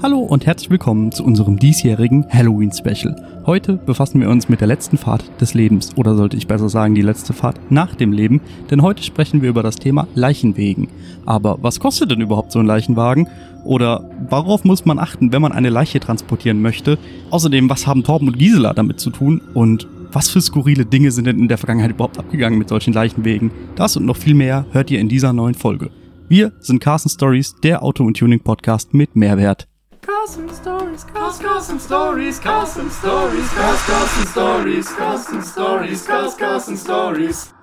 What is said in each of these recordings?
Hallo und herzlich willkommen zu unserem diesjährigen Halloween-Special. Heute befassen wir uns mit der letzten Fahrt des Lebens, oder sollte ich besser sagen, die letzte Fahrt nach dem Leben, denn heute sprechen wir über das Thema Leichenwegen. Aber was kostet denn überhaupt so ein Leichenwagen? Oder worauf muss man achten, wenn man eine Leiche transportieren möchte? Außerdem, was haben Torben und Gisela damit zu tun? Und was für skurrile Dinge sind denn in der Vergangenheit überhaupt abgegangen mit solchen Leichenwegen? Das und noch viel mehr hört ihr in dieser neuen Folge. Wir sind Carson Stories, der Auto- und Tuning-Podcast mit Mehrwert. Carson Stories, Cast, Carsten Stories, Carsten Stories, Cast, Carsten Stories, Carsten Stories, Cast, Carsten Stories.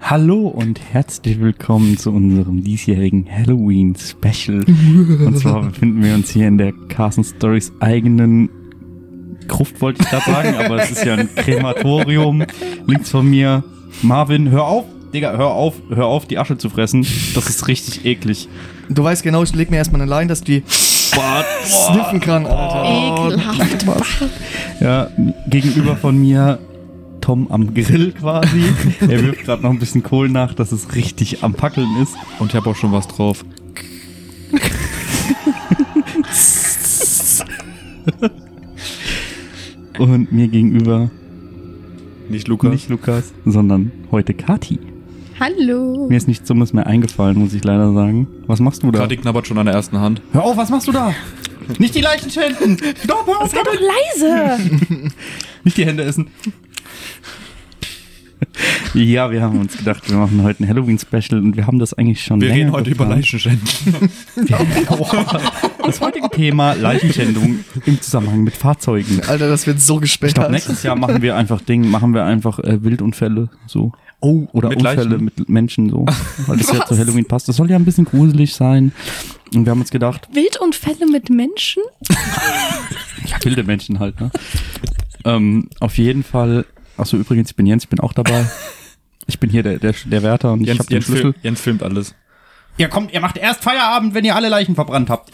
Hallo und herzlich willkommen zu unserem diesjährigen Halloween Special. Und zwar befinden wir uns hier in der Carson Stories eigenen Gruft, wollte ich gerade sagen, aber es ist ja ein Krematorium. Links von mir Marvin, hör auf, Digga, hör auf, hör auf, die Asche zu fressen. Das ist richtig eklig. Du weißt genau, ich leg mir erstmal eine Line, dass die Boah, sniffen kann, Alter. Ekelhaft. Ja, gegenüber von mir Tom am Grill quasi. Er wirft gerade noch ein bisschen Kohl nach, dass es richtig am Packeln ist. Und ich habe auch schon was drauf. Und mir gegenüber Nicht Lukas. Nicht Lukas, sondern heute Kati. Hallo. Mir ist nichts Dummes mehr eingefallen, muss ich leider sagen. Was machst du da? Kati knabbert schon an der ersten Hand. Hör auf, was machst du da? Nicht die Leichen schänden! Stopp, hör auf, Sei doch leise. Nicht die Hände essen. Ja, wir haben uns gedacht, wir machen heute ein Halloween-Special und wir haben das eigentlich schon Wir länger reden heute über geplant. Leichenschänden. Das heutige Thema Leichenschändung im Zusammenhang mit Fahrzeugen. Alter, das wird so Ich glaube, gespätert. nächstes Jahr machen wir einfach Ding, machen wir einfach äh, Wildunfälle so. Oh, Oder Mit Unfälle Leichen? mit Menschen so. Weil das ja zu Halloween passt. Das soll ja ein bisschen gruselig sein. Und wir haben uns gedacht, Wildunfälle mit Menschen? ja, wilde Menschen halt, ne? ähm, auf jeden Fall. Achso, übrigens, ich bin Jens, ich bin auch dabei. Ich bin hier der, der, der Wärter und ich habe den Schlüssel. Film, Jens filmt alles. Ihr kommt, ihr macht erst Feierabend, wenn ihr alle Leichen verbrannt habt.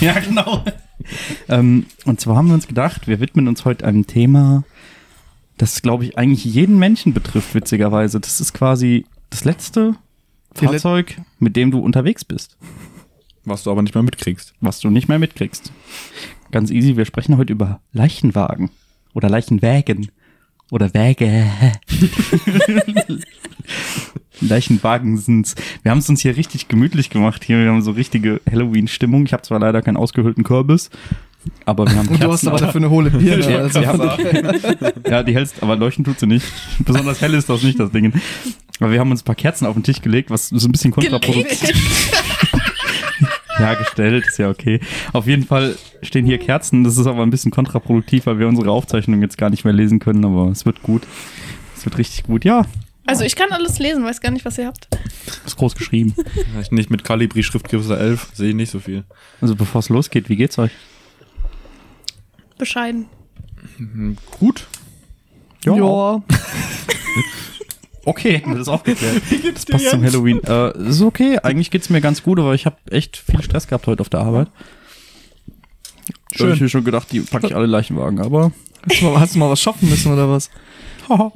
ja, genau. ähm, und zwar haben wir uns gedacht, wir widmen uns heute einem Thema, das, glaube ich, eigentlich jeden Menschen betrifft, witzigerweise. Das ist quasi das letzte Die let- Fahrzeug, mit dem du unterwegs bist, Was du aber nicht mehr mitkriegst. was du nicht mehr mitkriegst. Ganz easy, wir sprechen heute über Leichenwagen oder Leichenwägen oder Wäge. Leichenwagen sind's. Wir haben es uns hier richtig gemütlich gemacht hier. Wir haben so richtige Halloween-Stimmung. Ich habe zwar leider keinen ausgehöhlten Kürbis, aber wir haben Und du hast aber dafür eine hohle Birne. Ja, also. ja, aber- ja, die hältst, aber leuchten tut sie nicht. Besonders hell ist das nicht, das Ding. Aber wir haben uns ein paar Kerzen auf den Tisch gelegt, was so ein bisschen kontraproduktiv Ja, gestellt, ist ja okay. Auf jeden Fall stehen hier Kerzen, das ist aber ein bisschen kontraproduktiv, weil wir unsere Aufzeichnung jetzt gar nicht mehr lesen können, aber es wird gut. Es wird richtig gut, ja. Also ich kann alles lesen, weiß gar nicht, was ihr habt. Ist groß geschrieben. Ich nicht mit Kalibri Schriftgröße 11, sehe ich nicht so viel. Also bevor es losgeht, wie geht's euch? Bescheiden. Gut. Ja. Ja. Okay, das ist auch geklärt. Das passt zum Halloween. Äh, ist okay, eigentlich geht's mir ganz gut, aber ich habe echt viel Stress gehabt heute auf der Arbeit. Schön. Ich mir schon gedacht, die packe ich alle Leichenwagen, aber. Hast du mal- Hast du mal was schaffen müssen oder was?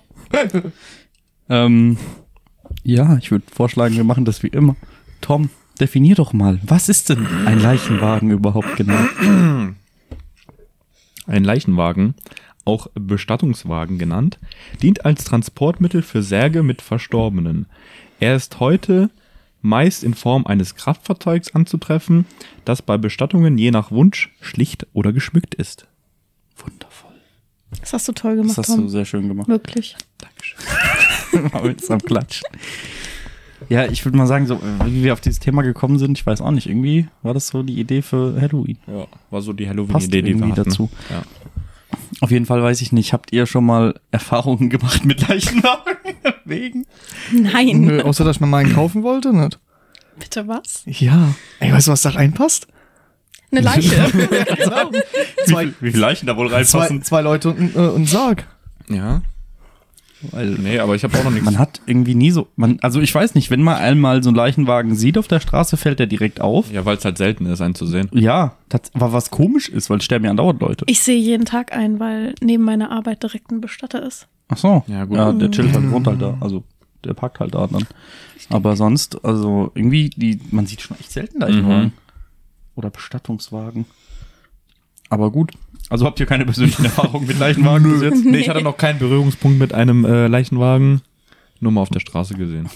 Ähm, ja, ich würde vorschlagen, wir machen das wie immer. Tom, definier doch mal, was ist denn ein Leichenwagen überhaupt genau? Ein Leichenwagen, auch Bestattungswagen genannt, dient als Transportmittel für Särge mit Verstorbenen. Er ist heute meist in Form eines Kraftfahrzeugs anzutreffen, das bei Bestattungen je nach Wunsch schlicht oder geschmückt ist. Wundervoll. Das hast du toll Das gemacht, hast du Tom. sehr schön gemacht. Wirklich. Maul ist am Klatschen. Ja, ich würde mal sagen, so wie wir auf dieses Thema gekommen sind, ich weiß auch nicht, irgendwie war das so die Idee für Halloween. Ja, war so die Passt Halloween-Idee, die wir irgendwie hatten. dazu. Ja. Auf jeden Fall weiß ich nicht, habt ihr schon mal Erfahrungen gemacht mit Leichenwagen? Wegen? Nein. Nö, außer dass ich mir mal einen kaufen wollte, nicht? Bitte was? Ja. Ey, weißt du, was da reinpasst? Eine Leiche. Zwei, Wie viele Leichen da wohl zwei, reinpassen? zwei Leute und, ein- äh, und ein Sarg. Ja. Weil Nee, aber ich habe auch noch nichts. man hat irgendwie nie so, man, also ich weiß nicht, wenn man einmal so einen Leichenwagen sieht auf der Straße, fällt der direkt auf. Ja, weil es halt selten ist, einen zu sehen. Ja, tats- aber was komisch ist, weil es sterben ja andauernd Leute. Ich sehe jeden Tag ein, weil neben meiner Arbeit direkt ein Bestatter ist. Ach so. Ja, gut. Ja, der chillt halt runter halt da. Also, der packt halt da Mhm. dann. Aber sonst, also irgendwie, die, man sieht schon echt selten Leichenwagen. Oder Bestattungswagen. Aber gut. Also habt ihr keine persönlichen Erfahrungen mit Leichenwagen bis jetzt? Nee, ich hatte noch keinen Berührungspunkt mit einem äh, Leichenwagen. Nur mal auf der Straße gesehen.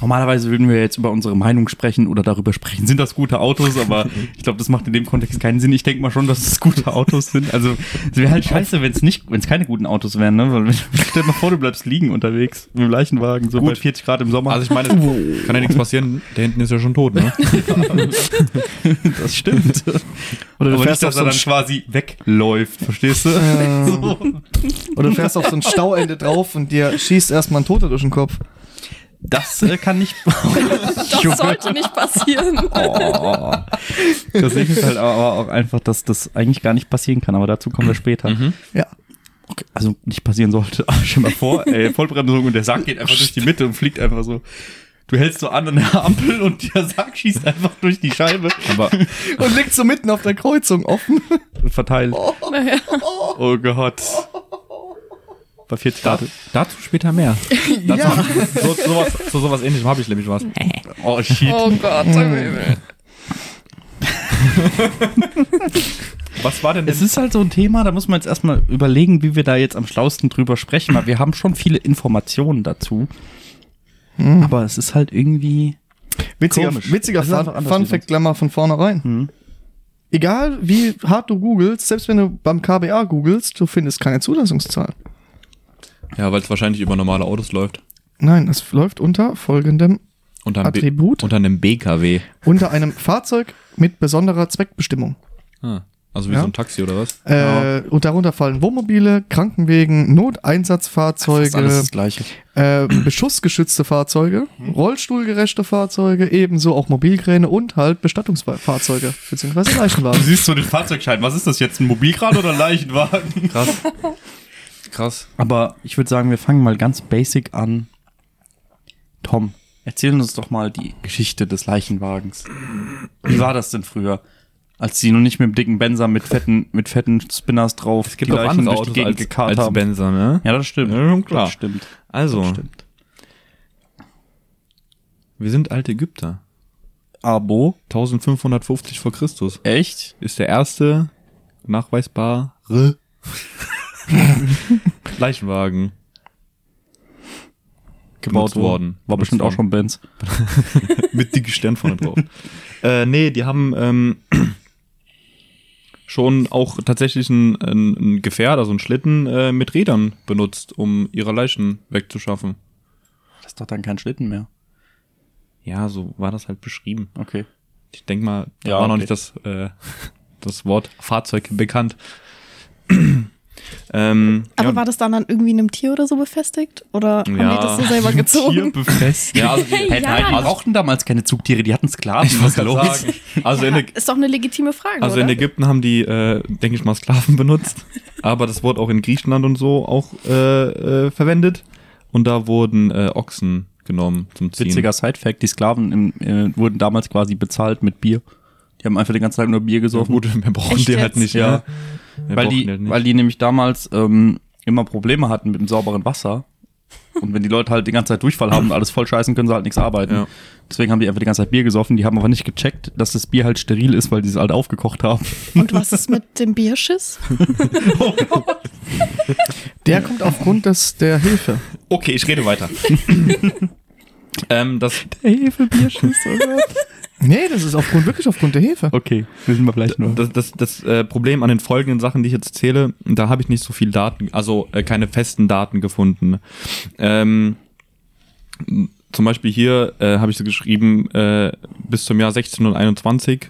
Normalerweise würden wir jetzt über unsere Meinung sprechen oder darüber sprechen, sind das gute Autos, aber ich glaube, das macht in dem Kontext keinen Sinn. Ich denke mal schon, dass es gute Autos sind. Also es wäre halt scheiße, wenn es nicht, wenn es keine guten Autos wären, ne? Weil wenn, stell dir mal vor, du bleibst liegen unterwegs mit dem Leichenwagen, so Gut. bei 40 Grad im Sommer. Also ich meine, es kann ja nichts passieren. Der hinten ist ja schon tot, ne? das stimmt. Oder du Aber fährst, nicht, dass dass er er dann quasi wegläuft, verstehst du? Ähm, So. Oder du fährst auf so ein Stauende drauf und dir schießt erstmal ein Toter durch den Kopf. Das äh, kann nicht. Das sollte nicht passieren. Oh. Das Ding ist halt aber auch einfach, dass das eigentlich gar nicht passieren kann, aber dazu kommen wir später. Ja. Okay, also nicht passieren sollte. Aber stell mal vor, ey, Vollbremsung und der Sack geht einfach durch die Mitte und fliegt einfach so. Du hältst so an an der Ampel und der Sack schießt einfach durch die Scheibe Aber Und liegt so mitten auf der Kreuzung offen. und verteilt. Naja. Oh Gott. Bei 40 da, Grad. dazu später mehr. Dazu, Ja. so, sowas, so sowas ähnlichem habe ich nämlich was. Oh shit. Oh Gott, Was war denn Es ist halt so ein Thema, da muss man jetzt erstmal überlegen, wie wir da jetzt am schlausten drüber sprechen, weil wir haben schon viele Informationen dazu. Aber es ist halt irgendwie. Witziger, Komisch. witziger Das ist einfach Fun, anders Mhm. Fun wie sonst. Fact Glamour von vornherein. Egal wie hart du googelst, selbst wenn du beim KBA googelst, du findest keine Zulassungszahl. Ja, weil es wahrscheinlich über normale Autos läuft. Nein, es läuft unter folgendem, Unter einem, B Attribut? unter einem BKW. unter einem Fahrzeug mit besonderer Zweckbestimmung. Ah, also wie Ja. so ein Taxi oder was? Äh, Und darunter fallen Wohnmobile, Krankenwegen, Fast alles Mhm. Noteinsatzfahrzeuge, das Gleiche. äh, beschussgeschützte Fahrzeuge, Rollstuhlgerechte Fahrzeuge, ebenso auch Mobilkräne und halt Bestattungsfahrzeuge, beziehungsweise Leichenwagen. siehst so den Fahrzeugschein. Was ist das jetzt? Ein Mobilgrad oder ein Leichenwagen? Krass. Krass. Aber ich würde sagen, wir fangen mal ganz basic an. Tom, erzähl uns doch mal die Geschichte des Leichenwagens. Wie war das denn früher? Als die noch nicht mit dem dicken Benzer mit fetten, mit fetten Spinners drauf Es gibt auch andere Autos als, gekarrt als Benzer, ne? Ja, das stimmt. Ja, schon klar. Das stimmt. Also, Stimmt. wir sind alte Ägypter. Abo, 1550 vor Christus echt? ist der erste nachweisbare Leichenwagen gebaut worden. War bestimmt auch schon Benz. mit dicke Stern vorne drauf. äh, nee, die haben ähm, schon auch tatsächlich ein, ein, ein Gefährt, also ein Schlitten äh, mit Rädern benutzt, um ihre Leichen wegzuschaffen. Das ist doch dann kein Schlitten mehr. Ja, so war das halt beschrieben. Okay. Ich denke mal, da Ja, war noch okay. nicht das, äh, das Wort Fahrzeug bekannt. ähm, Aber ja, war das dann an irgendwie einem Tier oder so befestigt? Oder haben Ja. die das so selber gezogen? befestigt. ja, also, Hey, nein, die brauchten damals keine Zugtiere, die hatten Sklaven. ich wollte gerade sagen. Also, in, Äg- Ist doch eine legitime Frage, also oder? in Ägypten haben die, äh, denke ich mal, Sklaven benutzt. Aber das wurde auch in Griechenland und so auch äh, äh, verwendet. Und da wurden äh, Ochsen genommen zum Ziehen. Witziger Sidefact, die Sklaven im, äh, wurden damals quasi bezahlt mit Bier. Die haben einfach den ganzen Tag nur Bier Ja, gesoffen. gut, wir brauchen Echt die halt jetzt? nicht, ja. Wir weil, brauchen die, halt nicht. weil die nämlich damals ähm, immer Probleme hatten mit dem sauberen Wasser. Und wenn die Leute halt die ganze Zeit Durchfall haben und alles voll scheißen, können sie halt nichts arbeiten. Ja. Deswegen haben die einfach die ganze Zeit Bier gesoffen. Die haben aber nicht gecheckt, dass das Bier halt steril ist, weil die es halt aufgekocht haben. Und was ist mit dem Bierschiss? Der kommt aufgrund des, der Hilfe. Okay, ich rede weiter. ähm, das, Nee, das ist aufgrund, wirklich aufgrund der Hilfe. Okay, wissen wir vielleicht nur. das, das, das äh, Problem an den folgenden Sachen, die ich jetzt zähle, da habe ich nicht so viel Daten, also äh, keine festen Daten gefunden. Ähm, m- zum Beispiel hier äh, habe ich so geschrieben, äh, bis zum Jahr 1621,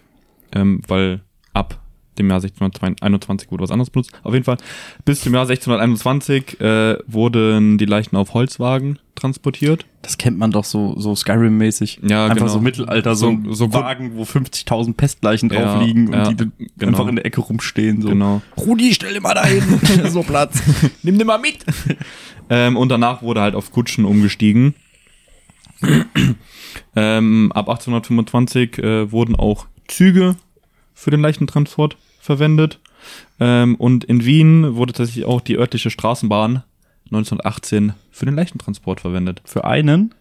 ähm, weil ab dem Jahr 1621 wurde was anderes benutzt. Auf jeden Fall, bis zum Jahr 1621 äh, wurden die Leichen auf Holzwagen transportiert. Das kennt man doch so, so Skyrim-mäßig. Ja, einfach genau. so Mittelalter, so, So- ein so gut- Wagen, wo 50.000 Pestleichen drauf Ja, liegen und ja, die dann genau. einfach in der Ecke rumstehen. So. Genau. Rudi, stell dir mal da hin. so Platz. Nimm den mal mit. ähm, und danach wurde halt auf Kutschen umgestiegen. ähm, ab 1825 äh, wurden auch Züge für den Leichentransport verwendet. Ähm, und in Wien wurde tatsächlich auch die örtliche Straßenbahn 1918 für den Leichentransport verwendet. Für einen?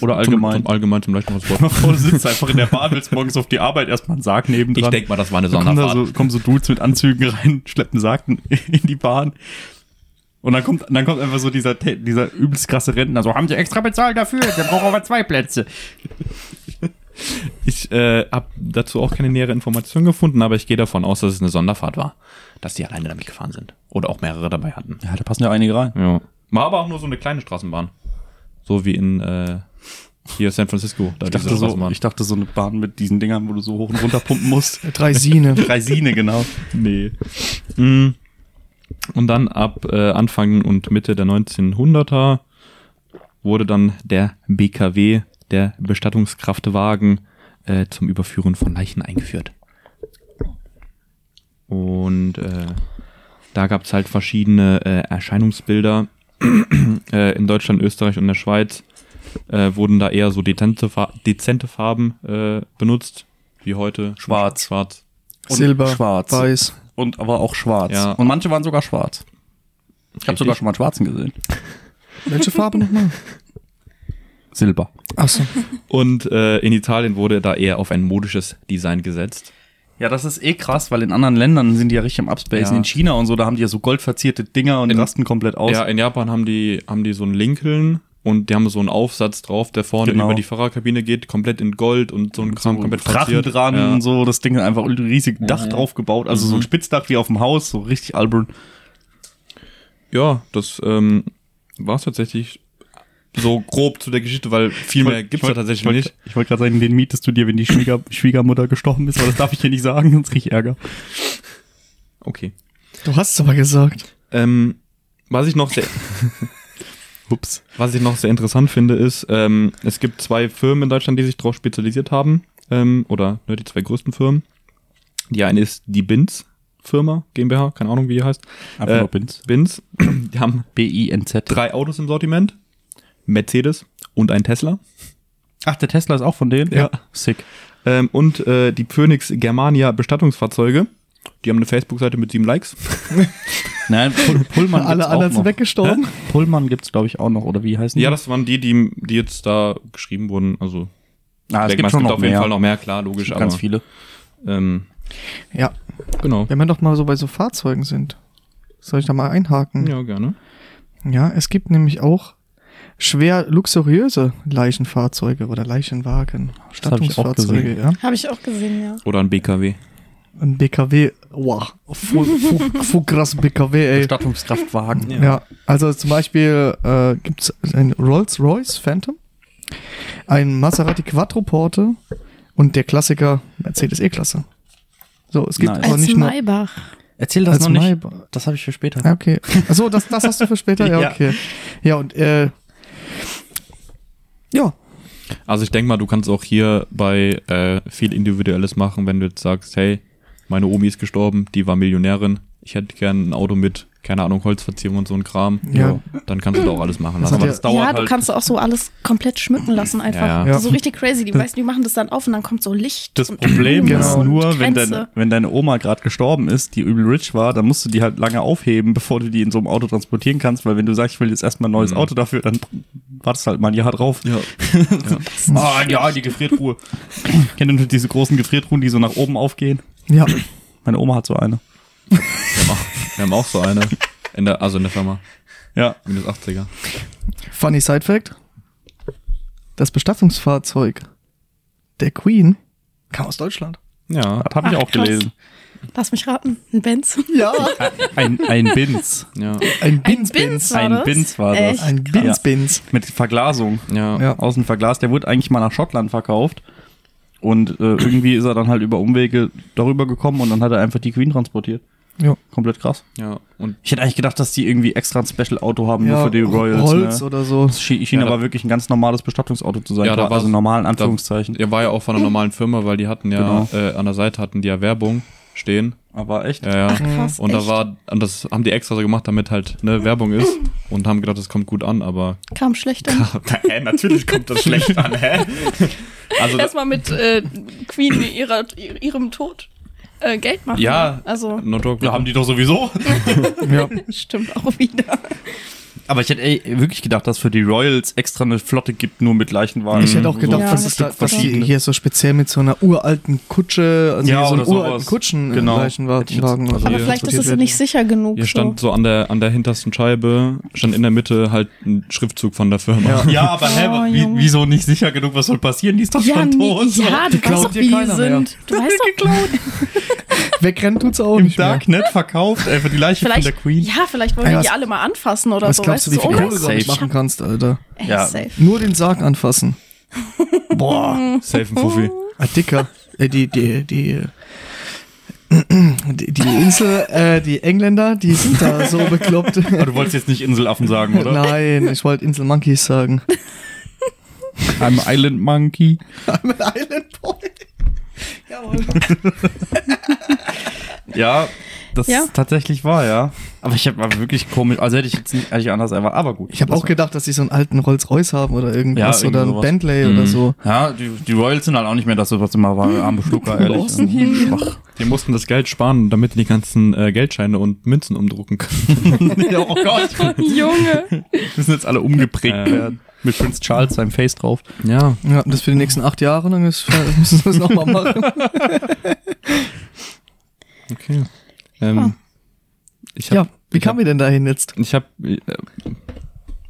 Oder allgemein. Zum, zum, allgemein zum Leichentransport. Voll sitzt einfach in der Bahn, willst morgens auf die Arbeit erstmal einen Sarg neben ich dran. denke mal, das war eine Dann kommen, da Sonderfahrt. so, kommen so Dudes mit Anzügen rein, schleppen Sargen in die Bahn. Und dann kommt, dann kommt einfach so dieser, Te- dieser übelst krasse Rentner, so haben sie extra bezahlt dafür, der braucht aber zwei Plätze. Ich äh, habe dazu auch keine nähere Information gefunden, aber ich gehe davon aus, dass es eine Sonderfahrt war. Dass die alleine damit gefahren sind. Oder auch mehrere dabei hatten. Ja, da passen ja einige rein. Ja. War aber auch nur so eine kleine Straßenbahn. So wie in äh, hier San Francisco. Da Ich dachte, so, ich dachte so eine Bahn mit diesen Dingern, wo du so hoch und runter pumpen musst. Dreisine. Reisine, genau. nee. Mm. Und dann ab äh, Anfang und Mitte der 1900er wurde dann der BKW, der Bestattungskraftwagen, äh, zum Überführen von Leichen eingeführt. Und äh, da gab es halt verschiedene äh, Erscheinungsbilder. äh, in Deutschland, Österreich und der Schweiz äh, wurden da eher so dezente, Fa dezente Farben äh, benutzt, wie heute. Schwarz. Schwarz. Und Silber. schwarz. Weiß. Und aber auch schwarz. Ja. Und manche waren sogar schwarz. Ich habe Richtig. sogar schon mal einen schwarzen gesehen. Welche Farbe nochmal? Silber. Achso. Und äh, in Italien wurde da eher auf ein modisches Design gesetzt. Ja, das ist eh krass, weil in anderen Ländern sind die ja richtig am Upspacen. Ja. In China und so, da haben die ja so goldverzierte Dinger und In- rasten komplett aus. Ja, in Japan haben die, haben die so einen Lincoln und die haben so einen Aufsatz drauf, der vorne Genau. über die Fahrerkabine geht, komplett in Gold und so ein Kram so komplett Drachen verziert. dran ja. Mhm. und so. Das Ding hat einfach ein riesiges Dach drauf gebaut. Also so ein Spitzdach wie auf dem Haus, so richtig albern. ja, das ähm, war es tatsächlich so grob zu der Geschichte, weil viel mehr gibt's da tatsächlich ich, nicht. Ich wollte gerade sagen, den mietest du dir, wenn die Schwieger, Schwiegermutter gestorben ist, aber das darf ich hier nicht sagen, sonst krieg ich Ärger. Okay. Du hast es aber gesagt. Ähm, was ich noch sehr, Ups. Was ich noch sehr interessant finde, ist, ähm, es gibt zwei Firmen in Deutschland, die sich darauf spezialisiert haben. Ähm, oder ne, die zwei größten Firmen. Die eine ist die Binz Firma, GmbH, keine Ahnung, wie die heißt. Einfach Äh, nur Binz. Binz, die haben B-I-N-Z. drei Autos im Sortiment. Mercedes und ein Tesla. Ach, der Tesla ist auch von denen? Ja. Sick. Ähm, und äh, die Phoenix Germania Bestattungsfahrzeuge. Die haben eine Facebook-Seite mit sieben Likes. Nein, Pull Pullman Alle gibt's anderen auch noch. sind weggestorben. Pullman gibt's, glaube ich, auch noch, oder wie heißen die? ja, das waren die, die, die jetzt da geschrieben wurden. Also, ah, es ich denke gibt mal, schon noch auf jeden mehr. Fall noch mehr, klar, logisch. Ganz aber, viele. Ähm, Ja. genau. Wenn wir doch mal so bei so Fahrzeugen sind. Soll ich da mal einhaken? Ja, gerne. Ja, es gibt nämlich auch schwer luxuriöse Leichenfahrzeuge oder Leichenwagen. Das hab ich auch Stattungsfahrzeuge, ja. Habe ich auch gesehen, ja. Oder ein BKW. Ein BKW, wow, voll, voll, voll krass BKW, ey. Bestattungskraftwagen. Ja. also zum Beispiel äh, gibt's ein Rolls-Royce Phantom, ein Maserati Quattroporte und der Klassiker Mercedes E-Klasse. So, es gibt Nice. aber Als nicht nur... Maybach. Erzähl das Als noch nicht. Maybach. Das habe ich für später. Ah, Okay. Achso, das, das hast du für später? Ja, Ja. okay. Ja, und äh, ja, Also ich denke mal, du kannst auch hier bei äh, viel Individuelles machen, wenn du jetzt sagst, hey, meine Omi ist gestorben, die war Millionärin, ich hätte gern ein Auto mit, keine Ahnung, Holzverzierung und so ein Kram. Ja. Dann kannst du da auch alles machen Das hat lassen. Aber ja- das dauert Ja, du halt. kannst auch so alles komplett schmücken lassen, einfach. Ja, ja. So richtig crazy. Die meisten, die machen das dann auf und dann kommt so Licht. Das und Problem Blumen ist und nur, wenn, Kränze. dein, wenn deine Oma gerade gestorben ist, die übel rich war, dann musst du die halt lange aufheben, bevor du die in so einem Auto transportieren kannst, weil wenn du sagst, ich will jetzt erstmal ein neues Mhm. Auto dafür, dann wartest halt mal ein Jahr drauf. Ja. Ah, ja, die Gefriertruhe. Kennt ihr noch diese großen Gefriertruhen, die so nach oben aufgehen? ja. Meine Oma hat so eine. Wir haben auch- wir haben auch so eine. In der, also in der Firma. Ja. Minus 80er. Funny Side Fact: Das Bestattungsfahrzeug der Queen kam aus Deutschland. Ja. Das habe ich Ach, auch krass. gelesen. Lass mich raten. Ein Benz. Mhm. Ja. Ein, ein Binz. Ja. Ein Binz Binz-Binz. war Ein das? Binz war das. Echt? Ein Binz-Binz. Mit Verglasung. Ja. Ja. Außen verglast. Der wurde eigentlich mal nach Schottland verkauft. Und äh, irgendwie ist er dann halt über Umwege darüber gekommen und dann hat er einfach die Queen transportiert. Ja. Komplett krass. ja. Und Ich hätte eigentlich gedacht, dass die irgendwie extra ein Special-Auto haben, nur Ja, für die Royals. Rolls ne? oder so. Das schien, schien Ja, da- aber wirklich ein ganz normales Bestattungsauto zu sein. Ja, da Klar, war- also normal in Anführungszeichen. er war ja auch von einer normalen Firma, weil die hatten ja Genau. äh, an der Seite hatten die ja Werbung stehen. aber echt. Ja, ja. Ach, krass, Und echt. da war, und das haben die extra so gemacht, damit halt ne, Werbung ist und haben gedacht, das kommt gut an, aber Kam schlecht an. hä, natürlich kommt das schlecht an, hä? Also das, Erstmal mit äh, Queen ihrer, ihrem Tod äh, Geld machen. Ja. Oh. Also, no joke, Ja, haben die doch sowieso. Ja. stimmt auch wieder. Aber ich hätte ey, wirklich gedacht, dass für die Royals extra eine Flotte gibt, nur mit Leichenwagen. Ich hätte auch gedacht, Ja, was das ist da, Stück was die verschiedene. hier so speziell mit so einer uralten Kutsche, also Ja, so oder einen uralten sowas. Kutschen äh, Genau. Hätte ich jetzt- Leichenwagen. also Aber Ja, vielleicht ist es nicht sicher genug. Hier so. stand so an der, an der hintersten Scheibe, stand in der Mitte halt ein Schriftzug von der Firma. Ja. Ja, aber hä, Oh, wie, Junge. wieso nicht sicher genug? Was soll passieren? Die ist doch ja, schon nee, tot. ja, du Geklaut weißt doch, dir wie die keiner mehr. sind. Du weißt doch, Wegrennen tut's auch Im nicht mehr. Darknet verkauft, ey, für die Leiche Vielleicht, von der Queen. ja, vielleicht wollen Ey, wir was- die alle mal anfassen oder Was so. glaubst du, wie weißt viel du, so oh, oh, Kohle du damit safe. machen kannst, Alter? Ey, Ja. safe. Nur den Sarg anfassen. Boah. Safe ein Fuffi. Ah, dicker. äh, die, die, die, äh, die, die Insel, äh, die Engländer, die sind da so bekloppt. Aber du wolltest jetzt nicht Inselaffen sagen, oder? Genau. Nein, ich wollte Insel Monkeys sagen. I'm Island Monkey. I'm an Island Boy. Jawohl. Ja, das Ja. ist tatsächlich wahr, ja. Aber ich habe wirklich komisch, also hätte ich jetzt nicht eigentlich anders erwartet, aber gut. Ich habe auch gedacht, dass sie so einen alten Rolls-Royce haben oder irgendwas Ja, oder einen irgendwie sowas. Mhm. Bentley oder so. Ja, die, die Royals sind halt auch nicht mehr das, was immer Hm. war, arme Schlucker, ehrlich. Schwach. Die mussten das Geld sparen, damit die die ganzen äh, Geldscheine und Münzen umdrucken können. ja, oh Gott, Junge. müssen jetzt alle umgeprägt Ähm. werden. Mit Prinz Charles seinem Face drauf. Ja. Ja, das für die nächsten acht Jahre lang ist, müssen wir es nochmal machen. Okay. Ähm, ich ja, hab, wie kamen wir denn dahin jetzt? ich hab, äh,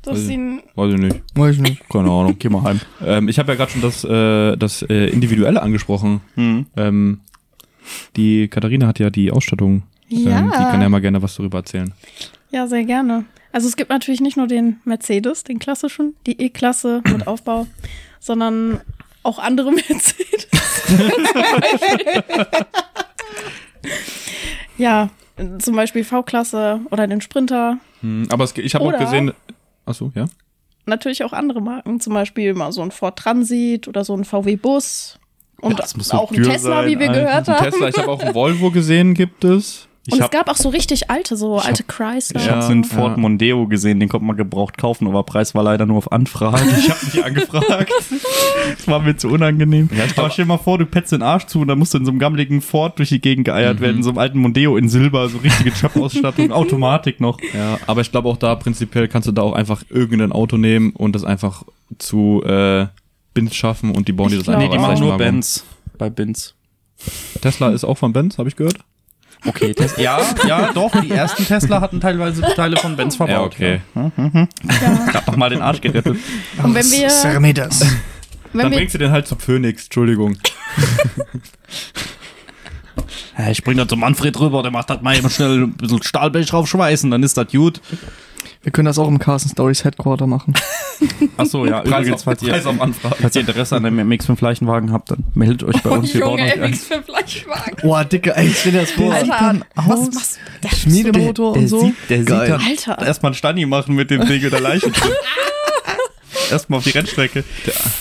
Dass sie ein weiß ich nicht, Weiß ich nicht. keine Ahnung. Geh mal heim. Ähm, ich habe ja gerade schon das, äh, das äh, Individuelle angesprochen. Ähm, die Katharina hat ja die Ausstattung. Ja. Ähm, die kann ja mal gerne was darüber erzählen. Ja, sehr gerne. Also es gibt natürlich nicht nur den Mercedes, den klassischen, die E-Klasse mit Aufbau, sondern auch andere Mercedes. ja, zum Beispiel V-Klasse oder den Sprinter. Hm, aber es, ge- ich habe auch Oder- gesehen. Achso, ja. Natürlich auch andere Marken, zum Beispiel mal so ein Ford Transit oder so ein VW Bus. Und das muss so auch ein dürr Tesla, sein, wie wir Alter. gehört Ein haben. Tesla, ich habe auch einen Volvo gesehen, gibt es. Ich Und es habe gab auch so richtig alte, so alte Chrysler. ich und hab so. so einen Ford Ja. Mondeo gesehen, den konnte man gebraucht kaufen, aber Preis war leider nur auf Anfrage. Ich habe nicht angefragt. das war mir zu unangenehm. aber stell dir mal vor, du petzt den Arsch zu und dann musst du in so einem gammeligen Ford durch die Gegend geeiert werden, in so einem alten Mondeo in Silber, so richtige Trap-Ausstattung, Automatik noch. Ja, aber ich glaube auch da prinzipiell kannst du da auch einfach irgendein Auto nehmen und das einfach zu äh, Bins schaffen und die bauen dir Ich das einfach glaub- Nee, die als machen Leichenwagen um. Bei Benz. Tesla ist auch von Benz, habe ich gehört. Okay, Tes ja, ja, doch, die ersten Tesla hatten teilweise Teile von Benz verbaut. Ich hab doch mal den Arsch gerettet. Und wenn wir- Ceramidas. Dann Wenn wir, bringst du den halt zu Phoenix, Entschuldigung. Ja, ich bring das zum Manfred rüber, der macht das mal eben schnell ein bisschen Stahlblech draufschweißen, dann ist das gut. Wir können das auch im Carson Stories Headquarter machen. Achso, ja, übrigens, falls ihr, falls ihr Interesse an einem MX5 Leichenwagen habt, dann meldet euch Oh, bei uns. Wir bauen Junge, euch einen. MX für Fleischwagen. Boah, Dicker, Oh, ey, ich will das vor. Alter, aus. Schmiedemotor und so. sieht, der Geil. sieht dann Alter. erstmal einen Stani machen mit dem Ding oder Leichen. erstmal auf die Rennstrecke.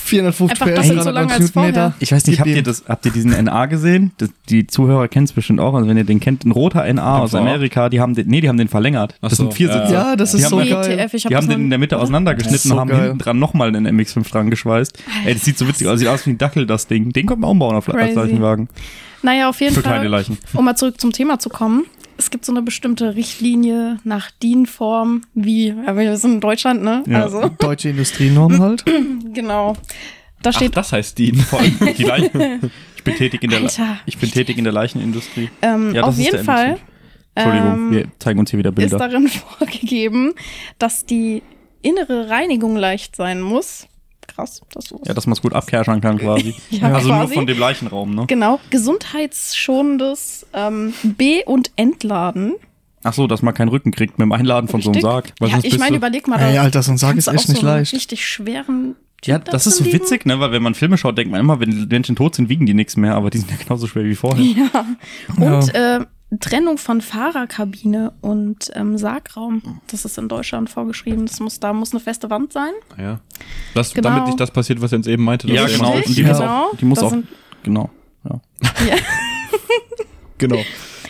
450 Einfach PS, doppelt so lang 390 als vorher. Ich weiß nicht, Gib habt ihr, ihm. das, habt ihr diesen NA gesehen? Das, die Zuhörer kennen es bestimmt auch. Also wenn ihr den kennt, ein roter NA aus Einfach. Amerika, die haben den, nee, die haben den verlängert. Das Ach so, sind vier ja. Sitze. Ja, das Die ist haben so den- geil. ETF, E ich hab die haben das den in noch- der Mitte Das auseinandergeschnitten ist so und haben geil. hinten dran nochmal einen MX5 dran geschweißt. Ey, das sieht so witzig aus. Sieht aus wie ein Dackel, das Ding. Den könnte man umbauen auf als Crazy. Leichenwagen. Naja, auf jeden Für Fall. keine Leichen. Um mal zurück zum Thema zu kommen. Es gibt so eine bestimmte Richtlinie nach DIN-Form, wie, aber wir sind in Deutschland, ne? Ja. Also, Deutsche Industrienorm halt. genau. Da Ach, steht, das heißt die. Vor allem die Leichen. Ich bin tätig in der, Alter. ich bin tätig in der Leichenindustrie. ähm, Ja, das auf ist jeden der Fall MX5. Entschuldigung, ähm, wir zeigen uns hier wieder ist Bilder. darin vorgegeben, dass die innere Reinigung leicht sein muss. Krass, das so. Ja, dass man es gut abkerschern kann quasi. Ja, also nur quasi. von dem Leichenraum, ne? Genau, gesundheitsschonendes ähm, Be- und Entladen. Ach so, dass man keinen Rücken kriegt mit dem Einladen von so einem Richtig. Sarg. Weil Ja, sonst ich bist meine, du- überleg mal. Ey, da Alter, so ein Sarg ist kannst du echt auch so nicht einen leicht. richtig schweren Typ Ja, das ist so dazu liegen. witzig, ne? Weil wenn man Filme schaut, denkt man immer, wenn Menschen tot sind, wiegen die nichts mehr, aber die sind ja genauso schwer wie vorher. Ja. Und äh, Trennung von Fahrerkabine und ähm, Sargraum. Das ist in Deutschland vorgeschrieben. Das muss, da muss eine feste Wand sein. Ja. Das, Genau. Damit nicht das passiert, was ihr uns eben meinte. dass Ja, ihr genau. immer- Und die Richtig, muss auch, genau. die muss Das auch sind- genau. Ja. genau.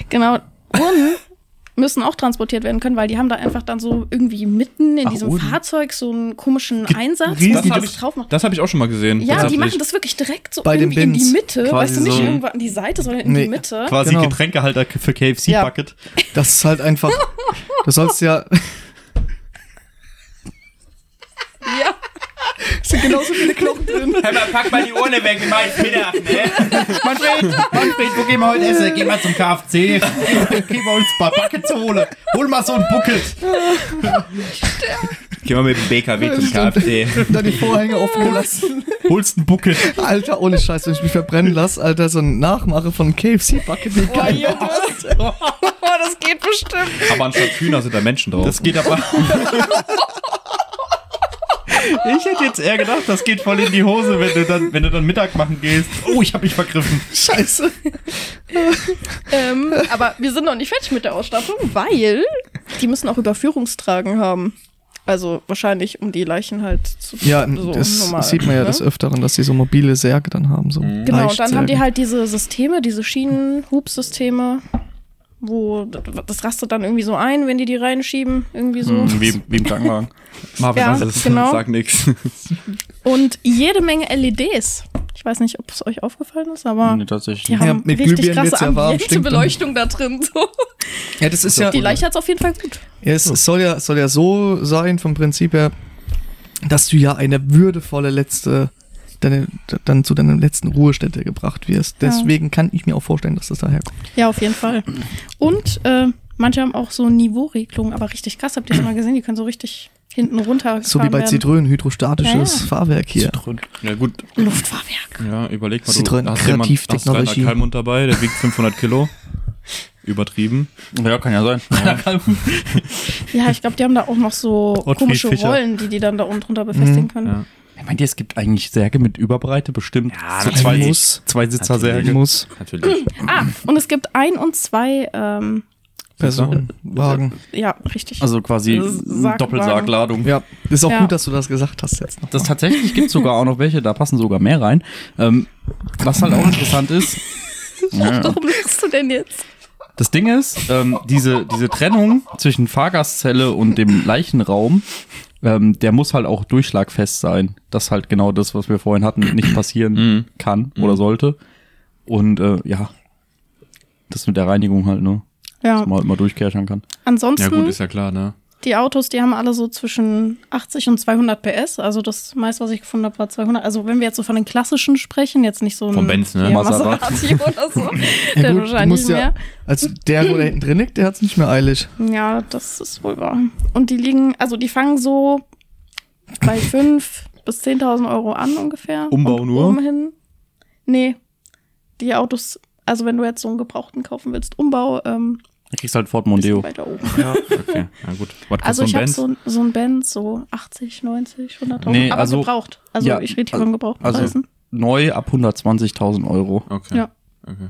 Genau. Urnen müssen auch transportiert werden können, weil die haben da einfach dann so irgendwie mitten in Ach, diesem Urnen. Fahrzeug so einen komischen Einsatz, riesige- wo die Das hab das ich- drauf machen. Das habe ich auch schon mal gesehen. Ja, die tatsächlich. machen das wirklich direkt so Bei den irgendwie in die Bins. Mitte. Quasi weißt du, nicht so. irgendwo an die Seite, sondern in Nee, die Mitte. Quasi Genau. Getränkehalter für KFC Ja. Bucket. Das ist halt einfach. Du sollst ja. sind Genau genauso viele Knochen drin. Hör mal, pack mal die Urne weg, wir machen jetzt Mittag, ne? Manfred, Manfred, wo gehen wir heute essen? Geh mal zum KFC. Geh mal uns ein paar Bucket zu holen. Hol mal so ein Bucket. Geh mal mit dem BKW zum KFC. Da die Vorhänge offen gelassen. Holst ein Bucket. Alter, ohne Scheiß, wenn ich mich verbrennen lasse, Alter, so ein Nachmache von KFC-Bucket, wie geil. Oh, das geht bestimmt. Aber anstatt Hühner sind da Menschen drauf. Das geht aber. Ich hätte jetzt eher gedacht, das geht voll in die Hose, wenn du dann, wenn du dann Mittag machen gehst. Oh, ich habe mich vergriffen. Scheiße. Ähm, aber wir sind noch nicht fertig mit der Ausstattung, weil die müssen auch Überführungstragen haben. Also wahrscheinlich, um die Leichen halt zu Ja, so das äh, normal, sieht man ja ne? des Öfteren, dass die so mobile Särge dann haben. So Genau, und dann haben die Leichtsägen. halt diese Systeme, diese Schienen-Hubsysteme, wo das rastet dann irgendwie so ein, wenn die die reinschieben, irgendwie so. Hm, Wie, wie im Krankenwagen. Marvin, Ja, das ist, genau. sag nix. Und jede Menge LEDs. Ich weiß nicht, ob es euch aufgefallen ist, aber Nee, tatsächlich. die haben mit richtig Glühbirnen krasse wird's ja warm, Ambiente. Diese Beleuchtung da drin, so. Ja, das ist ja. Die Leiche hat es auf jeden Fall gut. Ja, Es soll ja, soll ja so sein vom Prinzip her, dass du ja eine würdevolle letzte, deine, dann zu deiner letzten Ruhestätte gebracht wirst. Deswegen kann ich mir auch vorstellen, dass das daher kommt. Ja, auf jeden Fall. Und äh, manche haben auch so Niveauregelungen, aber richtig krass. Habt ihr das mal gesehen? Die können so richtig hinten runter. So wie bei Zitrönen, hydrostatisches Ja, ja. Fahrwerk hier. Ja, gut. Luftfahrwerk. Ja, überleg mal, Sie du drin, hast jemand, hast da einen Kreativtechnologie. Kalmund dabei, der wiegt 500 Kilo. Übertrieben. Ja, kann ja sein. Ja, ich glaube, die haben da auch noch so komische Rollen, die die dann da unten drunter befestigen können. Ja. Meint ihr, es gibt eigentlich Särge mit Überbreite? Bestimmt. Ja, so zwei, muss. zwei Sitzer Natürlich. Särge. Muss, Natürlich. Ah, und es gibt ein und zwei, ähm, Person, Wagen. ja, richtig. Also quasi Das ist Sargwagen. Doppelsargladung. Ja, ist auch Ja. gut, dass du das gesagt hast jetzt noch. Das tatsächlich gibt sogar auch noch welche, da passen sogar mehr rein. Ähm, was halt auch interessant ist, Warum lachst du denn jetzt? das Ding ist, ähm, diese, diese Trennung zwischen Fahrgastzelle und dem Leichenraum, ähm, der muss halt auch durchschlagfest sein. Das halt genau das, was wir vorhin hatten, nicht passieren Mhm. kann oder sollte. Und äh, ja, das mit der Reinigung halt, ne? ja. Dass man halt mal durchkärchern kann. Ansonsten, Ja gut, ist ja klar, ne? die Autos, die haben alle so zwischen 80 und 200 PS. Also das meiste, was ich gefunden habe, war 200. Also wenn wir jetzt so von den klassischen sprechen, jetzt nicht so ein Vom Benz, ne? Ja, Maserati. Maserati oder so. Ja, Dann gut, du wahrscheinlich musst ja, mehr. also der, wo da hinten drin liegt, der hat's nicht mehr eilig. Ja, das ist wohl wahr. Und die liegen, also die fangen so bei 5 bis 10.000 Euro an ungefähr. Um Umbau Und nur? oben hin- Nee, die Autos, also wenn du jetzt so einen Gebrauchten kaufen willst, Umbau, ähm, Da kriegst halt Ford bisschen Mondeo. weiter oben. Okay, ja gut. Was Also kostet ich so ein habe Benz? so, ein- so ein Benz, so 80, 90, 100.000, Nee, aber also- gebraucht. Also ja, ich rede hier also- von gebrauchten also- Preisen. Neu ab 120.000 Euro. okay. Ja. okay.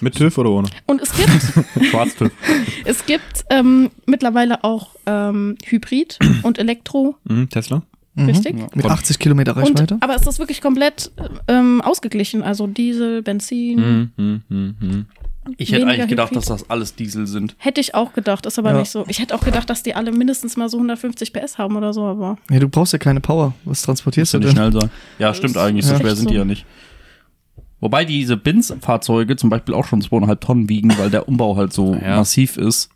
Mit TÜV oder ohne? Und es gibt, Schwarztüff. es gibt ähm, mittlerweile auch ähm, Hybrid und Elektro, Mhm, Tesla? Mhm. richtig? Mit 80 Kilometer Und, Reichweite. aber es ist wirklich komplett ähm, ausgeglichen. Also Diesel, Benzin. Mhm, mhm, mhm. Ich hätte Weniger eigentlich gedacht, Hybrid. dass das alles Diesel sind. Hätte ich auch gedacht, ist aber Ja. nicht so. Ich hätte auch gedacht, dass die alle mindestens mal so 150 PS haben oder so, aber ja, du brauchst ja keine Power. Was transportierst du Müsste denn? nicht schnell sein. Ja, stimmt eigentlich. So Ja. schwer sind die ja nicht. Wobei diese Bins-Fahrzeuge zum Beispiel auch schon 2,5 Tonnen wiegen, weil der Umbau halt so Ja. massiv ist,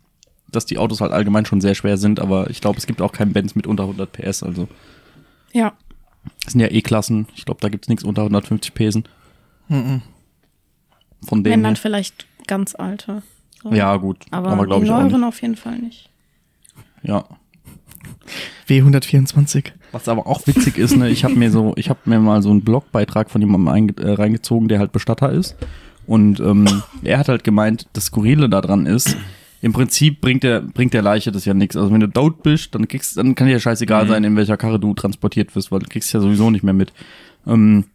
dass die Autos halt allgemein schon sehr schwer sind. Aber ich glaube, es gibt auch keinen Benz mit unter 100 PS. Also ja. das sind ja E-Klassen. Ich glaube, da gibt es nichts unter 150 Pesen. Mhm. Von Wenn denen. dann her. vielleicht ganz alte. So. Ja, gut. aber, aber die glaube ich auch neueren nicht. auf jeden Fall nicht. Ja. W124. Was aber auch witzig ist, ne, ich habe mir so, ich habe mir mal so einen Blogbeitrag von jemandem einge äh, reingezogen, der halt Bestatter ist. Und ähm, er hat halt gemeint, das Skurrile daran ist, im Prinzip bringt der, bringt der Leiche das ja nichts. Also wenn du tot bist, dann kriegst dann kann dir ja scheißegal sein, in welcher Karre du transportiert wirst, weil du kriegst ja sowieso nicht mehr mit. Ähm,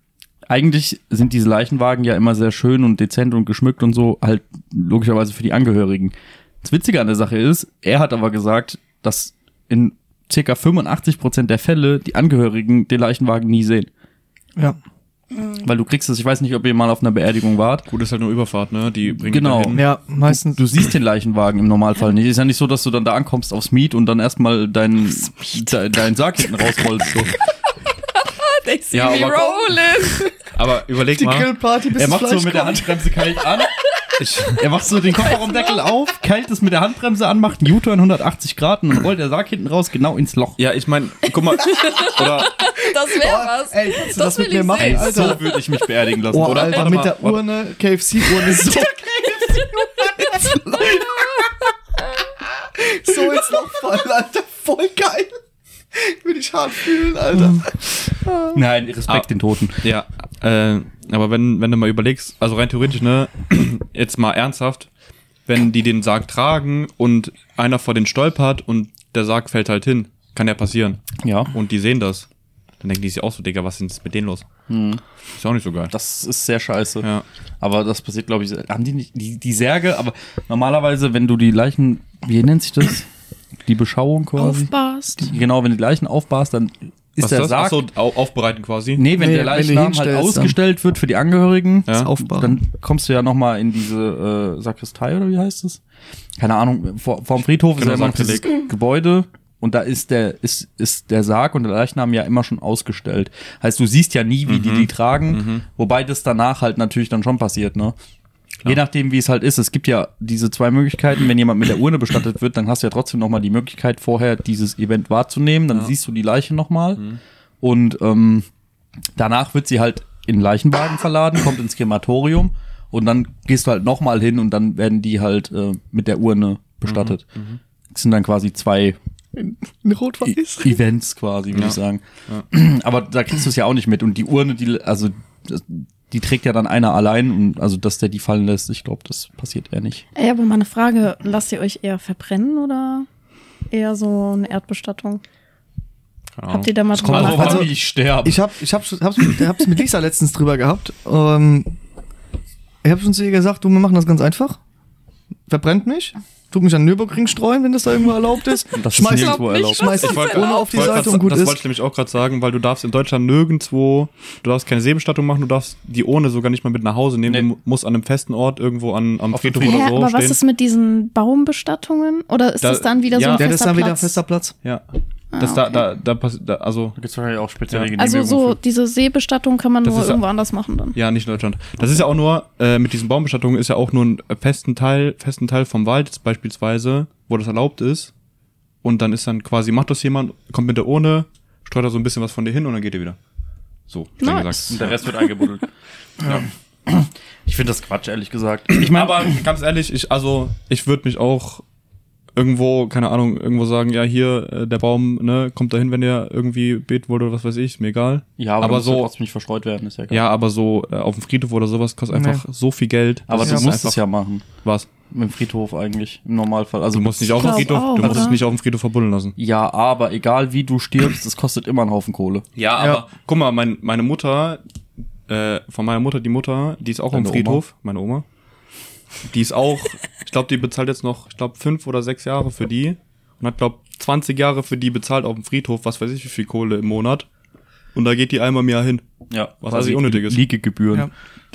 eigentlich sind diese Leichenwagen ja immer sehr schön und dezent und geschmückt und so, halt logischerweise für die Angehörigen. Das Witzige an der Sache ist, er hat aber gesagt, dass in ca. 85% der Fälle die Angehörigen den Leichenwagen nie sehen. Ja. Weil du kriegst es, ich weiß nicht, ob ihr mal auf einer Beerdigung wart. Gut, ist halt nur Überfahrt, ne? Die bringen Genau. dahin. Ja, meistens. Du siehst den Leichenwagen im Normalfall nicht. Ist ja nicht so, dass du dann da ankommst aufs Miet und dann erstmal deinen de, dein Sarg hinten rausrollst. So. They see Ja, me aber- rolling. Aber überleg mal, Grillparty bis Er macht so mit der Handbremse kalt an, Er macht so den Kofferraumdeckel auf, keilt es mit der Handbremse an, macht einen U-Turn 180 Grad und dann rollt der Sarg hinten raus genau ins Loch. Ja, ich meine, guck mal, oder Das wäre was. Ey, Das kannst du das, mit will mir ich machen, sehen. Alter? so würde ich mich beerdigen lassen, Oh, oder? Alter, Warte mit mal, der ne? warte. Urne, KFC-Urne, so. so ins Loch fallen, Alter. Voll geil. Würde ich hart fühlen, Alter. Nein, Respekt Ah. den Toten. Ja, äh, aber wenn, wenn du mal überlegst, also rein theoretisch, ne, jetzt mal ernsthaft, wenn die den Sarg tragen und einer vor den stolpert und der Sarg fällt halt hin, kann ja passieren. Ja. Und die sehen das. Dann denken die sich auch so, Digga, was ist denn jetzt mit denen los? Ist ja auch nicht so geil. Hm. Das ist sehr scheiße. Ja. Aber das passiert, glaube ich, haben die nicht, die, die Särge, aber normalerweise, wenn du die Leichen, wie nennt sich das? Die Beschauung quasi. Aufbarst. Genau, wenn du die Leichen aufbarst, dann ist was der das? Sarg. Achso, au aufbereiten quasi. Nee, wenn der Nee, wenn du Leichnam halt hinstellst, dann- ausgestellt wird für die Angehörigen, Ja. Aufbauen. dann kommst du ja nochmal in diese äh, Sakristei oder wie heißt es? Keine Ahnung, vor, vor dem Friedhof Genau, ist ja immer noch dieses Gebäude und da ist der, ist, ist der Sarg und der Leichnam ja immer schon ausgestellt. Heißt, du siehst ja nie, wie die die tragen, wobei das danach halt natürlich dann schon passiert, ne? Je nachdem, wie es halt ist. Es gibt ja diese zwei Möglichkeiten. Wenn jemand mit der Urne bestattet wird, dann hast du ja trotzdem nochmal die Möglichkeit, vorher dieses Event wahrzunehmen. Dann siehst du die Leiche nochmal. Und ähm, danach wird sie halt in den Leichenwagen verladen, kommt ins Krematorium und dann gehst du halt nochmal hin und dann werden die halt äh, mit der Urne bestattet. Das sind dann quasi zwei In Rot-Weiß. E- Events quasi, würde ich sagen. Aber da kriegst du es ja auch nicht mit. Und die Urne, die, also das- die trägt ja dann einer allein und also dass der die fallen lässt, ich glaube, das passiert eher nicht. Ey, aber meine Frage, lasst ihr euch eher verbrennen oder eher so eine Erdbestattung? Keine Ahnung. Habt ihr da mal drüber drauf an, nachgedacht? also- ich sterbe. Ich hab, ich hab's, hab's, mit- hab's mit Lisa letztens drüber gehabt. Ähm, ich hab schon zu ihr gesagt, du, wir machen das ganz einfach. Verbrennt mich. Tut mich an den Nürburgring streuen, wenn das da irgendwo erlaubt ist. Das ist Schmeiß nirgendwo ab- erlaubt. Schmeiß die wollte- Urne auf die wollte Seite grad- und gut Das ist. wollte ich nämlich auch gerade sagen, weil du darfst in Deutschland nirgendwo, du darfst keine Seebestattung machen, du darfst die Urne sogar nicht mal mit nach Hause nehmen, Nee. du mu- musst an einem festen Ort irgendwo an, am Auf dem Friedhof Friedhof. oder Hä, so aber stehen. was ist mit diesen Baumbestattungen? Oder ist Da- das dann wieder ja. so Ja, ein das ist fester dann wieder Platz? fester Platz. Ja. Das da, da, da, pass- da, also, Da gibt es wahrscheinlich auch spezielle Ja. Also so, diese Seebestattung kann man Das nur ist- irgendwo anders machen dann. ja, nicht in Deutschland. Das ist ja auch nur, äh, mit diesen Baumbestattungen ist ja auch nur ein festen Teil, festen Teil vom Wald jetzt beispielsweise, wo das erlaubt ist. Und dann ist dann quasi, macht das jemand, kommt mit der Urne, streut da so ein bisschen was von dir hin und dann geht ihr wieder. So, streng Nice. gesagt. der Rest wird eingebuddelt. Ich finde das Quatsch, ehrlich gesagt. Ich meine, Aber ganz ehrlich, ich, also, ich würde mich auch irgendwo, keine Ahnung, irgendwo sagen, ja, hier, äh, der Baum, ne, kommt dahin, wenn ihr irgendwie beet wollt oder was weiß ich, mir egal. ja, aber, aber muss ja so, trotzdem nicht verstreut werden, ist ja geil. ja, aber so, äh, auf dem Friedhof oder sowas kostet einfach so viel Geld. aber Das du ist musst es einfach- ja machen. Was? Im Friedhof eigentlich, im Normalfall. Also Du musst nicht auf dem glaub Friedhof, auch, du musst es oder? nicht auf dem Friedhof verbuddeln lassen. Ja, aber egal wie du stirbst, es kostet immer einen Haufen Kohle. Ja, aber guck mal, mein, meine Mutter, äh, von meiner Mutter, die Mutter, die ist auch Deine am Friedhof, meine Oma. Die ist auch, ich glaube, die bezahlt jetzt noch, ich glaube, fünf oder sechs Jahre für die und hat, glaube 20 Jahre für die bezahlt auf dem Friedhof, was weiß ich, wie viel Kohle im Monat. Und da geht die einmal im Jahr hin. Ja, Was quasi unnötig ist. Liegegebühren. Ja.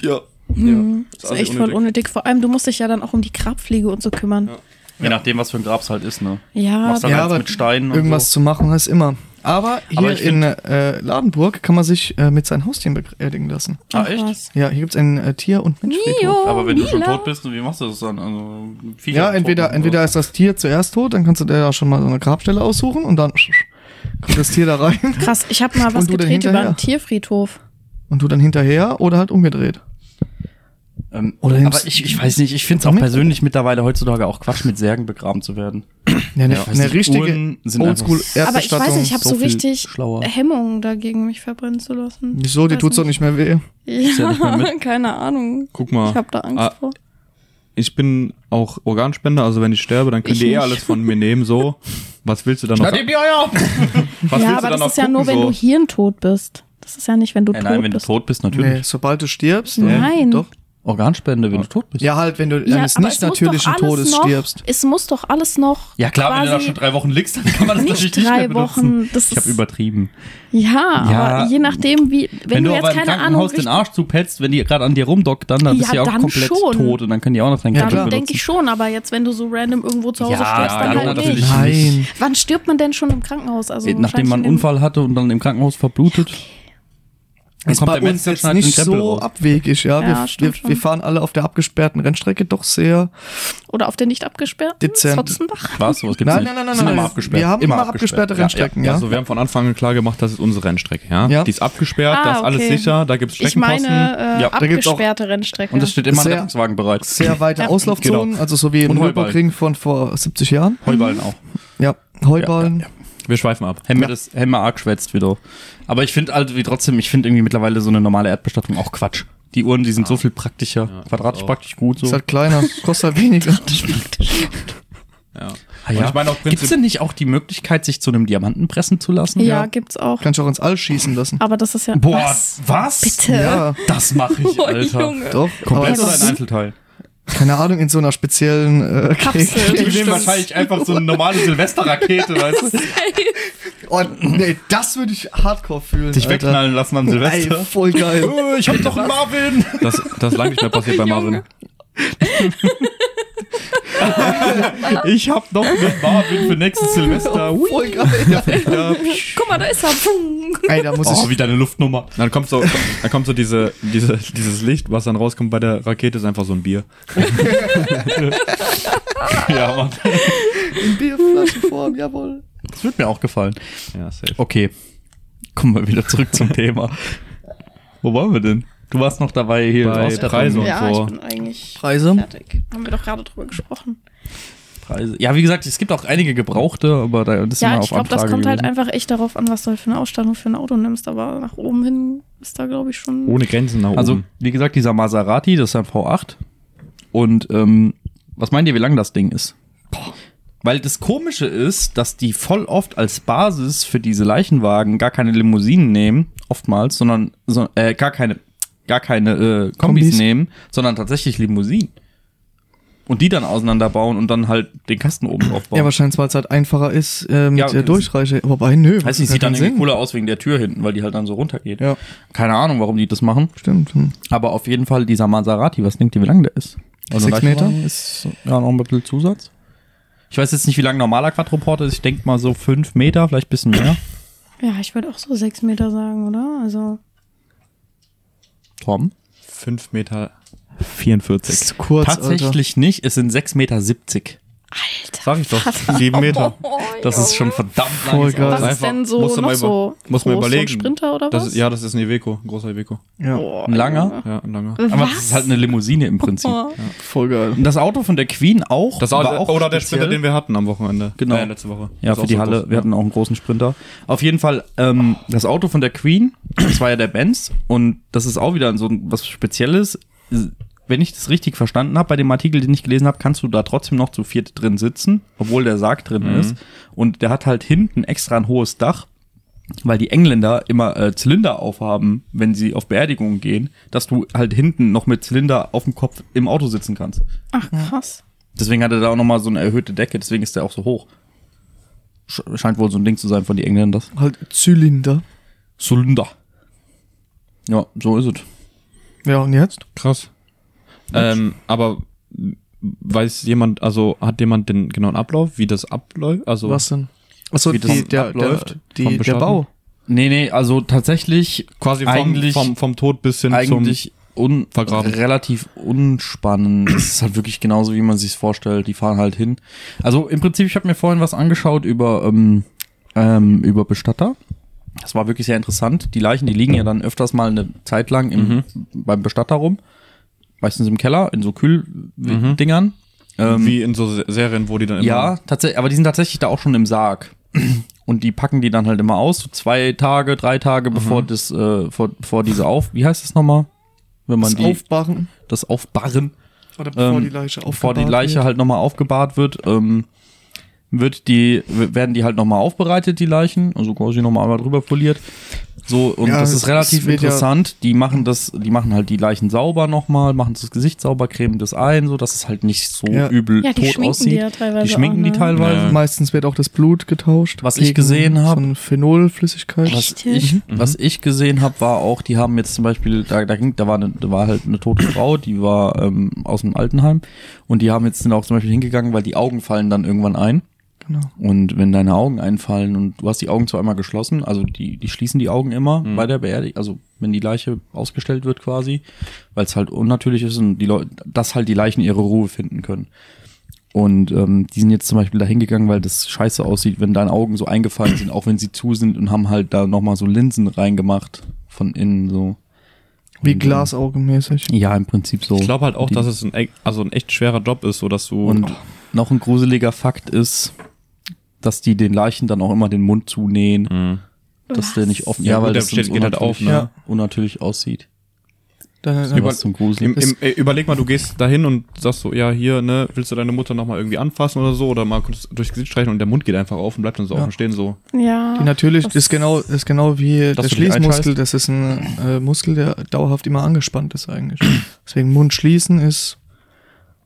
Ja. Das Hm, ist echt voll unnötig. Vor allem, du musst dich ja dann auch um die Grabpflege und so kümmern. Je nachdem, was für ein Grab es halt ist, ne? Ja, Machst dann Ah, Ja, eins aber mit Steinen Genau. und Irgendwas so. zu machen heißt immer. Aber hier Aber ich in äh, Ladenburg kann man sich äh, mit seinen Haustieren beerdigen lassen. Ah, ach echt? was. Ja, hier gibt's einen äh, Tier- und Menschfriedhof. Mio, Aber wenn du schon Mila. tot bist, wie machst du das dann? Also, viele Oh, Ja, tot entweder, machen, entweder oder? ist das Tier zuerst tot, dann kannst du dir ja schon mal so eine Grabstelle aussuchen und dann kommt das Tier da rein Krass, ich habe mal Und was du dann gedreht über hinterher. einen Tierfriedhof. und du dann hinterher oder halt umgedreht. Ähm, Oder aber nimmst- ich, ich weiß nicht, ich finde es auch Damit- persönlich mittlerweile heutzutage auch Quatsch, mit Särgen begraben zu werden. Ja, eine, Ja, weiß eine nicht, richtige Uhren sind oldschool einfach- Aber ich weiß Erdbestattung. nicht, ich habe so, so viel richtig schlauer. Hemmungen dagegen, mich verbrennen zu lassen. Wieso, die Weiß tut's doch nicht mehr weh. ja Ja, nicht mehr keine Ahnung. Guck mal. Ich habe da Angst Ah, vor. Ich bin auch Organspender, also wenn ich sterbe, dann können Ich die eh nicht. alles von mir nehmen, so. Was willst du dann noch? Was willst Ja, du aber dann das noch ist ja nur, wenn gucken, du so? hirntot bist. Das ist ja nicht, wenn du Äh, tot nein, wenn du bist. tot bist, Nee, natürlich. sobald du stirbst. Nein. Doch. Organspende, wenn du tot bist. Ja, halt, wenn du ja, eines aber nicht es muss natürlichen doch alles Todes noch, stirbst. Es muss doch alles noch. Ja, klar, wenn du da quasi schon drei Wochen liegst, dann kann man das nicht natürlich nicht mehr drei benutzen. Wochen. Das Ich habe ist, übertrieben. ja, Ja. aber je nachdem, wie. Wenn, Wenn, du, du jetzt aber im keine Ahnung. Krankenhaus den Arsch zupetzt, wenn die gerade an dir rumdockt, dann, dann bist du ja Ja, auch dann komplett schon. tot und dann können die auch noch dran Ja, Geld klar. dann benutzen. denke ich schon, aber jetzt, wenn du so random irgendwo zu Hause Ja, stirbst, ja, dann halt natürlich. nicht. Nein. Wann stirbt man denn schon im Krankenhaus? Also Nachdem wahrscheinlich man einen in dem- Unfall hatte und dann im Krankenhaus verblutet. ist kommt bei der uns Metzger jetzt schneidet nicht den Krempel so raus. abwegig, ja. Ja, wir, stimmt wir, wir schon. fahren alle auf der abgesperrten Rennstrecke doch sehr Oder auf der nicht abgesperrten Dezent. Zotzenbach. Was? Sowas gibt's Nein, nicht. nein, nein, Sind nein, Immer nein. abgesperrt. Wir haben immer abgesperrte Rennstrecken, ja. Also wir haben von Anfang an klar gemacht, das ist unsere Rennstrecke, ja. Ja. Die ist abgesperrt, Ah, da ist alles okay. sicher, da gibt's Ich Streckenposten. meine äh, Ja, da gibt's auch- abgesperrte Rennstrecke. Und es steht immer ein Sehr- Rettungswagen bereit. sehr weite Ja. Auslaufzonen, also so wie im Genau. Und Heuballen. Nürburgring von vor 70 Jahren. Heuballen auch. Ja, Heuballen. äh, Wir schweifen ab. Hätten wir das hätten wir arg geschwätzt wieder. Aber ich finde halt, wie trotzdem, ich finde irgendwie mittlerweile so eine normale Erdbestattung auch Quatsch. Die Uhren, die sind so viel praktischer. quadratisch auch. praktisch gut. So. Ist halt kleiner, kostet halt weniger. Ja. Ah, ja. Und ich meine auch Gibt es prinzipiell. denn nicht auch die Möglichkeit, sich zu einem Diamanten pressen zu lassen? ja, gibt's auch. Kannst du auch ins All schießen lassen. Aber das ist ja. Boah, Was? was? Oh, Bitte. Ja, Das mache ich, Alter. doch. Komplett aber oder es- ein Einzelteil? keine Ahnung, in so einer speziellen äh, Kapsel. Cake. Die nehmen wahrscheinlich einfach so eine normale Silvesterrakete, weißt du? Oh, nee, das würde ich hardcore fühlen. Dich Alter. wegknallen lassen am Ey, Silvester. voll geil. Äh, ich hab doch einen Marvin. Das, das ist lange nicht mehr passiert bei Marvin. Ich hab noch einen Marvin für nächstes Silvester. Voll geil. Guck mal, da ist er. Pfung. Ey, da muss Oh, ich. wieder eine Luftnummer. Dann kommt so, dann kommt so diese, diese, dieses Licht, was dann rauskommt bei der Rakete, ist einfach so ein Bier. Ja, Mann. In Bierflaschenform, jawohl. Das wird mir auch gefallen. Ja, safe. Oh. Okay. Kommen wir wieder zurück zum Thema. Wo waren wir denn? Du warst noch dabei hier. Bei Ausstattung. Preise und Ja, so. ich bin eigentlich Preise? fertig. Haben wir doch gerade drüber gesprochen. Preise. Ja, wie gesagt, es gibt auch einige Gebrauchte, aber da das ist Ja, immer ich auf glaube, das Anfrage kommt halt gewesen. einfach echt darauf an, was du halt für eine Ausstattung für ein Auto nimmst. Aber nach oben hin ist da, glaube ich, schon. Ohne Grenzen nach oben. Also, Mhm. wie gesagt, dieser Maserati, das ist ein V8. Und ähm, was meint ihr, wie lang das Ding ist? Weil das Komische ist, dass die voll oft als Basis für diese Leichenwagen gar keine Limousinen nehmen, oftmals, sondern so, äh, gar keine, gar keine äh, Kombis, Kombis. nehmen, sondern tatsächlich Limousinen. Und die dann auseinanderbauen und dann halt den Kasten oben drauf bauen. Ja, wahrscheinlich, weil es halt einfacher ist äh, mit Ja, okay, der das- Durchreiche. Wobei, nö. Weiß nicht, sieht dann irgendwie cooler aus wegen der Tür hinten, weil die halt dann so runtergeht. Ja. Keine Ahnung, warum die das machen. Stimmt. Hm. Aber auf jeden Fall dieser Maserati, was denkt ihr, wie lang der ist? Sechs Leichenwagen Meter? Ist ja noch ein bisschen Zusatz. Ich weiß jetzt nicht, wie lang normaler Quadroport ist. Ich denke mal so fünf Meter, vielleicht ein bisschen mehr. Ja, ich würde auch so sechs Meter sagen, oder? Also. Tom? 5 Meter Das ist 44. zu kurz, Alter. Tatsächlich nicht. Es sind sechs Meter. siebzig. Sag ich doch. 7 Meter. Das ist schon verdammt lang. Voll jetzt geil. auch. Was ist denn so musst du noch mal über- so? musst du mal groß? überlegen. So ein Sprinter oder Das was? ist, ja, das ist ein Iveco, großer Iveco. Ja, Boah, Ein langer? Ja, ein langer. Aber das ist halt eine Limousine im Prinzip. Oh. voll geil. Und das Auto von der Queen auch. Das war Auto, auch oder der speziell. Sprinter, den wir hatten am Wochenende. Genau. Äh, letzte Woche. Ja, Ist für auch die so Halle. groß. Wir hatten auch einen großen Sprinter. Auf jeden Fall, ähm, das Auto von der Queen, das war ja der Benz. Und das ist auch wieder so ein- was Spezielles. Wenn ich das richtig verstanden habe, bei dem Artikel, den ich gelesen habe, kannst du da trotzdem noch zu viert drin sitzen, obwohl der Sarg drin Mhm. ist. Und der hat halt hinten extra ein hohes Dach, weil die Engländer immer äh, Zylinder aufhaben, wenn sie auf Beerdigungen gehen, dass du halt hinten noch mit Zylinder auf dem Kopf im Auto sitzen kannst. Ach, krass. Deswegen hat er da auch nochmal so eine erhöhte Decke, deswegen ist der auch so hoch. Sch scheint wohl so ein Ding zu sein von den Engländern. das. Halt Zylinder. Zylinder. Ja, so ist es. Ja, und jetzt? Krass. Ähm, aber weiß jemand, also hat jemand den genauen Ablauf, wie das abläuft? Also Was denn? Achso, Wie das die, der, der, abläuft die, vom der Bestatten? Bau. Nee, nee, also tatsächlich quasi vom, eigentlich, vom, vom Tod bis hin eigentlich un Vergraben. relativ unspannend. Es ist halt wirklich genauso, wie man sich vorstellt. Die fahren halt hin. Also im Prinzip, ich habe mir vorhin was angeschaut über, ähm, ähm, über Bestatter. Das war wirklich sehr interessant. Die Leichen, die liegen ja dann öfters mal eine Zeit lang im, Mhm. beim Bestatter rum. Meistens im Keller, in so Kühldingern. zum, Ähm, wie in so Se- Serien, wo die dann immer ja, tatsächlich, aber die sind tatsächlich da auch schon im Sarg. Und die packen die dann halt immer aus, so zwei Tage, drei Tage, bevor Mhm. das, äh, vor, bevor diese auf, wie heißt das nochmal? Wenn man Das die, Aufbarren. das Aufbarren, Oder bevor Ähm, die Leiche aufgebaut bevor die Leiche wird. halt nochmal aufgebahrt wird, ähm, wird die, w- werden die halt nochmal aufbereitet, die Leichen, also quasi nochmal einmal drüber poliert. So, und Ja, das es- ist relativ es wird ja- interessant. die machen das, die machen halt die Leichen sauber nochmal, machen das Gesicht sauber, cremen das ein, so dass es halt nicht so Ja. übel Ja, die tot schminken aussieht. die ja teilweise die schminken auch, die ne? teilweise. Ja. Meistens wird auch das Blut getauscht. Was ich gegen gesehen hab- So eine Phenolflüssigkeit. Was Mhm. ich, was ich gesehen habe, war auch, die haben jetzt zum Beispiel, da, da, ging, da, war, eine, da war halt eine tote Frau, die war ähm, aus dem Altenheim und die haben jetzt sind auch zum Beispiel hingegangen, weil die Augen fallen dann irgendwann ein. Genau. Und wenn deine Augen einfallen und du hast die Augen zwar einmal geschlossen, also die, die schließen die Augen immer bei der Beerdigung, also wenn die Leiche ausgestellt wird quasi, weil es halt unnatürlich ist und die Leute, dass halt die Leichen ihre Ruhe finden können. Und ähm, die sind jetzt zum Beispiel da hingegangen, weil das scheiße aussieht, wenn deine Augen so eingefallen sind, auch wenn sie zu sind und haben halt da nochmal so Linsen reingemacht von innen so. Wie Und, ähm, glasaugenmäßig. Ja, im Prinzip so. Ich oh. glaube halt auch, Die- dass es ein, e- also ein echt schwerer Job ist, so dass du. Und noch ein gruseliger Fakt ist, dass die den Leichen dann auch immer den Mund zunähen, Mhm. dass der nicht offen Ja, gut, der das steht- sonst geht halt auf, unnatürlich- ne? unnatürlich aussieht. Da, da, Über was zum Gruseln. Im, im, äh, überleg mal, du gehst dahin und sagst so, ja, hier, ne, willst du deine Mutter nochmal irgendwie anfassen oder so oder mal kurz durchs Gesicht streichen und der Mund geht einfach auf und bleibt dann so Ja. offen stehen, so. Ja. die natürlich ist genau, ist genau wie der du die Schließmuskel. Das ist ein äh, Muskel, der dauerhaft immer angespannt ist eigentlich. Deswegen Mund schließen ist,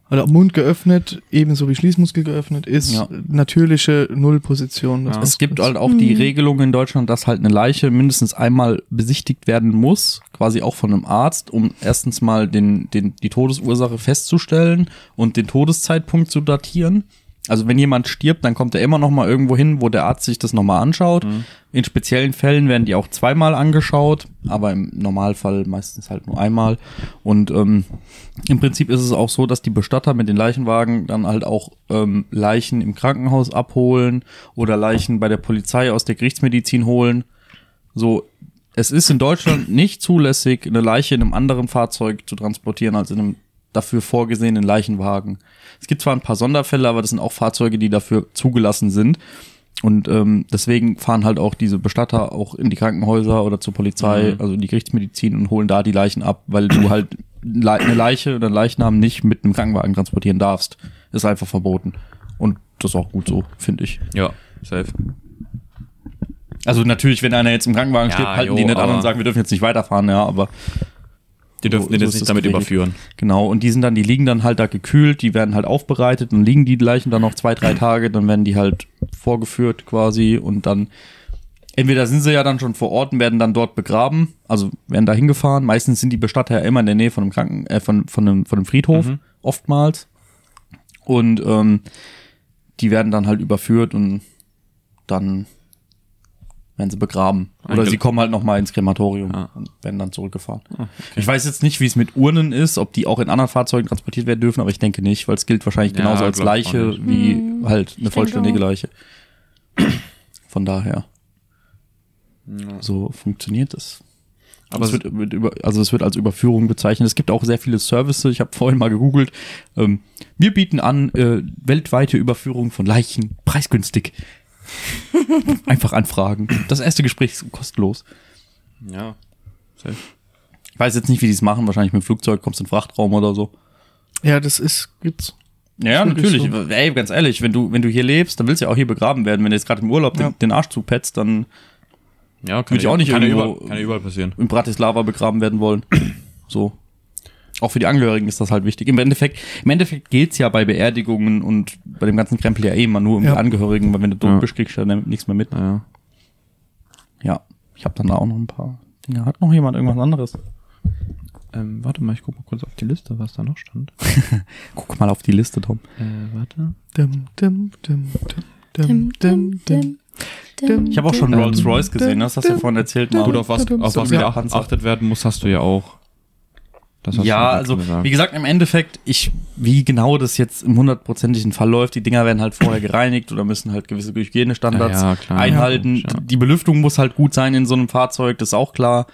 oder Mund geöffnet, ebenso wie Schließmuskel geöffnet, ist Ja. natürliche Nullposition. Das Ja. ist- Es gibt halt auch die Regelung in Deutschland, dass halt eine Leiche mindestens einmal besichtigt werden muss, quasi auch von einem Arzt, um erstens mal den, den, die Todesursache festzustellen und den Todeszeitpunkt zu datieren. Also wenn jemand stirbt, dann kommt er immer noch mal irgendwo hin, wo der Arzt sich das nochmal anschaut. Mhm. In speziellen Fällen werden die auch zweimal angeschaut, aber im Normalfall meistens halt nur einmal. Und ähm, im Prinzip ist es auch so, dass die Bestatter mit den Leichenwagen dann halt auch ähm, Leichen im Krankenhaus abholen oder Leichen bei der Polizei aus der Gerichtsmedizin holen. So, es ist in Deutschland nicht zulässig, eine Leiche in einem anderen Fahrzeug zu transportieren als in einem dafür vorgesehenen Leichenwagen. Es gibt zwar ein paar Sonderfälle, aber das sind auch Fahrzeuge, die dafür zugelassen sind. Und ähm, deswegen fahren halt auch diese Bestatter auch in die Krankenhäuser oder zur Polizei, Mhm. also in die Gerichtsmedizin und holen da die Leichen ab, weil du halt Le eine Leiche oder einen Leichnam nicht mit einem Krankenwagen transportieren darfst. Ist einfach verboten. Und das ist auch gut so, finde ich. Ja, safe. Also natürlich, wenn einer jetzt im Krankenwagen Ja, steht, halten jo, die nicht an aber- und sagen, wir dürfen jetzt nicht weiterfahren, ja, aber Die dürfen So- den so jetzt ist nicht das damit geregelt. überführen. Genau, und die sind dann, die liegen dann halt da gekühlt, die werden halt aufbereitet und liegen die Leichen dann noch zwei, drei Tage, dann werden die halt vorgeführt quasi und dann entweder sind sie ja dann schon vor Ort und werden dann dort begraben, also werden da hingefahren. Meistens sind die Bestatter ja immer in der Nähe von einem Kranken, äh, von, von, einem, von einem Friedhof, Mhm. oftmals. Und ähm, die werden dann halt überführt und dann werden sie begraben. Oder Einge- sie kommen halt nochmal ins Krematorium Ah. und werden dann zurückgefahren. Ich weiß jetzt nicht, wie es mit Urnen ist, ob die auch in anderen Fahrzeugen transportiert werden dürfen, aber ich denke nicht, weil es gilt wahrscheinlich Ja, genauso als glaub ich auch Leiche wie halt eine denke vollständige auch. Leiche. Von daher. So funktioniert das. Aber es wird, wird über, also es wird als Überführung bezeichnet. Es gibt auch sehr viele Services. Ich habe vorhin mal gegoogelt. Ähm, wir bieten an äh, weltweite Überführung von Leichen preisgünstig. Einfach anfragen. Das erste Gespräch ist kostenlos. Ja. Safe. Ich weiß jetzt nicht, wie die es machen. Wahrscheinlich mit dem Flugzeug kommst du in den Frachtraum oder so. ja, das ist, gibt's. Ja, Ist wirklich natürlich. Ey, ganz ehrlich, wenn du, wenn du hier lebst, dann willst du ja auch hier begraben werden. Wenn du jetzt gerade im Urlaub Ja. den, den Arsch zupetzt, dann Ja, kann Würde ich auch nicht kann ja irgendwo- überall, kann ja überall passieren. in Bratislava begraben werden wollen. So. Auch für die Angehörigen ist das halt wichtig. Im Endeffekt, im Endeffekt geht's ja bei Beerdigungen und bei dem ganzen Krempel ja eh immer nur um Ja. die Angehörigen, weil wenn du tot Ja. bist, kriegst du dann nichts mehr mit. Ja. Ja, ich habe dann da auch noch ein paar Dinge. Hat noch jemand irgendwas anderes? Ähm, warte mal, ich guck mal kurz auf die Liste, was da noch stand. Guck mal auf die Liste, Tom. Äh, warte. Dim, dim, dim, dim, dim, Dim, dim, dim. Ich habe auch schon Ähm, Rolls Royce gesehen, das hast du ja vorhin erzählt mal. Gut, auf was, auf was Ja. geachtet werden muss, hast du ja auch. Das hast du Ja, gerade also gesagt. wie gesagt, im Endeffekt, ich, wie genau das jetzt im hundertprozentigen Fall läuft, die Dinger werden halt vorher gereinigt oder müssen halt gewisse Hygienestandards Ja, ja, klar. einhalten. Ja, logisch, ja. Die Belüftung muss halt gut sein in so einem Fahrzeug, das ist auch klar.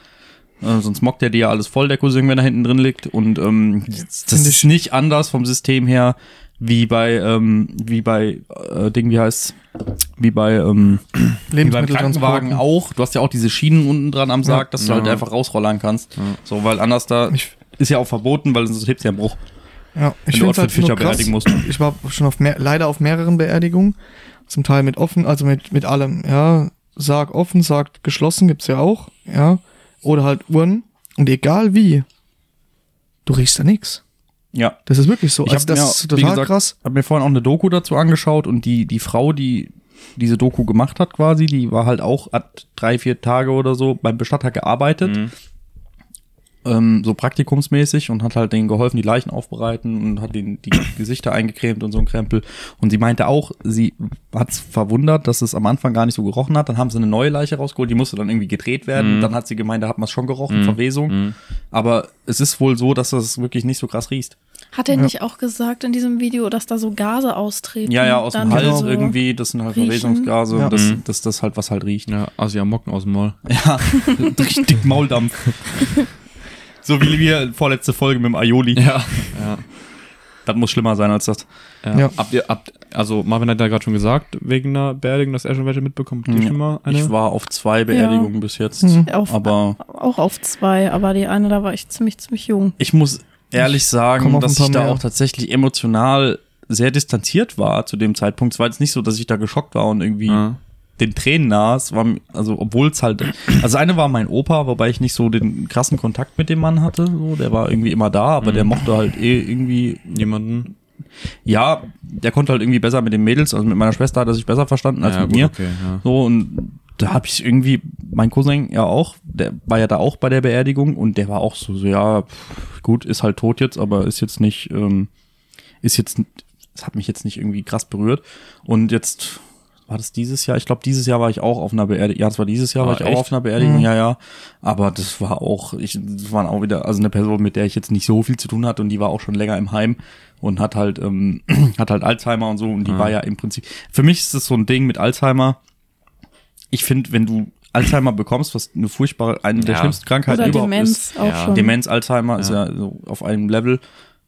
Äh, sonst mockt der dir ja alles voll, der Cousin, wenn er hinten drin liegt. Und ähm, das Find ist nicht anders vom System her wie bei, ähm, wie bei äh, Ding, wie heißt wie bei ähm, wie beim Krankenwagen Lebensmitteltransporten. auch. Du hast ja auch diese Schienen unten dran am Sarg, dass du halt einfach rausrollern kannst. So, weil anders da Ich- ist ja auch verboten, weil sonst hebst du ja einen Bruch. Ja, ich du finde es Ottfried halt nur Fischer krass. beerdigen musst. Ich war schon auf mehr, leider auf mehreren Beerdigungen, zum Teil mit offen, also mit, mit allem, ja, Sarg offen, Sarg geschlossen gibt's ja auch, ja, oder halt Uhren und egal wie, du riechst da nix. Ja. Das ist wirklich so, Ich also habe das mir, ist wie total gesagt, krass. hab mir vorhin auch eine Doku dazu angeschaut und die, die Frau, die diese Doku gemacht hat quasi, Mhm. die war halt auch, hat drei, vier Tage oder so beim Bestatter gearbeitet ähm, so praktikumsmäßig und hat halt denen geholfen, die Leichen aufbereiten und hat denen die Gesichter eingecremt und so ein Krempel. Und sie meinte auch, sie hat's verwundert, dass es am Anfang gar nicht so gerochen hat. Dann haben sie eine neue Leiche rausgeholt, die musste dann irgendwie gedreht Mhm. werden. Dann hat sie gemeint, da hat man es schon gerochen, Verwesung. Aber es ist wohl so, dass das wirklich nicht so krass riecht. Hat er nicht auch gesagt in diesem Video, dass da so Gase austreten? Ja, ja, aus dem Dann Hals genau so- irgendwie, das sind halt riechen. Verwesungsgase und das, Mhm. das, das halt was halt riecht. Ja, Asiamocken aus dem Maul. Ja, richtig Mauldampf. so wie wir vorletzte Folge mit dem Aioli. Ja. Ja. Das muss schlimmer sein als das. Ja. Ja. Habt ihr, habt, also Marvin hat ja gerade schon gesagt, wegen einer Beerdigung, dass er schon welche mitbekommt. Habt ihr Ja. schon mal eine? Ich war auf zwei Beerdigungen bis jetzt. Mhm. Auf, Aber auch auf zwei, aber die eine, da war ich ziemlich, ziemlich jung. ich muss ehrlich komm sagen, auf ein dass paar ich da mehr. auch tatsächlich emotional sehr distanziert war zu dem Zeitpunkt. Es war jetzt nicht so, dass ich da geschockt war und irgendwie ja. den Tränen nah. Es war, also obwohl es halt, also eine war mein Opa, wobei ich nicht so den krassen Kontakt mit dem Mann hatte. So, der war irgendwie immer da, aber Mhm. der mochte halt eh irgendwie Jemanden? ja, der konnte halt irgendwie besser mit den Mädels, also mit meiner Schwester hat er sich besser verstanden als ja, mit gut, mir. Okay, ja. So, und da habe ich irgendwie, mein Cousin ja auch, der war ja da auch bei der Beerdigung und der war auch so, so ja, pff, gut, ist halt tot jetzt, aber ist jetzt nicht, ähm, ist jetzt, n- es hat mich jetzt nicht irgendwie krass berührt. Und jetzt war das dieses Jahr, ich glaube, dieses Jahr war ich auch auf einer Beerdigung, ja, es war dieses Jahr, war Ah, ich echt? auch auf einer Beerdigung, ja, ja. Aber das war auch, ich, das waren auch wieder, also eine Person, mit der ich jetzt nicht so viel zu tun hatte und die war auch schon länger im Heim und hat halt, ähm, hat halt Alzheimer und so und die Ah. war ja im Prinzip, für mich ist das so ein Ding mit Alzheimer, ich finde, wenn du Alzheimer bekommst, was eine furchtbare, eine der Ja. schlimmsten Krankheiten Oder überhaupt ist. Demenz auch Ja. schon. Demenz, Alzheimer ist Ja. ja so auf einem Level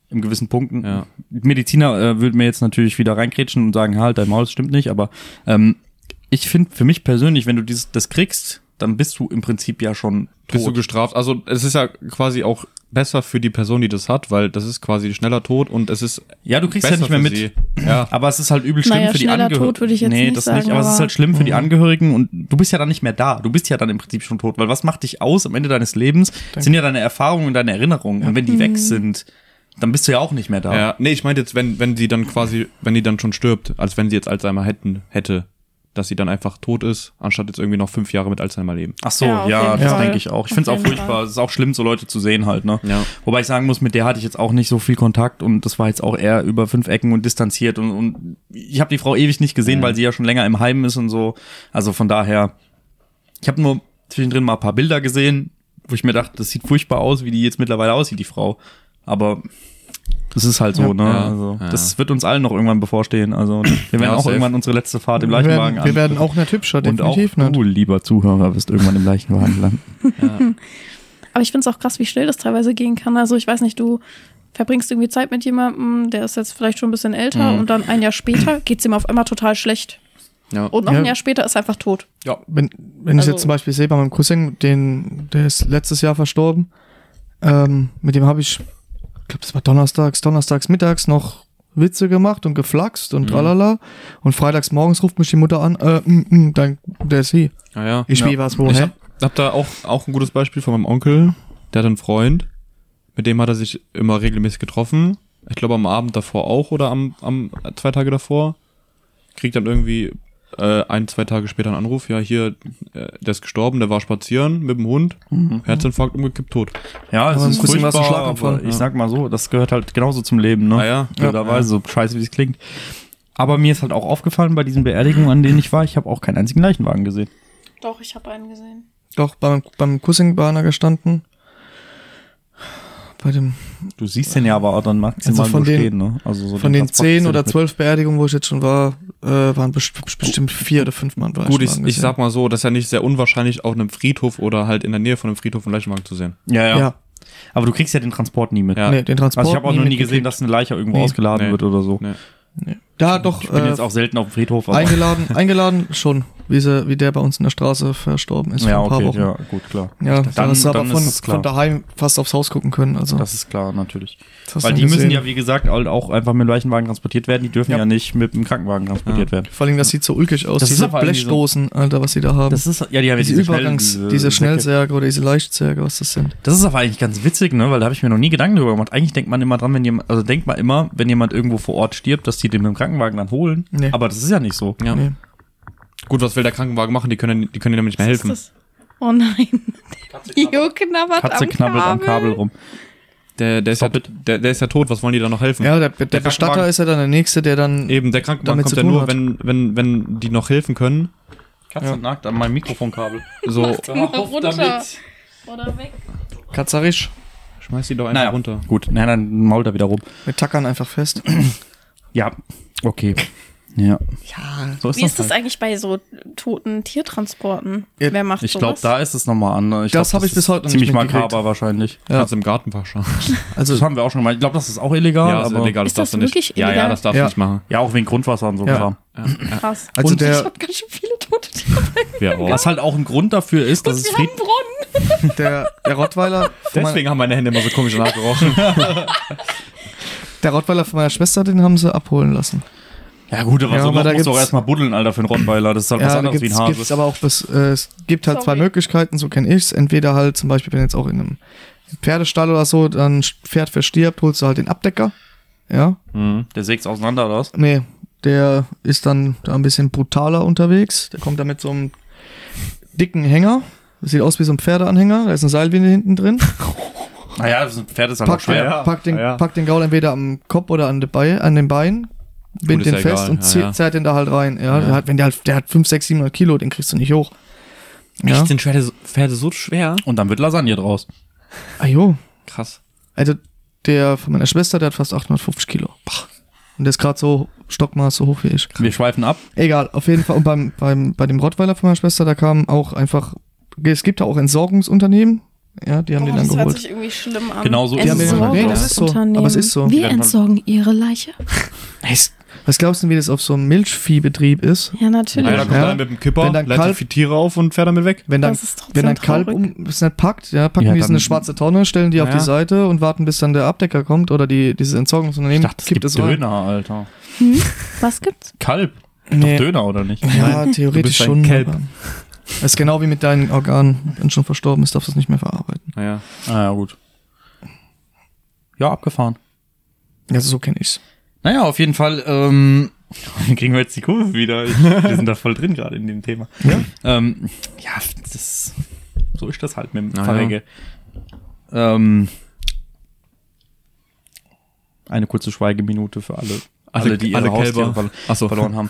in gewissen Punkten. Ja. Mediziner äh, würden mir jetzt natürlich wieder reinkrätschen und sagen, halt, dein Maul das stimmt nicht, aber ähm, ich finde für mich persönlich, wenn du dieses, das kriegst, dann bist du im Prinzip ja schon Bist du tot. gestraft? Also es ist ja quasi auch besser für die Person, die das hat, weil das ist quasi schneller Tod und es ist ja, du kriegst besser ja nicht mehr für mit. sie. Ja. Aber es ist halt übel schlimm Naja, für die schneller Angehörigen. tot würde ich jetzt nee, nicht das sagen, nicht, aber, es ist aber- halt schlimm für Mhm. die Angehörigen und du bist ja dann nicht mehr da. Du bist ja dann im Prinzip schon tot, weil was macht dich aus am Ende deines Lebens? Sind ja deine Erfahrungen und deine Erinnerungen. Und wenn die Mhm. weg sind, dann bist du ja auch nicht mehr da. Ja, nee, ich meinte jetzt, wenn, wenn sie dann quasi, wenn die dann schon stirbt, als wenn sie jetzt Alzheimer hätten, hätte, dass sie dann einfach tot ist, anstatt jetzt irgendwie noch fünf Jahre mit Alzheimer leben. Ach so, Ja, ja, auf jeden das Fall. denke ich auch. Ich Auf finde es auch jeden furchtbar. Es ist auch schlimm, so Leute zu sehen halt, ne? Ja. Wobei ich sagen muss, mit der hatte ich jetzt auch nicht so viel Kontakt und das war jetzt auch eher über fünf Ecken und distanziert und, und ich habe die Frau ewig nicht gesehen, weil sie ja schon länger im Heim ist und so. Also von daher, ich habe nur zwischendrin mal ein paar Bilder gesehen, wo ich mir dachte, das sieht furchtbar aus, wie die jetzt mittlerweile aussieht, die Frau. Aber es ist halt so, ne? Ja. Also, Ja. Das wird uns allen noch irgendwann bevorstehen. Also wir werden Ja, auch safe. irgendwann unsere letzte Fahrt im Wir werden, Leichenwagen wir werden auch nicht hübscher, und auch definitiv ne? nicht. du, lieber Zuhörer, wirst irgendwann im Leichenwagen landen. Aber ich finde es auch krass, wie schnell das teilweise gehen kann. Also ich weiß nicht, du verbringst irgendwie Zeit mit jemandem, der ist jetzt vielleicht schon ein bisschen älter Mhm. und dann ein Jahr später geht's ihm auf einmal total schlecht. Ja. Und noch Ja. ein Jahr später ist er einfach tot. wenn, wenn ich Also- jetzt zum Beispiel sehe bei meinem Cousin, den, der ist letztes Jahr verstorben, ähm, mit dem habe ich, ich glaube, das war donnerstags, donnerstags mittags noch Witze gemacht und geflaxt Mhm. und tralala. Und freitags morgens ruft mich die Mutter an, äh, m, m, dein, der ist hier. Ah, Ja, ja. Ich ja. wie was, woher? Ich hab da auch, auch ein gutes Beispiel von meinem Onkel. Der hat einen Freund, mit dem hat er sich immer regelmäßig getroffen. Ich glaube am Abend davor auch oder am, am zwei Tage davor. Kriegt dann irgendwie äh, ein, zwei Tage später einen Anruf. Ja, hier, äh, der ist gestorben, der war spazieren mit dem Hund. Herzinfarkt umgekippt, tot. Ja, es Aber ist ein bisschen furchtbar, was zum Schlaganfall. aber ich sag mal so, das gehört halt genauso zum Leben, ne? Ah ja. Blöderweise, so scheiße, wie es klingt. Aber mir ist halt auch aufgefallen bei diesen Beerdigungen, an denen ich war, ich habe auch keinen einzigen Leichenwagen gesehen. Doch, ich habe einen gesehen. Doch, beim, beim Cousin war einer gestanden. Bei dem, Du siehst den ja aber auch dann maximal Also von wo den- stehen, ne? Also so von den Transport- zehn oder zwölf Beerdigungen, wo ich jetzt schon war, äh, waren best, bestimmt vier oder fünf Mann. Gut, ich, ich sag mal so, das ist ja nicht sehr unwahrscheinlich, auf einem Friedhof oder halt in der Nähe von einem Friedhof einen Leichenwagen zu sehen. Ja, ja, ja. ja. Aber du kriegst ja den Transport nie mit. Ja. Nee, den Transport. Also ich habe auch noch nie gesehen, mitgekriegt. dass eine Leiche irgendwo Nee. ausgeladen Nee. wird oder so. Nee. Da doch. Ich bin äh, jetzt auch selten auf dem Friedhof, aber Eingeladen, eingeladen schon, wie, sie, wie der bei uns in der Straße verstorben ist ja, vor ein okay, paar Wochen. ja, gut, klar. Ja, Dann- dass sie aber dann von, ist es klar. von daheim fast aufs Haus gucken können. Also, Das ist klar, natürlich. das hast Weil du die gesehen. müssen ja, wie gesagt, halt auch einfach mit dem Leichenwagen transportiert werden. Die dürfen ja, Ja. nicht mit dem Krankenwagen transportiert werden. Vor allem, das sieht so ulkig aus. Das ist diese aber irgendwie so- Blechdosen, Alter, was sie da haben. Das ist, ja, die haben diese, Übergangs, diese, Schnellsärge oder diese Leichtsäge, was das sind. Das ist aber eigentlich ganz witzig, ne? Weil da habe ich mir noch nie Gedanken drüber gemacht. Eigentlich denkt man immer dran, wenn jemand, also denkt man immer, wenn jemand irgendwo vor Ort stirbt, dass die den mit dem Krankenwagen dann holen. Nee. Aber das ist ja nicht so. Ja. Nee. Gut, was will der Krankenwagen machen? Die können, die können dir nämlich nicht mehr helfen. Das ist Oh nein. Jo knabbert Katze am knabbelt am Kabel rum. Der, der, ist ja, der, der ist ja tot, was wollen die da noch helfen? Ja, der, der Der Bestatter Krankenwagen- ist ja dann der Nächste, der dann. Eben, der Krankenwagen Damit kommt zu ja tun nur, hat. wenn, wenn, wenn die noch helfen können. Katze nagt an meinem Mikrofonkabel. So, Mal runter. Oder weg. Katzerisch. schmeiß die doch einfach Naja, runter. gut. Nein, dann mault er wieder rum. Wir tackern einfach fest. Ja, okay. Ja. Ja. So ist Wie ist das halt. eigentlich bei so toten Tiertransporten? Ja, Wer macht Ich glaube, sowas? da ist es nochmal anders. Ich Das glaub, hab ich bis ist heute noch Ziemlich nicht mitgekriegt. makaber wahrscheinlich. Ja. Kannst im Garten waschen. Das Also, haben wir auch schon gemacht. Ich glaube, das ist auch illegal. Ja, ist aber illegal, das Ist das darfst du nicht. wirklich Ja, ja, illegal? das darfst du Ja. nicht machen. Ja, auch wegen Grundwasser und so. Ja. Kram. Krass. also der, hab ganz schön viele tote Tiere. Wir auch. Was halt auch ein Grund dafür ist, dass es Fried Brunnen. der, der Rottweiler. von meiner- Deswegen haben meine Hände immer so komisch nachgerochen. Der Rottweiler von meiner Schwester, den haben sie abholen lassen. Ja gut, aber Ja, so aber da musst du auch gibt's- erstmal buddeln, Alter, für einen Rottweiler. Das ist halt was Ja, da anderes wie ein gibt's, gibt's Hase. aber auch bis, äh, es gibt halt zwei Sorry. Möglichkeiten, so kenne ich's. Entweder halt zum Beispiel, wenn jetzt auch in einem Pferdestall oder so, dann Pferd verstirbt, holst du halt den Abdecker. Ja. Mhm. Der sägt auseinander oder was? Nee, der ist dann da ein bisschen brutaler unterwegs. Der kommt da mit so einem dicken Hänger. Das sieht aus wie so ein Pferdeanhänger. Da ist eine Seilwinde hinten drin. Naja, das Pferd ist halt auch Packt den, schwer. packt den, ja, ja. packt den Gaul entweder am Kopf oder an, de Bei, an den Beinen. Gut, ist Bind den ja fest egal, und ja, zieht, ja. zerrt den da halt rein. Ja, Der hat, wenn der halt, der hat 5, 6, 700 Kilo, den kriegst du nicht hoch. Ja. Echt, sind Pferde so- Pferde so schwer? Und dann wird Lasagne draus. Ah, jo. Krass. Also der von meiner Schwester, der hat fast 850 Kilo. Bah. Und der ist gerade so Stockmaß so hoch wie ich. Wir schweifen ab. Egal, auf jeden Fall. Und beim, beim, bei dem Rottweiler von meiner Schwester, da kam auch einfach, es gibt da auch Entsorgungsunternehmen. Ja, die haben den dann Oh, das hört geholt. sich irgendwie schlimm an. Genau so Die haben ist es den, halt, nee, glaub das ich. ist so. Aber es ist so. Wir Die- entsorgen ihre Leiche. Was glaubst du, wie das auf so einem Milchviehbetrieb ist? Ja, natürlich. Einer kommt Ja. dann mit dem Kipper, Wenn dann leitet Kalb- die Tiere auf und fährt damit weg. Wenn dann, Das ist trotzdem wenn ein Kalb traurig. um, es nicht packt, ja, packen Ja, die es in dann- eine schwarze Tonne, stellen die auf Ja. die Seite und warten, bis dann der Abdecker kommt oder die, dieses Entsorgungsunternehmen Ich dachte, es gibt rein. Döner, Alter. Was gibt's? Kalb. Nee. Doch Döner, oder nicht? Ja, theoretisch bist ein schon. Kelp. aber- Das ist genau wie mit deinen Organen. Wenn schon verstorben ist, darfst du es nicht mehr verarbeiten. Naja. Ah, ja, gut. Ja, abgefahren. Also so kenne ich's. Naja, auf jeden Fall ähm, kriegen wir jetzt die Kurve wieder. Ich, wir sind da voll drin gerade in dem Thema. Ja, ähm, ja das, so ist das halt mit dem Na ja. Verrecke. Ähm, eine kurze Schweigeminute für alle, alle, die ihre alle Kälber. Haustiere verlo- Ach so. verloren haben.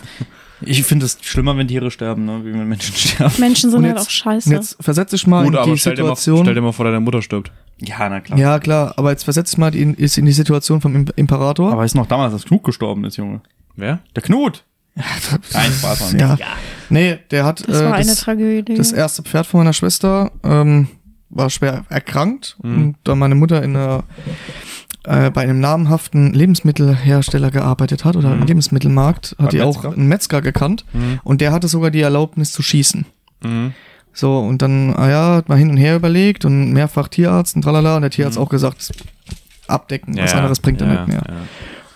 Ich finde es schlimmer, wenn Tiere sterben, ne, wie wenn Menschen sterben. Menschen sind Und halt jetzt- auch scheiße. Und jetzt versetz dich mal Gut, in aber die stell dir, mal, stell dir Situation. mal vor, deine Mutter stirbt. Ja, na klar. Ja, klar, aber jetzt versetz dich mal in, ist in die Situation vom Im- Imperator. Aber ist noch damals, als Knut gestorben ist, Junge. Wer? Der Knut! Kein Spaß, Mann. ja. Nee, der hat das äh, war eine das, Tragödie. das erste Pferd von meiner Schwester ähm, war schwer erkrankt und da meine Mutter in einer, äh, bei einem namhaften Lebensmittelhersteller gearbeitet hat oder im Lebensmittelmarkt, hat die auch Metzger? einen Metzger gekannt und der hatte sogar die Erlaubnis zu schießen. So, und dann, ah ja, hat man hin und her überlegt und mehrfach Tierarzt und tralala und der Tierarzt auch gesagt, abdecken, was anderes bringt er nicht mehr.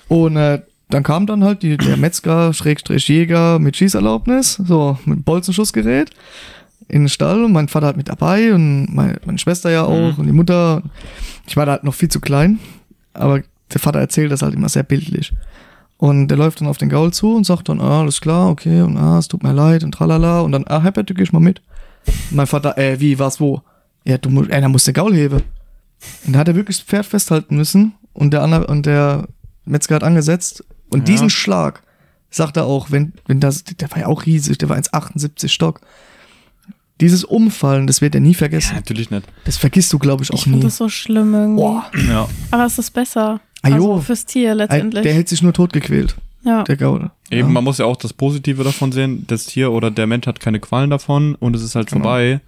Und äh, dann kam dann halt die, der Metzger, Schrägstrich Jäger mit Schießerlaubnis, so mit Bolzenschussgerät in den Stall und mein Vater halt mit dabei und meine, meine Schwester ja auch und die Mutter. Ich war da halt noch viel zu klein, aber der Vater erzählt das halt immer sehr bildlich. Und der läuft dann auf den Gaul zu und sagt dann, ah, alles klar, okay, und ah, es tut mir leid und tralala und dann, ah, Herr Bette, geh ich mal mit. Und mein Vater, äh, wie, was, wo? Ja, du musst, einer muss den Gaul heben. Und da hat er wirklich das Pferd festhalten müssen und der, andere, und der Metzger hat angesetzt. Und diesen Schlag sagt er auch, wenn, wenn das, der war ja auch riesig, der war 1,78 Stock. Dieses Umfallen, das wird er nie vergessen. Natürlich nicht. Das vergisst du, glaube ich, auch ich nie. finde das so schlimm irgendwie. Boah. Ja. Aber es ist besser. Ah, jo. also fürs Tier Ey, letztendlich. der hält sich nur tot gequält, ja. der Gaul. Eben, ja. man muss ja auch das Positive davon sehen, das Tier oder der Mensch hat keine Qualen davon und es ist halt Genau. vorbei.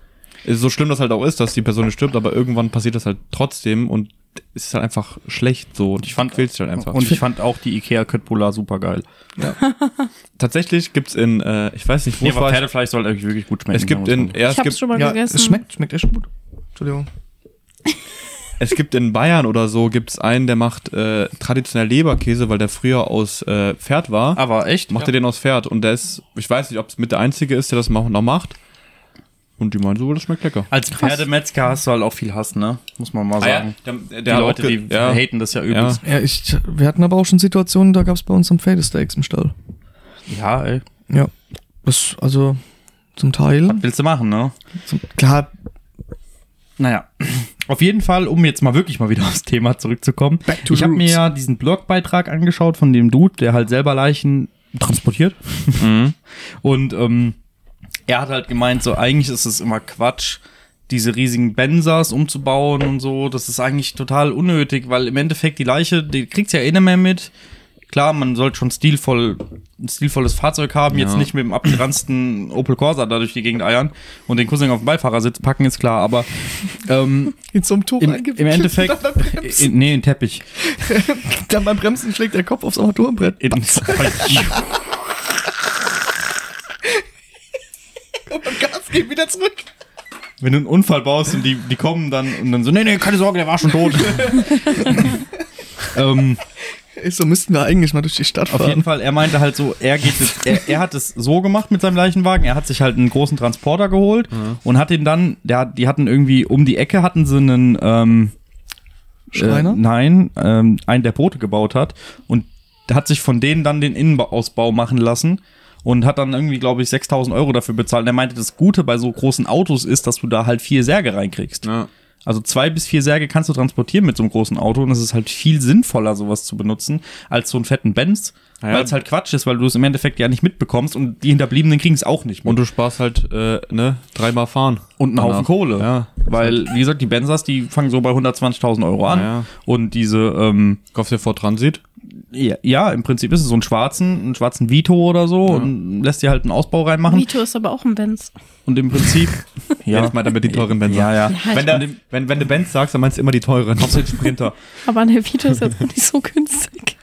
Ist so schlimm das halt auch ist, dass die Person stirbt, aber irgendwann passiert das halt trotzdem und es ist halt einfach schlecht so. Und Ich fand- quälst dich halt einfach. Und ich fand auch die Ikea Köttbullar super geil. tatsächlich gibt's in, äh, ich weiß nicht, wo Nee, es war aber ich, Pferdefleisch soll eigentlich wirklich gut schmecken. es gibt in, ja, Ich es hab's gibt, schon mal ja, gegessen. es schmeckt, schmeckt echt gut. Entschuldigung. es gibt in Bayern oder so gibt's einen, der macht äh, traditionell Leberkäse, weil der früher aus äh, Pferd war. Aber echt? macht er den aus Pferd und der ist, ich weiß nicht, ob es mit der einzige ist, der das ma- noch macht. Und die meinen so, das schmeckt lecker. Als Pferdemetzger hast du halt auch viel Hass, ne? Muss man mal sagen. Der, der Die Leute, die ja. haten das ja übelst. Ja, ich, wir hatten aber auch schon Situationen, da gab es bei uns am Pferdesteaks im Stall. Ja, ey. Ja. Das, also zum Teil. Willst du machen, ne? Zum, klar, Naja, auf jeden Fall, um jetzt mal wirklich mal wieder aufs Thema zurückzukommen. Back to ich habe roots. mir ja diesen Blogbeitrag angeschaut von dem Dude, der halt selber Leichen transportiert. Und ähm, er hat halt gemeint, so eigentlich ist es immer Quatsch, diese riesigen Bensas umzubauen und so. Das ist eigentlich total unnötig, weil im Endeffekt die Leiche, die kriegt's ja eh nicht mehr mit. Klar, man sollte schon stilvoll, ein stilvolles Fahrzeug haben, jetzt nicht mit dem abgeranzten Opel Corsa da durch die Gegend eiern und den Cousin auf den Beifahrersitz packen, ist klar, aber ähm, In so einem Tuch im, eingewickelt im Endeffekt, und Dann beim, Bremsen, in, nee, ein Teppich. dann beim Bremsen schlägt der Kopf aufs Armaturenbrett. In, Und Gas geht wieder zurück. Wenn du einen Unfall baust und die, die kommen dann und dann so, nee, nee, keine Sorge, der war schon tot. ähm, Ey, So müssten wir eigentlich mal durch die Stadt auf jeden fahren. Fall, er meinte halt so, er geht jetzt, er, er hat es so gemacht mit seinem Leichenwagen, er hat sich halt einen großen Transporter geholt und hat ihn dann, der, hat- die hatten irgendwie um die Ecke hatten sie einen ähm, Äh, Schreiner? nein, ähm, einen, der Boote gebaut hat und hat sich von denen dann den Innenausbau machen lassen und hat dann irgendwie, glaube ich, 6000 Euro dafür bezahlt. Und er meinte, das Gute bei so großen Autos ist, dass du da halt vier Särge reinkriegst. Ja. Also zwei bis vier Särge kannst du transportieren mit so einem großen Auto und es ist halt viel sinnvoller, sowas zu benutzen, als so einen fetten Benz, Ja. weil es halt Quatsch ist, weil du es im Endeffekt ja nicht mitbekommst und die Hinterbliebenen kriegen es auch nicht mit. Und du sparst halt, äh, ne, dreimal fahren. Und einen Haufen Danach. Kohle. Ja. Weil, wie gesagt, die Benzers, die fangen so bei 120.000 Euro an. Ja, ja. Und diese, ähm, Kaufst dir vor Transit. ja, ja, im Prinzip ist es so einen schwarzen, einen schwarzen Vito oder so und lässt dir halt einen Ausbau reinmachen. Mito ist aber auch ein Benz. Und im Prinzip. Jedes Mal damit die teuren Benzer. Ja, ja. Wenn, der, wenn, wenn du Benz sagst, dann meinst du immer die teuren. Hauptsächlich Sprinter. Aber ein Vito ist jetzt nicht so günstig.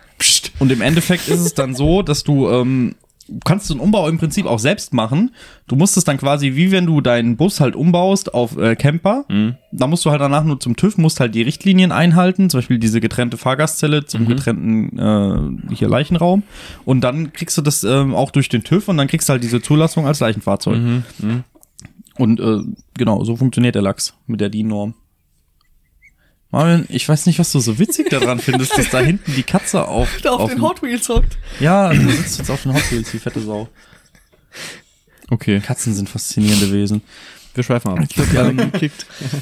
Und im Endeffekt ist es dann so, dass du ähm, du kannst den Umbau im Prinzip auch selbst machen. Du musst es dann quasi, wie wenn du deinen Bus halt umbaust auf äh, Camper, da musst du halt danach nur zum TÜV, musst halt die Richtlinien einhalten, zum Beispiel diese getrennte Fahrgastzelle zum getrennten äh, hier Leichenraum. Und dann kriegst du das ähm, auch durch den TÜV und dann kriegst du halt diese Zulassung als Leichenfahrzeug. Und äh, genau, so funktioniert der Lachs mit der DIN-Norm. Marvin, ich weiß nicht, was du so witzig daran findest, dass da hinten die Katze auf, Da auf den Hot Wheels hockt. ja, du sitzt jetzt auf den Hot Wheels, die fette Sau. Okay, Katzen sind faszinierende Wesen. wir schweifen ab. Ähm,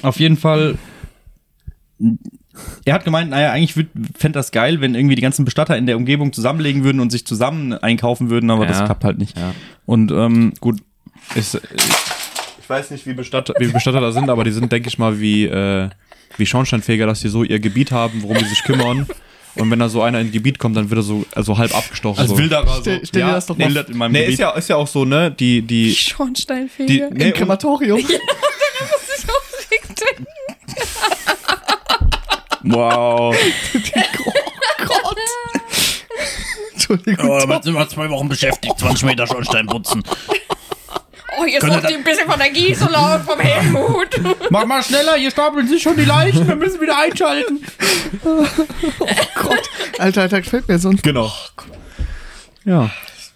auf jeden Fall. Er hat gemeint, naja, eigentlich fände das geil, wenn irgendwie die ganzen Bestatter in der Umgebung zusammenlegen würden und sich zusammen einkaufen würden, aber das Ja. klappt halt nicht. Ja. Und ähm, gut, Ist, äh, ich weiß nicht, wie Bestatter, wie Bestatter da sind, aber die sind, denke ich mal, wie, äh, wie Schornsteinfeger, dass die so ihr Gebiet haben, worum die sich kümmern. Und wenn da so einer ins Gebiet kommt, dann wird er so also halb abgestochen. als so. Wilderer so. Stell, stell dir das doch nee, mal wildert in meinem Nee, Gebiet. ist ja, ist ja auch so, ne? Die, die, die, Schornsteinfeger. nee, im und, Krematorium. wow. Entschuldigung. damit sind wir zwei Wochen beschäftigt, 20 Meter Schornstein putzen. Oh, jetzt ruft ihr ein bisschen von der Gisela und vom Helmut. Mach mal schneller, hier stapeln sich schon die Leichen, wir müssen wieder einschalten. Alter, Alter, gefällt mir so ein Genau. ja.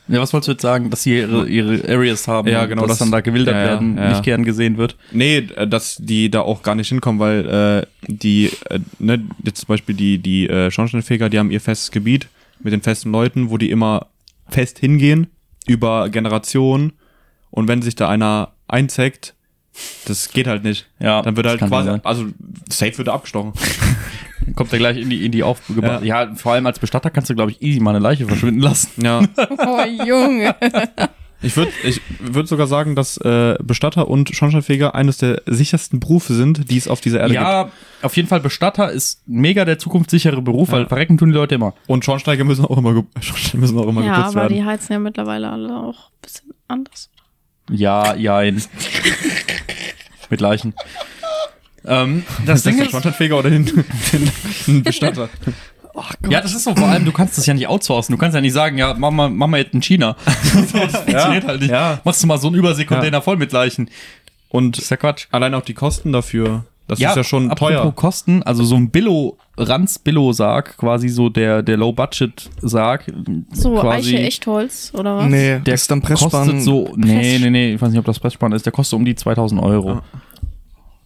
Ja, was wolltest du jetzt sagen, dass sie ihre, ihre Areas haben, Ja, genau, dass das- dann da gewildert ja, ja, werden, ja. nicht gern gesehen wird. Nee, äh, dass die da auch gar nicht hinkommen, weil äh, die, äh, ne, jetzt zum Beispiel die, die äh, Schornsteinfeger, die haben ihr festes Gebiet mit den festen Leuten, wo die immer fest hingehen, über Generationen. Und wenn sich da einer einzeckt, das geht halt nicht. Ja, Dann wird das halt kann quasi, sein. also safe wird er abgestochen. Kommt er gleich in die, in die Aufgebracht. Ja. vor allem als Bestatter kannst du, glaube ich, easy mal eine Leiche verschwinden lassen. ja. Oh, Junge. Ich würde ich würd sogar sagen, dass äh, Bestatter und Schornsteinfeger eines der sichersten Berufe sind, die es auf dieser Erde gibt. Ja, auf jeden Fall, Bestatter ist mega der zukunftssichere Beruf, weil verrecken tun die Leute immer. Und Schornsteiger müssen auch immer, ge- Schornsteine müssen auch immer Ja, geputzt aber die werden. heizen ja mittlerweile alle auch ein bisschen anders. Ja, jein. Mit Leichen. ähm, das Ding der ist, Schornsteinfeger oder den, den, den Bestatter. ja, das ist so, vor allem, du kannst das ja nicht outsourcen. Du kannst ja nicht sagen, ja, mach mal, mach mal jetzt in China. so, das funktioniert halt nicht. ja. Machst du mal so einen Überseekontainer Ja. voll mit Leichen. Und ja Quatsch. allein auch die Kosten dafür, das ist ja schon apropos teuer. Kosten, also so ein Billo, Ranz-Billo-Sarg, quasi so der, der Low-Budget-Sarg. So, quasi, Eiche Echtholz oder was? Nee, Der das ist dann Pressspann. kostet so, nee, nee, nee, ich weiß nicht, ob das Pressspann ist, der kostet um die 2000 Euro. Ah.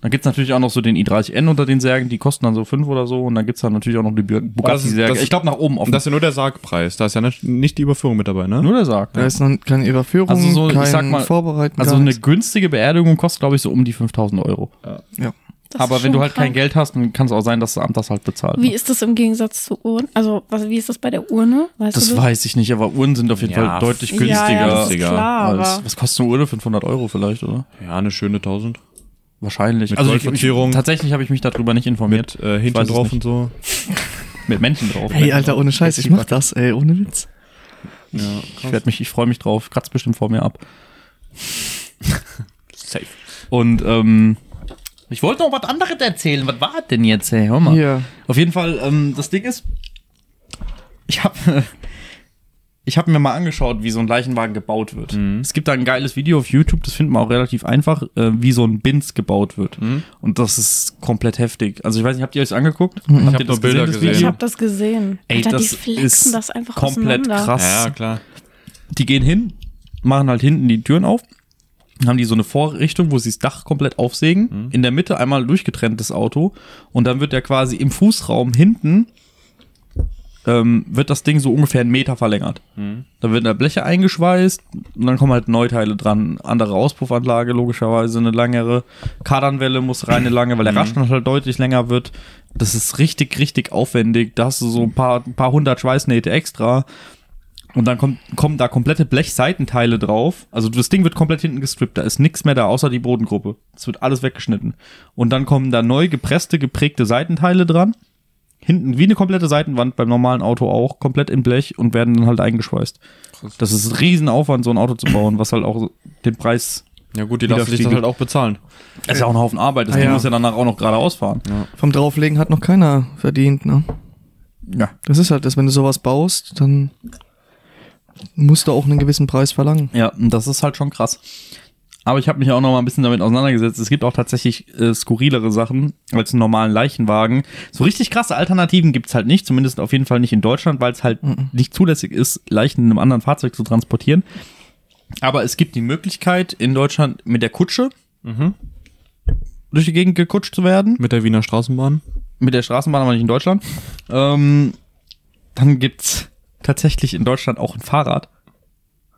Dann gibt's natürlich auch noch so den i30N unter den Särgen, die kosten dann so 5 oder so und dann gibt's dann natürlich auch noch die Bu- Oh, das Bugatti-Särge. ist- Ich glaube nach oben offen. Und das ist ja nur der Sargpreis, da ist ja nicht- nicht die Überführung mit dabei, ne? nur der Sarg. Da ist noch keine Überführung, Also so, ich kein sag mal, Vorbereiten. Also gar eine nichts. günstige Beerdigung kostet, glaube ich, so um die 5000 Euro. Ja. Das Aber ist wenn du schon halt kein krank. Geld hast, dann kann es auch sein, dass das Amt das halt bezahlt. Wie ist das im Gegensatz zu Urnen? Also, was, wie ist das bei der Urne? Weißt das du weiß ich nicht, aber Uhren sind auf jeden Fall Ja, deutlich Ja, günstiger. ja, das ist klar, als, aber- was kostet eine Uhr? 500 Euro vielleicht, oder? Ja, eine schöne 1000. Wahrscheinlich. Also Mit ich, Goldverzierung. ich, tatsächlich habe ich mich darüber nicht informiert. Mit äh, hinten weiß es drauf nicht. und so. Mit Menschen drauf. Hey, Alter, ohne Scheiß, ich mach das, ey, ohne Witz. Ja, Ich werde mich, ich freue mich drauf. Kratzt bestimmt vor mir ab. safe. Und ähm, ich wollte noch was anderes erzählen. Was war denn jetzt? Hey, hör mal. Ja. Auf jeden Fall, ähm, das Ding ist, ich habe ich hab mir mal angeschaut, wie so ein Leichenwagen gebaut wird. Es gibt da ein geiles Video auf YouTube, das findet man auch relativ einfach, äh, wie so ein Binz gebaut wird. Und das ist komplett heftig. Also ich weiß nicht, habt ihr euch das angeguckt? Habt hab ihr nur das Bilder gesehen. das? Ich Video? habe das gesehen. Ey, Alter, das die flexen ist das einfach komplett auseinander. krass. Ja, klar. Die gehen hin, machen halt hinten die Türen auf, dann haben die so eine Vorrichtung, wo sie das Dach komplett aufsägen, in der Mitte einmal durchgetrennt das Auto und dann wird ja quasi im Fußraum hinten ähm, wird das Ding so ungefähr einen Meter verlängert. Dann werden da Bleche eingeschweißt und dann kommen halt Neuteile dran. Andere Auspuffanlage, logischerweise eine langere. Kardanwelle muss rein, eine lange, weil der Radstand halt deutlich länger wird. Das ist richtig, richtig aufwendig. Da hast du so ein paar, ein paar hundert Schweißnähte extra. Und dann kommt, kommen da komplette Blechseitenteile drauf. Also das Ding wird komplett hinten gestrippt. Da ist nichts mehr da, außer die Bodengruppe. Es wird alles weggeschnitten. Und dann kommen da neu gepresste, geprägte Seitenteile dran. Hinten wie eine komplette Seitenwand beim normalen Auto auch, komplett in Blech und werden dann halt eingeschweißt. Das ist ein Riesenaufwand, so ein Auto zu bauen, was halt auch den Preis. Ja gut, die Wieder lassen sich das Spiegel. halt auch bezahlen. Das ist ja auch ein Haufen Arbeit. Das Ah, Ding ja. muss ja danach auch noch geradeaus fahren. Vom Drauflegen hat noch keiner verdient, ne? Ja. Das ist halt das, wenn du sowas baust, dann musst du auch einen gewissen Preis verlangen. Ja, und das ist halt schon krass. Aber ich habe mich auch noch mal ein bisschen damit auseinandergesetzt. Es gibt auch tatsächlich äh, skurrilere Sachen als einen normalen Leichenwagen. So richtig krasse Alternativen gibt's halt nicht, zumindest auf jeden Fall nicht in Deutschland, weil es halt nicht zulässig ist, Leichen in einem anderen Fahrzeug zu transportieren. Aber es gibt die Möglichkeit, in Deutschland mit der Kutsche durch die Gegend gekutscht zu werden Mit der Wiener Straßenbahn. mit der Straßenbahn, aber nicht in Deutschland. Ähm, dann gibt's tatsächlich in Deutschland auch ein Fahrrad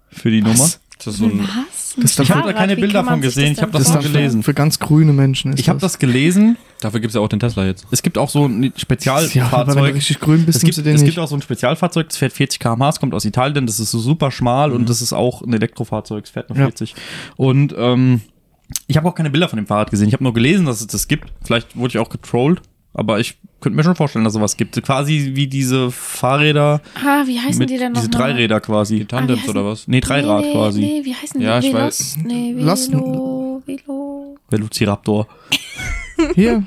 für die Nummer. Das ist so ein Was? Das ist dann Ich habe Fahrrad, da keine wie Bilder kann man von sich gesehen, ich das habe denn das nur dann gelesen. Für ganz grüne Menschen ist Ich habe das gelesen. Dafür gibt's ja auch den Tesla jetzt. Ah, Es gibt auch so ein Ja, aber wenn du Spezialfahrzeug. richtig grün bist, es gibt, nimmst du den es gibt nicht. auch so ein Spezialfahrzeug, das fährt 40 km/h, es kommt aus Italien, das ist so super schmal und das ist auch ein Elektrofahrzeug, es fährt nur Mhm. Ja. 40. Und ähm, ich habe auch keine Bilder von dem Fahrrad gesehen. Ich habe nur gelesen, dass es das gibt. Vielleicht wurde ich auch getrollt, aber ich könnte mir schon vorstellen, dass es sowas gibt. Quasi wie diese Fahrräder, Ah, wie heißen mit die denn diese noch? mal? Dreiräder quasi. Die Tandems heißen- oder was? Nee, Dreirad nee, quasi. Nee, wie heißen die? Ja, ich Velos? weiß. Nee, Velo, Lassen- Velo. Velociraptor. Genau. Hier,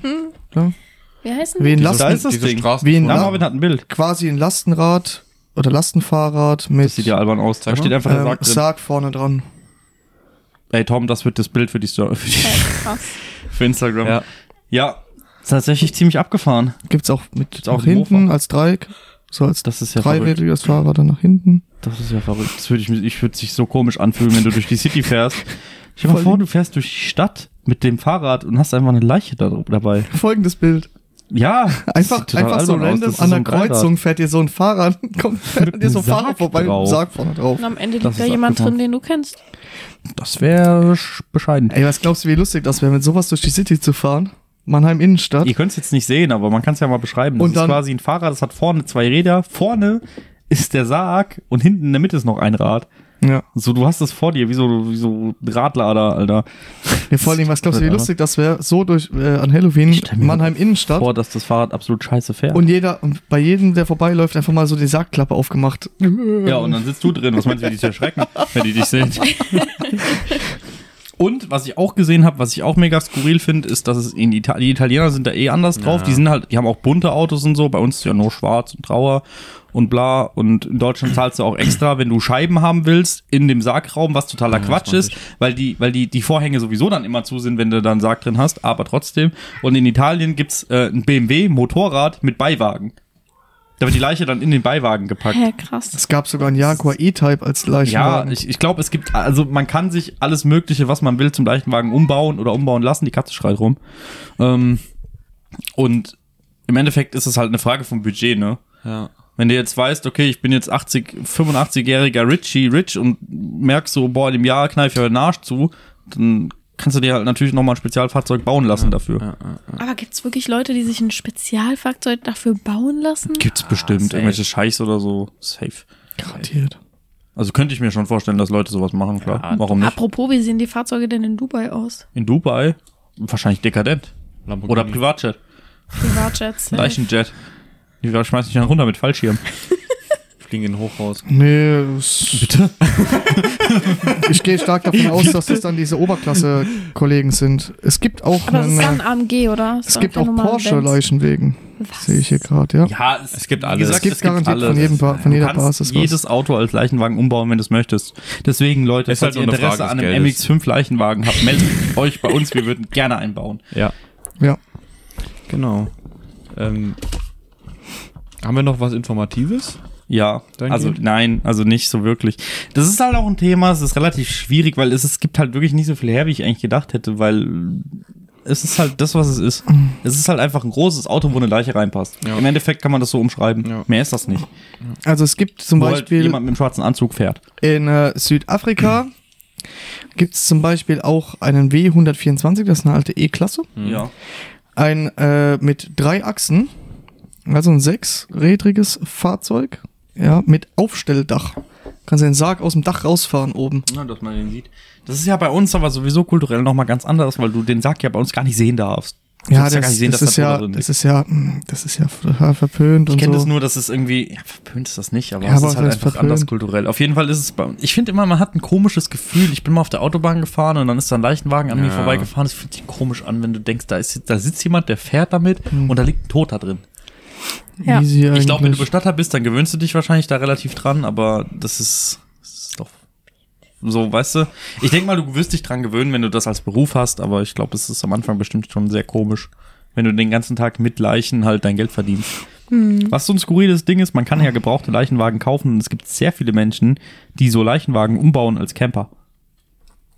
Wie heißen wie die? ein, Da Lasten, ist das diese Ding. Straßen- wie ein Na, La Marvin hat ein Bild. quasi ein Lastenrad oder Lastenfahrrad mit Das sieht ja albern aus. Da steht einfach der ähm, Sarg drin. Sarg vorne dran. Ey, Tom, das wird das Bild für die Story. Für, die, Krass. für Instagram. Ja. ja. Ist tatsächlich ziemlich abgefahren. Gibt's auch mit auch nach ein hinten Mofa. als Dreieck, so als Das ist ja verrückt. dreirädriges Fahrrad dann nach hinten. Das ist ja verrückt. Das würde ich, mir- ich würde sich so komisch anfühlen, wenn du durch die City fährst. Stell dir mal Voll vor, lieb. du fährst durch die Stadt mit dem Fahrrad und hast einfach eine Leiche da, dabei. Folgendes Bild. Ja. das Einfach, sieht total einfach so albern aus. random Das ist an so der ein Dreirad. Kreuzung fährt dir so ein Fahrrad, kommt fährt an dir so ein einem Fahrrad Sarg vorbei mit einem drauf. Sarg vorne drauf. Und am Ende Das liegt da ist jemand abgefahren. drin, den du kennst. Das wäre bescheiden. Ey, was glaubst du, wie lustig das wäre, mit sowas durch die City zu fahren? Mannheim Innenstadt. Ihr könnt es jetzt nicht sehen, aber man kann es ja mal beschreiben. Das Und dann- ist quasi ein Fahrrad, das hat vorne zwei Räder. Vorne ist der Sarg und hinten in der Mitte ist noch ein Rad. Ja. So, du hast es vor dir, wie so, wie so ein Radlader, Alter. ja. Vor allem, was glaubst du, wie lustig das wäre, so durch äh, an Halloween stell mir Mannheim Innenstadt Vor, dass das Fahrrad absolut scheiße fährt. und jeder und bei jedem, der vorbeiläuft, einfach mal so die Sargklappe aufgemacht. ja, und dann sitzt du drin. Was meinst du, wie die dich erschrecken, wenn die dich sehen? Und was ich auch gesehen habe, was ich auch mega skurril finde, ist, dass es in Italien, die Italiener sind da eh anders drauf. Die sind halt, die haben auch bunte Autos und so. Bei uns ist ja nur schwarz und grauer und bla. Und in Deutschland zahlst du auch extra, wenn du Scheiben haben willst, in dem Sargraum, was totaler Quatsch ist, weil die, weil die, die Vorhänge sowieso dann immer zu sind, wenn du da einen Sarg drin hast. Aber trotzdem. Und in Italien gibt's äh, ein BMW Motorrad mit Beiwagen. Da wird die Leiche dann in den Beiwagen gepackt. Hä, krass. Es gab sogar einen Jaguar E-Type als Ja, Leichenwagen. ich, ich glaube, es gibt, also man kann sich alles Mögliche, was man will, zum Leichenwagen umbauen oder umbauen lassen. Die Katze schreit rum. Ähm, und im Endeffekt ist es halt eine Frage vom Budget, ne? Ja. Wenn du jetzt weißt, okay, ich bin jetzt 80, 85-jähriger Richie Rich und merkst so, boah, in dem Jahr kneife ich euren Arsch zu, dann kannst du dir halt natürlich nochmal ein Spezialfahrzeug bauen lassen dafür. Aber gibt es wirklich Leute, die sich ein Spezialfahrzeug dafür bauen lassen? Gibt's bestimmt. Irgendwelche Scheichs oder so. Safe. Garantiert. Also könnte ich mir schon vorstellen, dass Leute sowas machen, klar. Warum nicht? Apropos, wie sehen die Fahrzeuge denn in Dubai aus? In Dubai wahrscheinlich dekadent. Oder Privatjet. Privatjets. Leichenjet. Ich schmeiß dich dann runter mit Fallschirm. Fliegen in Hochhaus. Nee, bitte. ich gehe stark davon aus, dass das dann diese Oberklasse-Kollegen sind. Es gibt auch Aber es ist dann einen, AMG, oder? Ist es doch gibt kein auch normaler Benz. Porsche-Leichenwegen. Was? Sehe ich hier gerade, ja. Ja, es, gibt wie alles. Es gibt es garantiert von jedem Ba- von Du jeder kannst Basis was. jedes Auto als Leichenwagen umbauen, wenn du es möchtest. Deswegen, Leute, Ist falls halt ihr nur eine Interesse Frage des an einem Geldes. MX-5 Leichenwagen habt, meldet euch bei uns. Wir würden gerne einbauen. Ja, ja. genau. Ähm, haben wir noch was Informatives? Ja, Danke. also nein, also nicht so wirklich. Das ist halt auch ein Thema, es ist relativ schwierig, weil es, es gibt halt wirklich nicht so viel her, wie ich eigentlich gedacht hätte, weil es ist halt das, was es ist. Es ist halt einfach ein großes Auto, wo eine Leiche reinpasst. Ja. Im Endeffekt kann man das so umschreiben. Ja. Mehr ist das nicht. Also es gibt zum Wo halt Beispiel jemand mit einem schwarzen Anzug fährt. in äh, Südafrika gibt es zum Beispiel auch einen W124, das ist eine alte E-Klasse. Ja. Ein äh, mit drei Achsen, also ein sechsrädriges Fahrzeug, ja, mit Aufstelldach. Kannst den Sarg aus dem Dach rausfahren oben. Na, dass man den sieht. Das ist ja bei uns aber sowieso kulturell nochmal ganz anders, weil du den Sack ja bei uns gar nicht sehen darfst. Du Ja, kannst das, gar nicht sehen, das, dass ist da Bruder ja, drin das ist ja, mh, das ist ja total verpönt Ich und kenne so. das nur, dass es irgendwie, ja, verpönt ist das nicht, aber Ja, es aber ist es halt ist einfach verpönt. anders kulturell. Auf jeden Fall ist es bei Ich finde immer, man hat ein komisches Gefühl. Ich bin mal auf der Autobahn gefahren und dann ist da ein Leichenwagen an mir Ja. vorbeigefahren. Das fühlt sich komisch an, wenn du denkst, da, ist, da sitzt jemand, der fährt damit Hm. und da liegt ein Toter drin. Ja. Easy Ich glaube, wenn du eigentlich. Bestatter bist, dann gewöhnst du dich wahrscheinlich da relativ dran, aber das ist, das ist doch so, weißt du. Ich denke mal, du wirst dich dran gewöhnen, wenn du das als Beruf hast, aber ich glaube, das ist am Anfang bestimmt schon sehr komisch, wenn du den ganzen Tag mit Leichen halt dein Geld verdienst. Hm. Was so ein skurriles Ding ist, man kann ja gebrauchte Leichenwagen kaufen und es gibt sehr viele Menschen, die so Leichenwagen umbauen als Camper.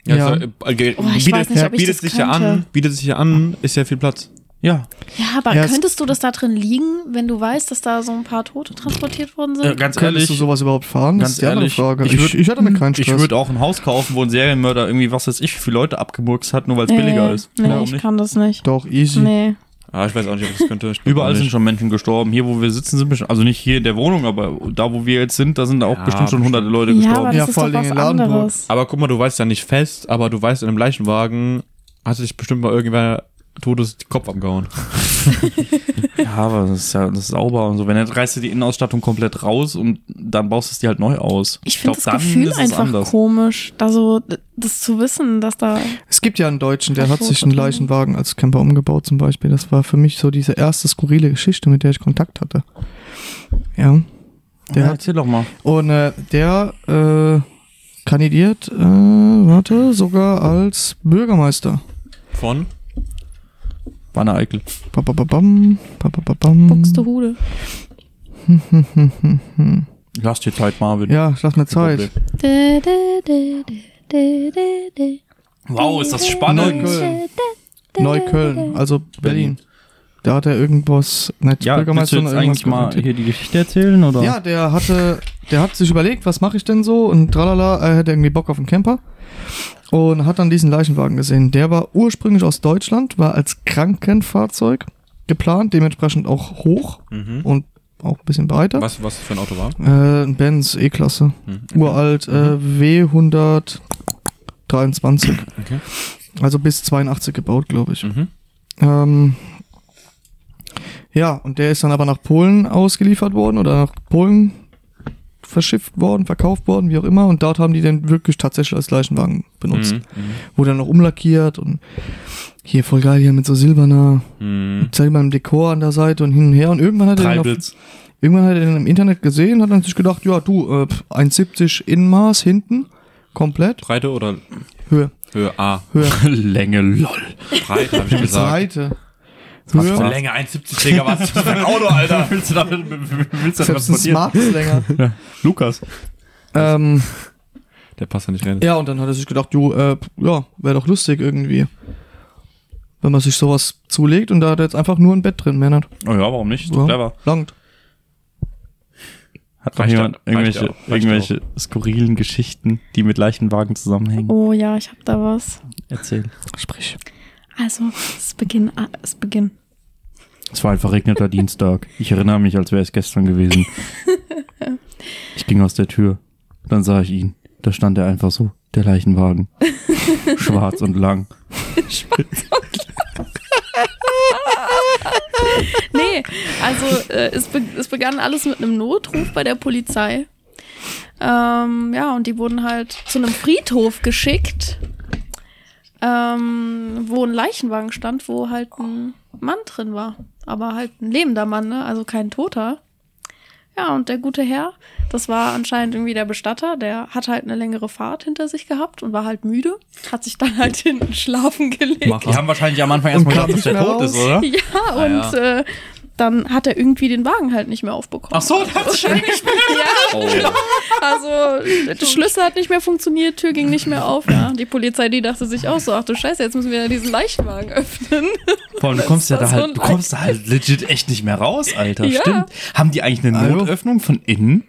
Ja. also, äh, ge- Oh, ich bietet, weiß nicht, ob ich bietet das sich ja könnte. an, bietet sich ja an, ist ja viel Platz. Ja, Ja, aber Ja, es- könntest du das da drin liegen, wenn du weißt, dass da so ein paar Tote transportiert worden sind? Äh, ganz Könntest du sowas überhaupt fahren? ganz das ist die ehrlich, andere Frage. ich würd- ich hatte mir keinen Stress. Ich würde auch ein Haus kaufen, wo ein Serienmörder irgendwie, was weiß ich, wie viele Leute abgemurkst hat, nur Äh, weil es billiger ist. Nee, Warum ich nicht? Hm. kann das nicht. Doch, easy. Nee. Ah, ich weiß auch nicht, ob das könnte. Stimmt Überall auch sind nicht. schon Menschen gestorben. Hier, wo wir sitzen, sind bestimmt, also nicht hier in der Wohnung, aber da, wo wir jetzt sind, da sind auch Ja, bestimmt schon bestimmt. hunderte Leute Ja, aber gestorben. das Ja, ist vor doch allen was Dingen in Ladenburg. anderes. Aber guck mal, du weißt ja nicht fest, aber du weißt, in einem Leichenwagen hat sich bestimmt mal irgendwer totes den Kopf abgehauen. Ja, aber das ist ja das ist sauber und so. Wenn nicht, reißt du die Innenausstattung komplett raus und dann baust du es dir halt neu aus. Ich finde glaub, das dann Gefühl ist es einfach komisch, da so d- das zu wissen, dass da. Es gibt ja einen Deutschen, der Ach hat so, sich einen verdammt. Leichenwagen als Camper umgebaut zum Beispiel. Das war für mich so diese erste skurrile Geschichte, mit der ich Kontakt hatte. Ja. Der Ja, hat, erzähl doch mal. und äh, der äh, kandidiert, äh, warte, sogar als Bürgermeister. Von? War eine Eikel. Ba, ba, ba, bam, ba, ba, ba, bam. Buxtehude. Lass dir Zeit, Marvin. Ja, lass mir Zeit. Problem. Dä, dä, dä, dä, dä, dä, dä. Wow, ist das Neukölln. Neukölln, also Berlin. Da hat er irgendwas, nicht Ja, willst du jetzt sondern eigentlich mal garantiert. hier die Geschichte erzählen? Oder? Ja, der hatte, der hat sich überlegt, was mache ich denn so und tralala, er hätte irgendwie Bock auf einen Camper und hat dann diesen Leichenwagen gesehen. Der war ursprünglich aus Deutschland, war als Krankenfahrzeug geplant, dementsprechend auch hoch Mhm. und auch ein bisschen breiter. Was, was für ein Auto war? Äh, ein Benz E-Klasse, Mhm. uralt, äh, W123. Okay. Also bis 82 gebaut, glaube ich. Mhm. Ähm, ja, und der ist dann aber nach Polen ausgeliefert worden oder nach Polen verschifft worden, verkauft worden, wie auch immer. Und dort haben die den wirklich tatsächlich als Leichenwagen benutzt. Mhm. Wurde dann noch umlackiert und hier voll geil hier mit so silberner, Mhm. silbernem Dekor an der Seite und hin und her. Und irgendwann hat er den auf, Treibels. Irgendwann hat er den im Internet gesehen, hat dann sich gedacht, ja du, äh, pf, 1,70 Innenmaß hinten, komplett, Breite oder Höhe, Höhe A? Höhe, Länge, lol. Breite, habe ich gesagt. Breite, Höhe, Länge 1,70 Träger, was ist das für ein Auto, Alter? willst du damit willst du selbst ein Smart ist länger. Lukas. ähm, Der passt ja nicht rein. ja, und dann hat er sich gedacht, du, äh, pf, ja, wäre doch lustig irgendwie, wenn man sich sowas zulegt und da hat er jetzt einfach nur ein Bett drin, Männer. Oh ja, warum nicht? Ist doch Ja, clever. Langt. Hat noch Reicht jemand auch, reicht irgendwelche, auch, reicht irgendwelche skurrilen Geschichten, die mit Leichenwagen zusammenhängen? Oh ja, ich habe da was. Erzähl. Sprich. Also, es beginnt. ah, Es beginnt. Es war ein verregneter Dienstag. Ich erinnere mich, als wäre es gestern gewesen. Ich ging aus der Tür. Dann sah ich ihn. Da stand er einfach so, der Leichenwagen. Schwarz und lang. Nee, also äh, es, be es begann alles mit einem Notruf bei der Polizei. Ähm, ja, und die wurden halt zu einem Friedhof geschickt, ähm, wo ein Leichenwagen stand, wo halt ein Mann drin war. Aber halt ein lebender Mann, ne? also kein Toter. Ja, und der gute Herr, das war anscheinend irgendwie der Bestatter, der hat halt eine längere Fahrt hinter sich gehabt und war halt müde, hat sich dann halt hinten schlafen gelegt. Die haben wahrscheinlich am Anfang erstmal Und kam gedacht, dass nicht der mehr tot raus? ist, oder? Ja, Ah, und Äh, dann hat er irgendwie den Wagen halt nicht mehr aufbekommen. Ach so, das ist Oh. Also, der Schlüssel hat nicht mehr funktioniert, Tür ging nicht mehr auf. Ja. Die Polizei, die dachte sich auch so, ach du Scheiße, jetzt müssen wir ja diesen Leichenwagen öffnen. Vor allem, du kommst ja da Das war so halt, du ein- kommst da halt legit echt nicht mehr raus, Alter. Ja. Stimmt. Haben die eigentlich eine Hallo? Notöffnung von innen?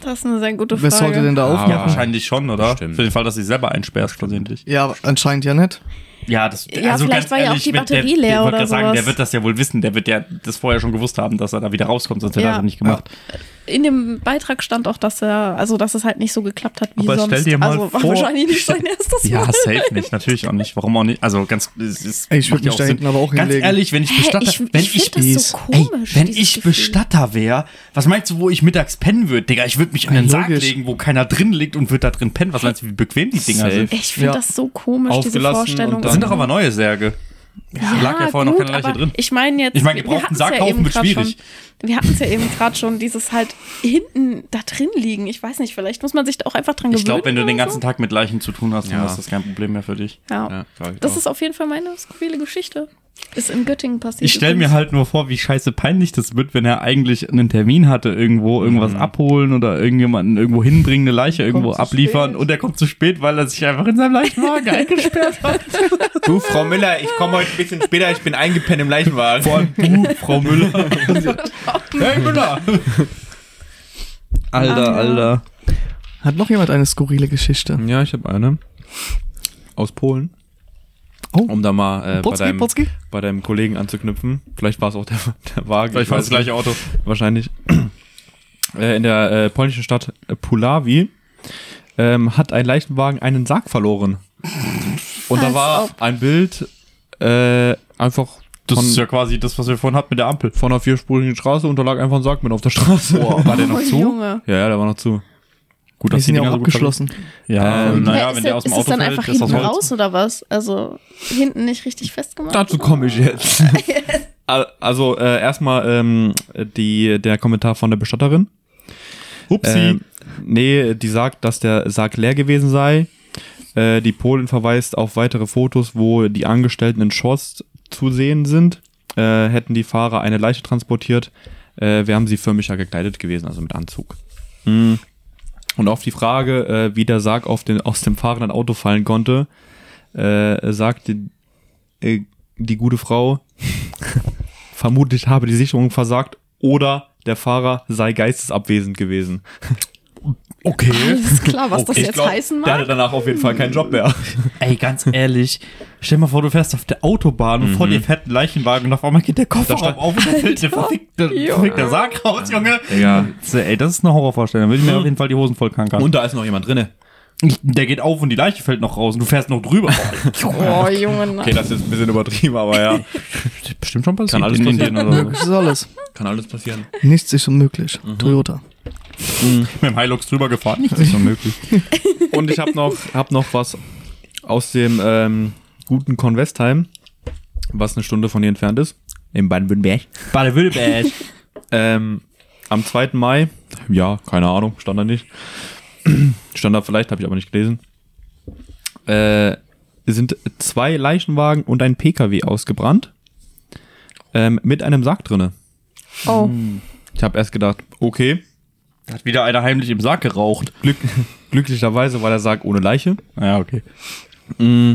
Das ist eine sehr gute Frage. Wer sollte denn da aufmachen? Ja, wahrscheinlich schon, oder? Stimmt. Für den Fall, dass sie selber einsperrst, versehentlich. aber anscheinend ja nicht. Ja, das, Ja, also vielleicht ganz war ja auch ehrlich, die wenn Batterie der, leer der, ich wollte oder gerade sagen, sowas. Der wird das ja wohl wissen, der wird ja das vorher schon gewusst haben, dass er da wieder rauskommt, sonst hätte er Ja. das nicht gemacht. In dem Beitrag stand auch, dass er, also dass es halt nicht so geklappt hat wie Aber sonst. stell dir mal also war vor- wahrscheinlich nicht sein erstes Ja, Mal. safe nicht, natürlich auch nicht. Warum auch nicht? Also ganz, es ist, Ey, ich würd macht ja mich da hinten Sinn. aber auch Ganz hinlegen. ehrlich, wenn ich Hä, Bestatter, ich- ich wenn find ich, das so komisch, ey, wenn dieses ich Gefühl. Bestatter wäre, was meinst du, wo ich mittags pennen würde, Digga? Ich würde mich in den Sarg Logisch. legen, wo keiner drin liegt und würde da drin pennen. Was meinst du, wie bequem die Dinger Safe. sind? Ich finde Ja. das so komisch, diese Aufgelassen Vorstellung. und Da dann- sind doch aber neue Särge. Ja, lag ja vorher noch keine Leiche aber drin. Ich meine jetzt, Ich meine, wir- wir gebrauchten hatten's Sarg kaufen eben wird grad schwierig. Schon, wir hatten es ja eben gerade schon, dieses halt hinten da drin liegen. Ich weiß nicht, vielleicht muss man sich da auch einfach dran gewöhnen. Ich glaube, wenn du oder den ganzen Tag mit Leichen zu tun hast, dann Ja. ist das kein Problem mehr für dich. so. Ja. Ja, glaub ich das auch. ist auf jeden Fall meine skurrile Geschichte. Ist in Göttingen passiert. Ich stelle mir übrigens. halt nur vor, wie scheiße peinlich das wird, wenn er eigentlich einen Termin hatte, irgendwo irgendwas abholen oder irgendjemanden irgendwo hinbringen, eine Leiche irgendwo abliefern und er kommt zu spät, weil er sich einfach in seinem Leichenwagen eingesperrt hat. Du, Frau Müller, ich komme heute ein bisschen später, ich bin eingepennt im Leichenwagen. Vor allem du, Frau Müller. hey, Müller! Alter, Alter. Hat noch jemand eine skurrile Geschichte? Ja, ich habe eine. Aus Polen. Oh. Um da mal äh, bei, Potzki, deinem, Potzki? bei deinem Kollegen anzuknüpfen. Vielleicht war es auch der, der Wagen. Vielleicht ich war weiß es das gleiche nicht. Auto. Wahrscheinlich. Äh, in der äh, polnischen Stadt äh, Pulawi ähm, hat ein Leichenwagen einen Sarg verloren. Und da Als war ein Bild äh, einfach Das von, ist ja quasi das, was wir vorhin hatten mit der Ampel. von einer vierspurigen Straße und da lag einfach ein Sarg mit auf der Straße. war der Oh, noch Junge. Ja, ja, der war noch zu. Gut, Die sind ja Dinger auch so gut verlaufen. abgeschlossen. Ja, Ähm, Hä, naja, ist wenn der- der aus dem ist Auto es dann einfach fällt, ist das halt- hinten Holz. raus oder was? Also hinten nicht richtig festgemacht? Dazu komme ich jetzt. Al- also äh, erstmal ähm, die, der Kommentar von der Bestatterin. Upsi. Ähm, nee, die sagt, dass der Sarg leer gewesen sei. Äh, die Polin verweist auf weitere Fotos, wo die Angestellten in Shorts zu sehen sind. Äh, hätten die Fahrer eine Leiche transportiert, äh, wären sie förmlicher gekleidet gewesen, also mit Anzug. Mm. Und auf die Frage, äh, wie der Sarg auf den, aus dem fahrenden Auto fallen konnte, äh, sagte äh, die gute Frau, vermutlich habe die Sicherung versagt oder der Fahrer sei geistesabwesend gewesen. okay. Alles klar, was das Ich jetzt glaub, heißen Der mag. hatte danach auf jeden Fall keinen Job mehr. Ey, ganz ehrlich, stell mal vor, du fährst auf der Autobahn und vor dir fährt ein Leichenwagen und auf einmal geht der Kofferraum auf und Mhm. da fällt der verfickte, verfickte Sarg raus, Junge. Mhm. Ja. Ey, das ist eine Horrorvorstellung. Da würde ich mir auf jeden Fall die Hosen voll kankern. Und da ist noch jemand drinne. der geht auf und die Leiche fällt noch raus und du fährst noch drüber. Oh, Junge, nein. Okay, das ist ein bisschen übertrieben, aber ja. Bestimmt schon passiert. Kann alles in passieren. Indien oder so. Möglich ist alles. Kann alles passieren. Nichts ist unmöglich. Toyota. Mit dem Hilux drüber gefahren. Nichts ist unmöglich. Und ich habe noch, hab noch was aus dem ähm, guten Convestheim, was eine Stunde von hier entfernt ist. In Baden-Württemberg. Baden-Württemberg. Ähm, am 2. Mai, ja, keine Ahnung, stand da nicht. Stand da vielleicht, habe ich aber nicht gelesen. Äh, sind zwei Leichenwagen und ein PKW ausgebrannt. Ähm, mit einem Sarg drinne. Oh. Ich habe erst gedacht, okay, Hat wieder einer heimlich im Sarg geraucht. glück glücklicherweise war der Sarg ohne Leiche. Ja, okay. Mm,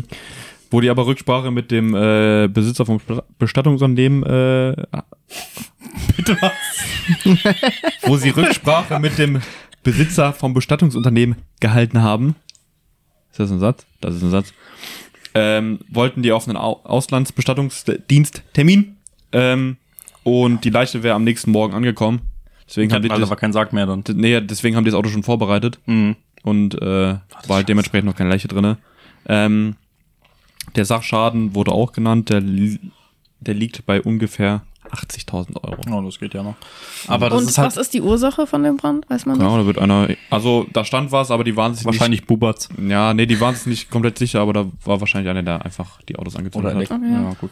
Wo die aber Rücksprache mit dem äh, Besitzer vom Besta- Bestattungsunternehmen äh, Bitte was? wo sie Rücksprache mit dem Besitzer vom Bestattungsunternehmen gehalten haben. Ist das ein Satz? Das ist ein Satz. Ähm, wollten die auf einen Au Auslandsbestattungsdiensttermin ähm, und die Leiche wäre am nächsten Morgen angekommen. Deswegen haben, die Alter, das, war kein Sarg mehr dann. nee, deswegen haben die das Auto schon vorbereitet Mhm. und äh, war halt dementsprechend noch keine Leiche drinne. Ähm, der Sachschaden wurde auch genannt, der, li der liegt bei ungefähr 80.000 Euro. Oh, das geht ja noch. Aber das Und ist halt was ist die Ursache von dem Brand? Weiß man Genau, nicht. da wird einer, also da stand was, aber die waren sich wahrscheinlich Bubatz. nicht, ja, nee, die waren sich nicht komplett sicher, aber da war wahrscheinlich einer, der einfach die Autos angezündet Oder hat. Elekt ja, gut.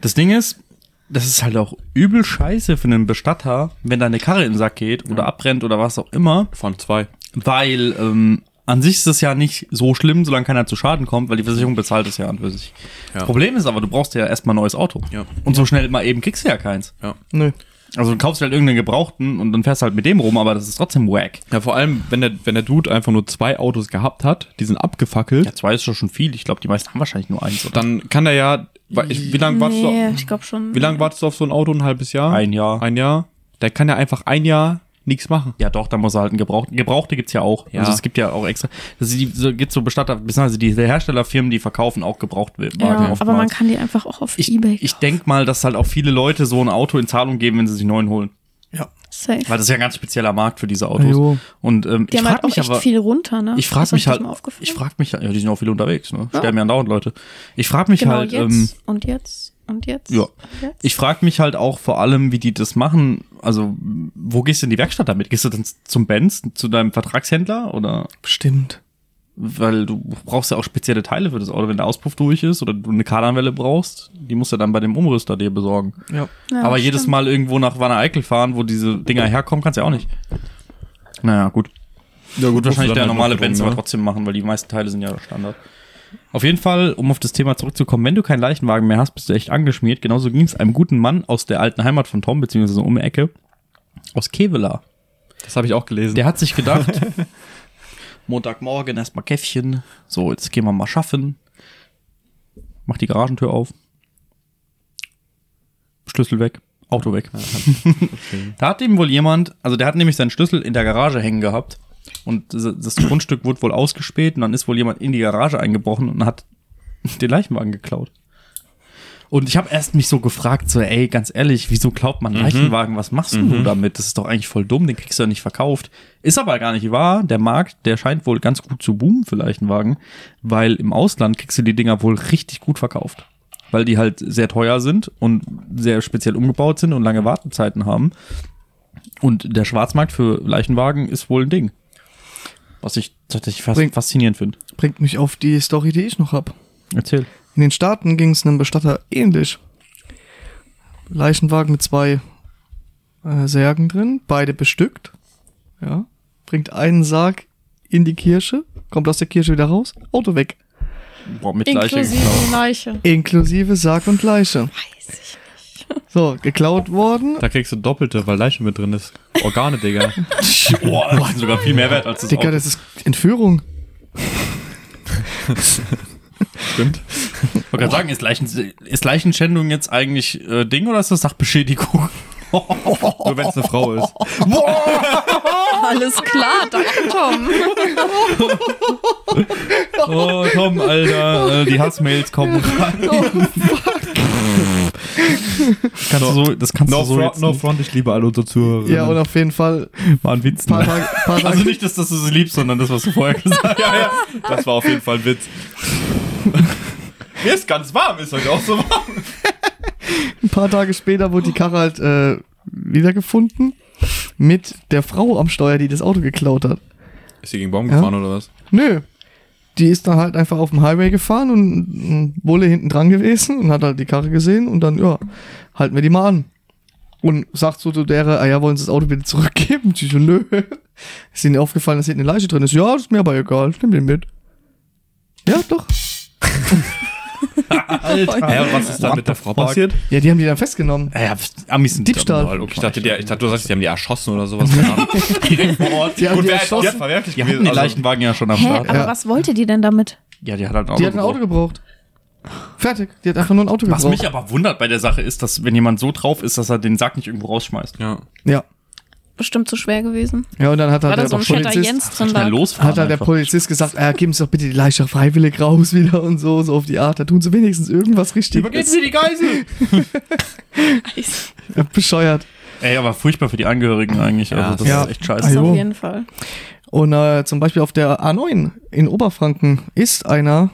Das Ding ist, das ist halt auch übel scheiße für einen Bestatter, wenn deine Karre in den Sack geht oder abbrennt oder was auch immer, Vor allem zwei. weil ähm, an sich ist es ja nicht so schlimm, solange keiner zu Schaden kommt, weil die Versicherung bezahlt es ja an für sich. Problem ist aber, du brauchst ja erstmal ein neues Auto. Ja. Und so schnell mal eben kriegst du ja keins. Nö. Also du kaufst halt irgendeinen Gebrauchten und dann fährst du halt mit dem rum, aber das ist trotzdem wack. Ja, vor allem, wenn der, wenn der Dude einfach nur zwei Autos gehabt hat, die sind abgefackelt, Ja, zwei ist doch schon viel. Ich glaube, die meisten haben wahrscheinlich nur eins oder dann kann der ja, weil ich, wie lange wartest Nee, du, ich glaube schon. wie lange wartest du auf so ein Auto? Ein halbes Jahr? ein Jahr. Ein Jahr? Der kann ja einfach ein Jahr nichts machen. Ja, doch, da muss er halt einen Gebrauchten. Gebrauchte gibt's ja auch. Ja. Also es gibt ja auch extra. Das ist die, so, gibt so Bestatter, beziehungsweise die Herstellerfirmen, die verkaufen auch Gebrauchtwagen ja, aber man oftmals. kann die einfach auch auf ich Ebay ich denke mal, dass halt auch viele Leute so ein Auto in Zahlung geben, wenn sie sich einen neuen holen. safe. Weil das ist ja ein ganz spezieller Markt für diese Autos. Jo. Und ähm, Die ich haben halt frage auch mich echt aber. viel runter, ne? Ich Ist frage euch mich das halt, mal aufgefallen? ich frage mich, ja, die sind auch viel unterwegs, ne? Sterben ja andauernd Leute. Ich frage mich genau, halt, jetzt ähm, und jetzt und jetzt. Ja. und Jetzt. Ich frage mich halt auch vor allem, wie die das machen. Also, wo gehst du in die Werkstatt damit? Gehst du dann zum Benz, zu deinem Vertragshändler oder? Bestimmt. Weil du brauchst ja auch spezielle Teile für das Auto, wenn der Auspuff durch ist oder du eine Kardanwelle brauchst, die musst du dann bei dem Umrüster dir besorgen. Ja. Ja, Aber jedes Mal irgendwo nach Wanne Eickel fahren, wo diese Dinger herkommen, kannst du ja auch nicht. Naja, gut. Ja, Gut, wahrscheinlich der normale Benz aber ne? trotzdem machen, weil die meisten Teile sind ja Standard. Auf jeden Fall, um auf das Thema zurückzukommen, wenn du keinen Leichenwagen mehr hast, bist du echt angeschmiert. Genauso ging es einem guten Mann aus der alten Heimat von Tom, beziehungsweise um die Ecke, aus Kevela. Das habe ich auch gelesen. Der hat sich gedacht, Montagmorgen erstmal Käffchen, so, jetzt gehen wir mal schaffen. Mach die Garagentür auf. Schlüssel weg, Auto weg. Da hat ihm wohl jemand, also der hat nämlich seinen Schlüssel in der Garage hängen gehabt und das- das Grundstück wurde wohl ausgespäht und dann ist wohl jemand in die Garage eingebrochen und hat den Leichenwagen geklaut. Und ich habe erst mich so gefragt, so ey, ganz ehrlich, wieso klaut man einen Leichenwagen? Was machst du damit? Das ist doch eigentlich voll dumm, den kriegst du ja nicht verkauft. Ist aber gar nicht wahr. Der Markt, der scheint wohl ganz gut zu boomen für Leichenwagen, weil im Ausland kriegst du die Dinger wohl richtig gut verkauft. Weil die halt sehr teuer sind und sehr speziell umgebaut sind und lange Wartezeiten haben. Und der Schwarzmarkt für Leichenwagen ist wohl ein Ding. Was ich tatsächlich fas Bringt- faszinierend finde. Bringt mich auf die Story, die ich noch hab. Erzähl. In den Staaten ging es einem Bestatter ähnlich. Leichenwagen mit zwei äh, Särgen drin, beide bestückt. Ja. Bringt einen Sarg in die Kirche, kommt aus der Kirche wieder raus, Auto weg. Boah, mit genau. Leiche Inklusive geklaut. Leiche. Inklusive Sarg und Leiche. Weiß ich. So, geklaut worden. Da kriegst du doppelte, weil Leiche mit drin ist. Organe, Digga. Boah, das ist sogar viel mehr wert als das Digga, das ist Entführung. Stimmt. Ich wollte gerade sagen, ist, Leichen, ist Leichenschändung jetzt eigentlich äh, Ding oder ist das Sachbeschädigung? Oh, Nur wenn es eine Frau ist. Alles klar, danke, Tom. Oh, komm, Alter, äh, die Hassmails kommen rein. Das kannst du so, das kannst No, du so front, jetzt no nicht. front, ich liebe alle unsere Zuhörer. Ja, und auf jeden Fall War ein Witz. paar Ne? Tage, paar Tage Also nicht, dass, dass du sie liebst, sondern das, was du vorher gesagt hast. ja, ja, das war auf jeden Fall ein Witz. Mir ist ganz warm, ist heute auch so warm. Ein paar Tage später wurde die Karre halt äh, wiedergefunden mit der Frau am Steuer, die das Auto geklaut hat. Ist sie gegen Baum Ja. gefahren oder was? Nö. Die ist dann halt einfach auf dem Highway gefahren und ein Bulle hinten dran gewesen und hat halt die Karre gesehen und dann, ja, halten wir die mal an. Und sagt so zu derer, ah ja, wollen Sie das Auto bitte zurückgeben? Die so, nö. Ist ihnen aufgefallen, dass hinten eine Leiche drin ist? Ja, das ist mir aber egal, ich nehm den mit. Ja, doch. Alter. Hä, und Ah. was ist dann mit der Frau passiert? Ja, die haben die dann festgenommen. Ja, Amis sind Diebstahl. dumm, Leute. Ich dachte, die, ich dachte, du sagst, die haben die erschossen oder sowas. Keine Ahnung. direkt vor Ort. Die haben die wer- die hat erschossen. verwerflich Die hatten gewesen. den also- Leichenwagen ja schon am Hä, Start. aber Ja. was wollte die denn damit? Ja, die hat halt ein Auto. Die hat ein Auto gebraucht. Fertig. Die hat einfach nur ein Auto Was gebraucht. mich aber wundert bei der Sache ist, dass wenn jemand so drauf ist, dass er den Sack nicht irgendwo rausschmeißt. Ja. Ja. Bestimmt zu schwer gewesen. Ja, und dann hat War halt da der so ein fetter Polizist, Jens drin Schnell lag. losfahren. hat halt der einfach. Polizist gesagt, äh, geben Sie doch bitte die Leiche freiwillig raus wieder und so, so auf die Art. Da tun Sie wenigstens irgendwas richtig. Sie die Geisel! Bescheuert. Ey, aber furchtbar für die Angehörigen eigentlich. Ja, also das ja. ist echt scheiße. Das Ajo. auf jeden Fall. Und äh, zum Beispiel auf der A9 in Oberfranken ist einer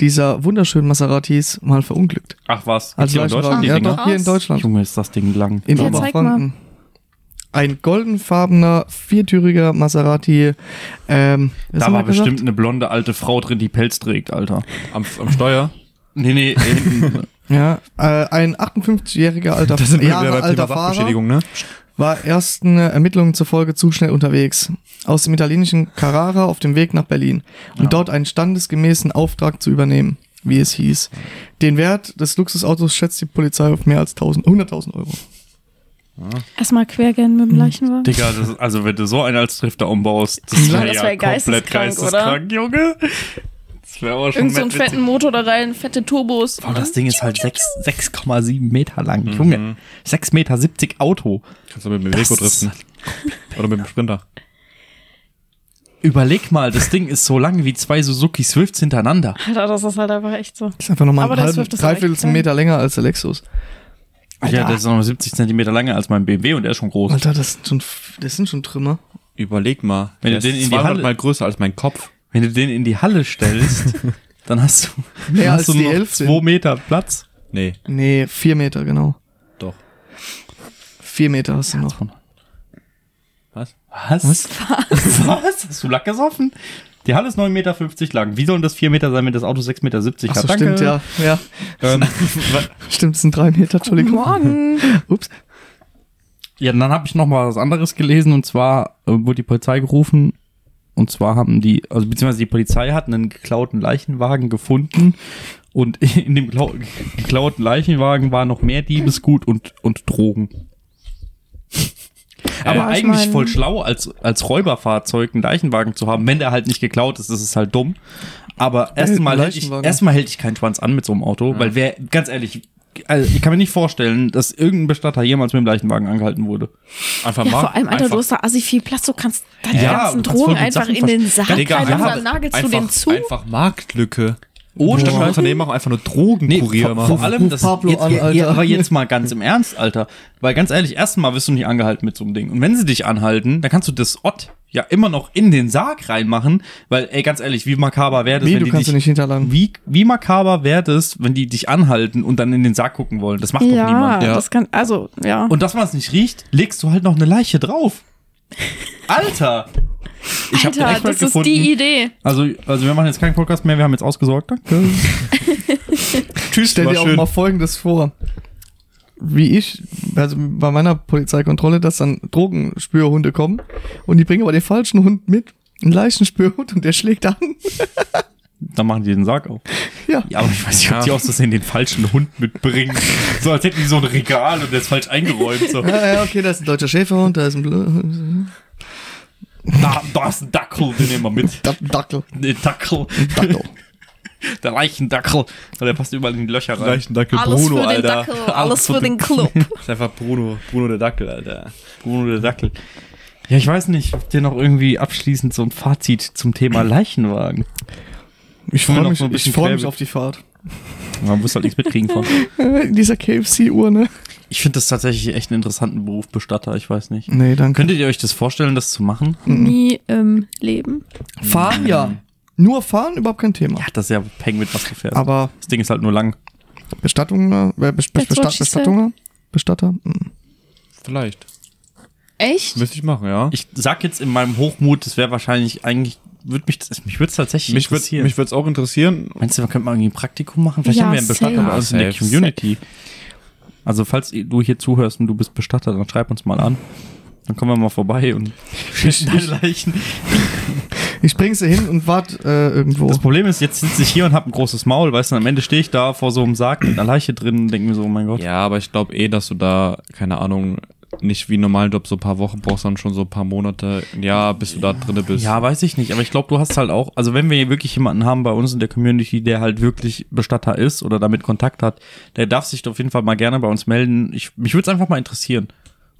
dieser wunderschönen Maseratis mal verunglückt. Ach was. Als hier in Leichenwagen. Deutschland die also Ja, Dinger? doch, hier in Deutschland. Junge, ist das Ding lang. In Ja, zeig Oberfranken. Ein goldenfarbener, viertüriger Maserati. Ähm, was Da haben wir war gesagt? bestimmt eine blonde alte Frau drin, die Pelz trägt, Alter. Am, am Steuer. Nee, nee, hinten. Ja, äh, ein 58-järiger alter, Jahre alter Fahrer ne? war ersten äh, Ermittlungen zufolge zu schnell unterwegs. Aus dem italienischen Carrara auf dem Weg nach Berlin, um dort einen standesgemäßen Auftrag zu übernehmen, wie es hieß. Den Wert des Luxusautos schätzt die Polizei auf mehr als 1000 100.000 Euro. Erstmal quergehen Hm. mit dem Leichenwagen. Digga, das ist, also wenn du so einen als Drifter umbaust, das Ja, wäre das ja wär komplett geisteskrank, geisteskrank, Junge. Das wäre aber schon Irgend so einen mad witzig. fetten Motor da rein, fette Turbos. Oh, Boah, Mhm. das Ding ist halt sechs- 6,7 Meter lang. Junge, 6,70 Meter Auto. Kannst du mit dem Weko driften. Oder mit dem Sprinter. Überleg mal, das Ding ist so lang wie zwei Suzuki Swifts hintereinander. Alter, das ist halt einfach echt so. Ist einfach nochmal Aber ein das halb, wirft das auch echt dreiviertel klein. Meter länger als der Lexus. Ja, der ist noch 70 Zentimeter länger als mein BMW und der ist schon groß. Alter, das sind schon, das sind schon Trümmer. Überleg mal. Wenn du Wenn den der in die ist 200 Halle- mal größer als mein Kopf. Wenn du den in die Halle stellst, dann hast du, Mehr dann als hast du die noch Hälfte. zwei Meter Platz. Nee, Nee, vier Meter, genau. doch. Vier Meter hast du noch. Was? Was? Was? Was? Hast du Lack gesoffen? Die Halle ist 9,50 Meter lang. Wie sollen das 4 Meter sein, wenn das Auto 6,70 Meter hat? Ach so, stimmt, ja. ja. Ähm, Stimmt, es sind drei Meter, Entschuldigung. Morgen. Ups. Ja, dann habe ich noch mal was anderes gelesen und zwar äh, wurde die Polizei gerufen und zwar haben die, also beziehungsweise die Polizei hat einen geklauten Leichenwagen gefunden und in dem glau- geklauten Leichenwagen war noch mehr Diebesgut und, und Drogen. Aber ich eigentlich mein- voll schlau, als, als Räuberfahrzeug einen Leichenwagen zu haben, wenn der halt nicht geklaut ist, das ist halt dumm. Aber Äh, erstmal hält ich, Leichenwagen. erstmal hält ich keinen Schwanz an mit so einem Auto, weil wer, ganz ehrlich, also ich kann mir nicht vorstellen, dass irgendein Bestatter jemals mit dem Leichenwagen angehalten wurde. einfach Ja, mal. vor allem, Alter, einfach, du hast da assi viel Platz, du kannst deine Ja, du ganzen kannst voll Drogen gut einfach Sachen in den verstecken. Sack Digga, einfach, aber dann nagelst du einfach, den zu. einfach Marktlücke. Ohne Statt Scheiß. Unternehmen machen einfach nur Drogenkurier vor, vor machen. allem, das Pablo jetzt, an, ja, Alter. Ja, aber jetzt mal ganz im Ernst, Alter. Weil ganz ehrlich, erstmal wirst du nicht angehalten mit so einem Ding. Und wenn sie dich anhalten, dann kannst du das Ott ja immer noch in den Sarg reinmachen, weil ey, ganz ehrlich, wie makaber wäre das, Wie, wenn du die kannst dich, du nicht hinterladen. wie, wie makaber wäre das, wenn die dich anhalten und dann in den Sarg gucken wollen? Das macht doch ja, niemand. das kann, also, ja. Und dass man es nicht riecht, legst du halt noch eine Leiche drauf. Alter! Ich habe Alter, direkt das was ist gefunden. die Idee. also, also wir machen jetzt keinen Podcast mehr, wir haben jetzt ausgesorgt. Danke. Tschüss, stell war dir auch schön. mal Folgendes vor. Wie ich, also bei meiner Polizeikontrolle, dass dann Drogenspürhunde kommen und die bringen aber den falschen Hund mit, einen Leichenspürhund und der schlägt an. Dann machen die den Sarg auf. Ja. Ja, aber ich weiß nicht, ob Ja. die aus Versehen den falschen Hund mitbringen. So als hätten die so ein Regal und der ist falsch eingeräumt. So, Ja, ja, okay, da ist ein deutscher Schäferhund, da ist ein Bl da, da ist ein Dackel, den nehmen wir mit. Da- Dackel. Ne, Dackel. Dackel. Der Leichendackel. Der passt überall in die Löcher rein. Leichen Dackel Alles Bruno, für den Alter. Dackel, alles für den Club. Ist einfach Bruno, Bruno der Dackel, Alter. Bruno der Dackel. Ja, ich weiß nicht, ob dir noch irgendwie abschließend so ein Fazit zum Thema Leichenwagen. Ich Wollen wir freue noch mich, so ein ich bisschen freu mich Querbeet? auf die Fahrt. Man muss halt nichts mitkriegen von. In Äh, dieser KFC-Uhr, ne? Ich finde das tatsächlich echt einen interessanten Beruf, Bestatter, ich weiß nicht. Nee, danke. Könntet ihr euch das vorstellen, das zu machen? Nie im Leben. fahren ja. Nur fahren, überhaupt kein Thema. Ja, das ist ja Peng mit was du fährst. Aber das Ding ist halt nur lang. Bestattungen, äh, Best Best That's what Bestatt she said. Bestattungen, Bestatter, mm. Vielleicht. Echt? Müsste ich machen, ja. Ich sag jetzt in meinem Hochmut, das wäre wahrscheinlich eigentlich, würde mich, das- mich würde es tatsächlich mich würde interessieren. mich würd's auch interessieren. Meinst du, man könnte mal irgendwie ein Praktikum machen? Vielleicht Ja, haben wir einen Bestatter safe. bei uns in der Safe. Community. Also, falls du hier zuhörst und du bist Bestatter, dann schreib uns mal an. Dann kommen wir mal vorbei und finden deine Leichen. Ich bring sie hin und wart äh, irgendwo. Das Problem ist, jetzt sitze ich hier und habe ein großes Maul, weißt du, und am Ende stehe ich da vor so einem Sarg mit einer Leiche drin und denke mir so, oh mein Gott. Ja, aber ich glaube eh, dass du da, keine Ahnung, nicht wie normal Job so ein paar Wochen brauchst, sondern schon so ein paar Monate, ja, bis du da drinne bist. Ja, weiß ich nicht, aber ich glaube, du hast halt auch, also wenn wir hier wirklich jemanden haben bei uns in der Community, der halt wirklich Bestatter ist oder damit Kontakt hat, der darf sich auf jeden Fall mal gerne bei uns melden. Ich, mich würde es einfach mal interessieren.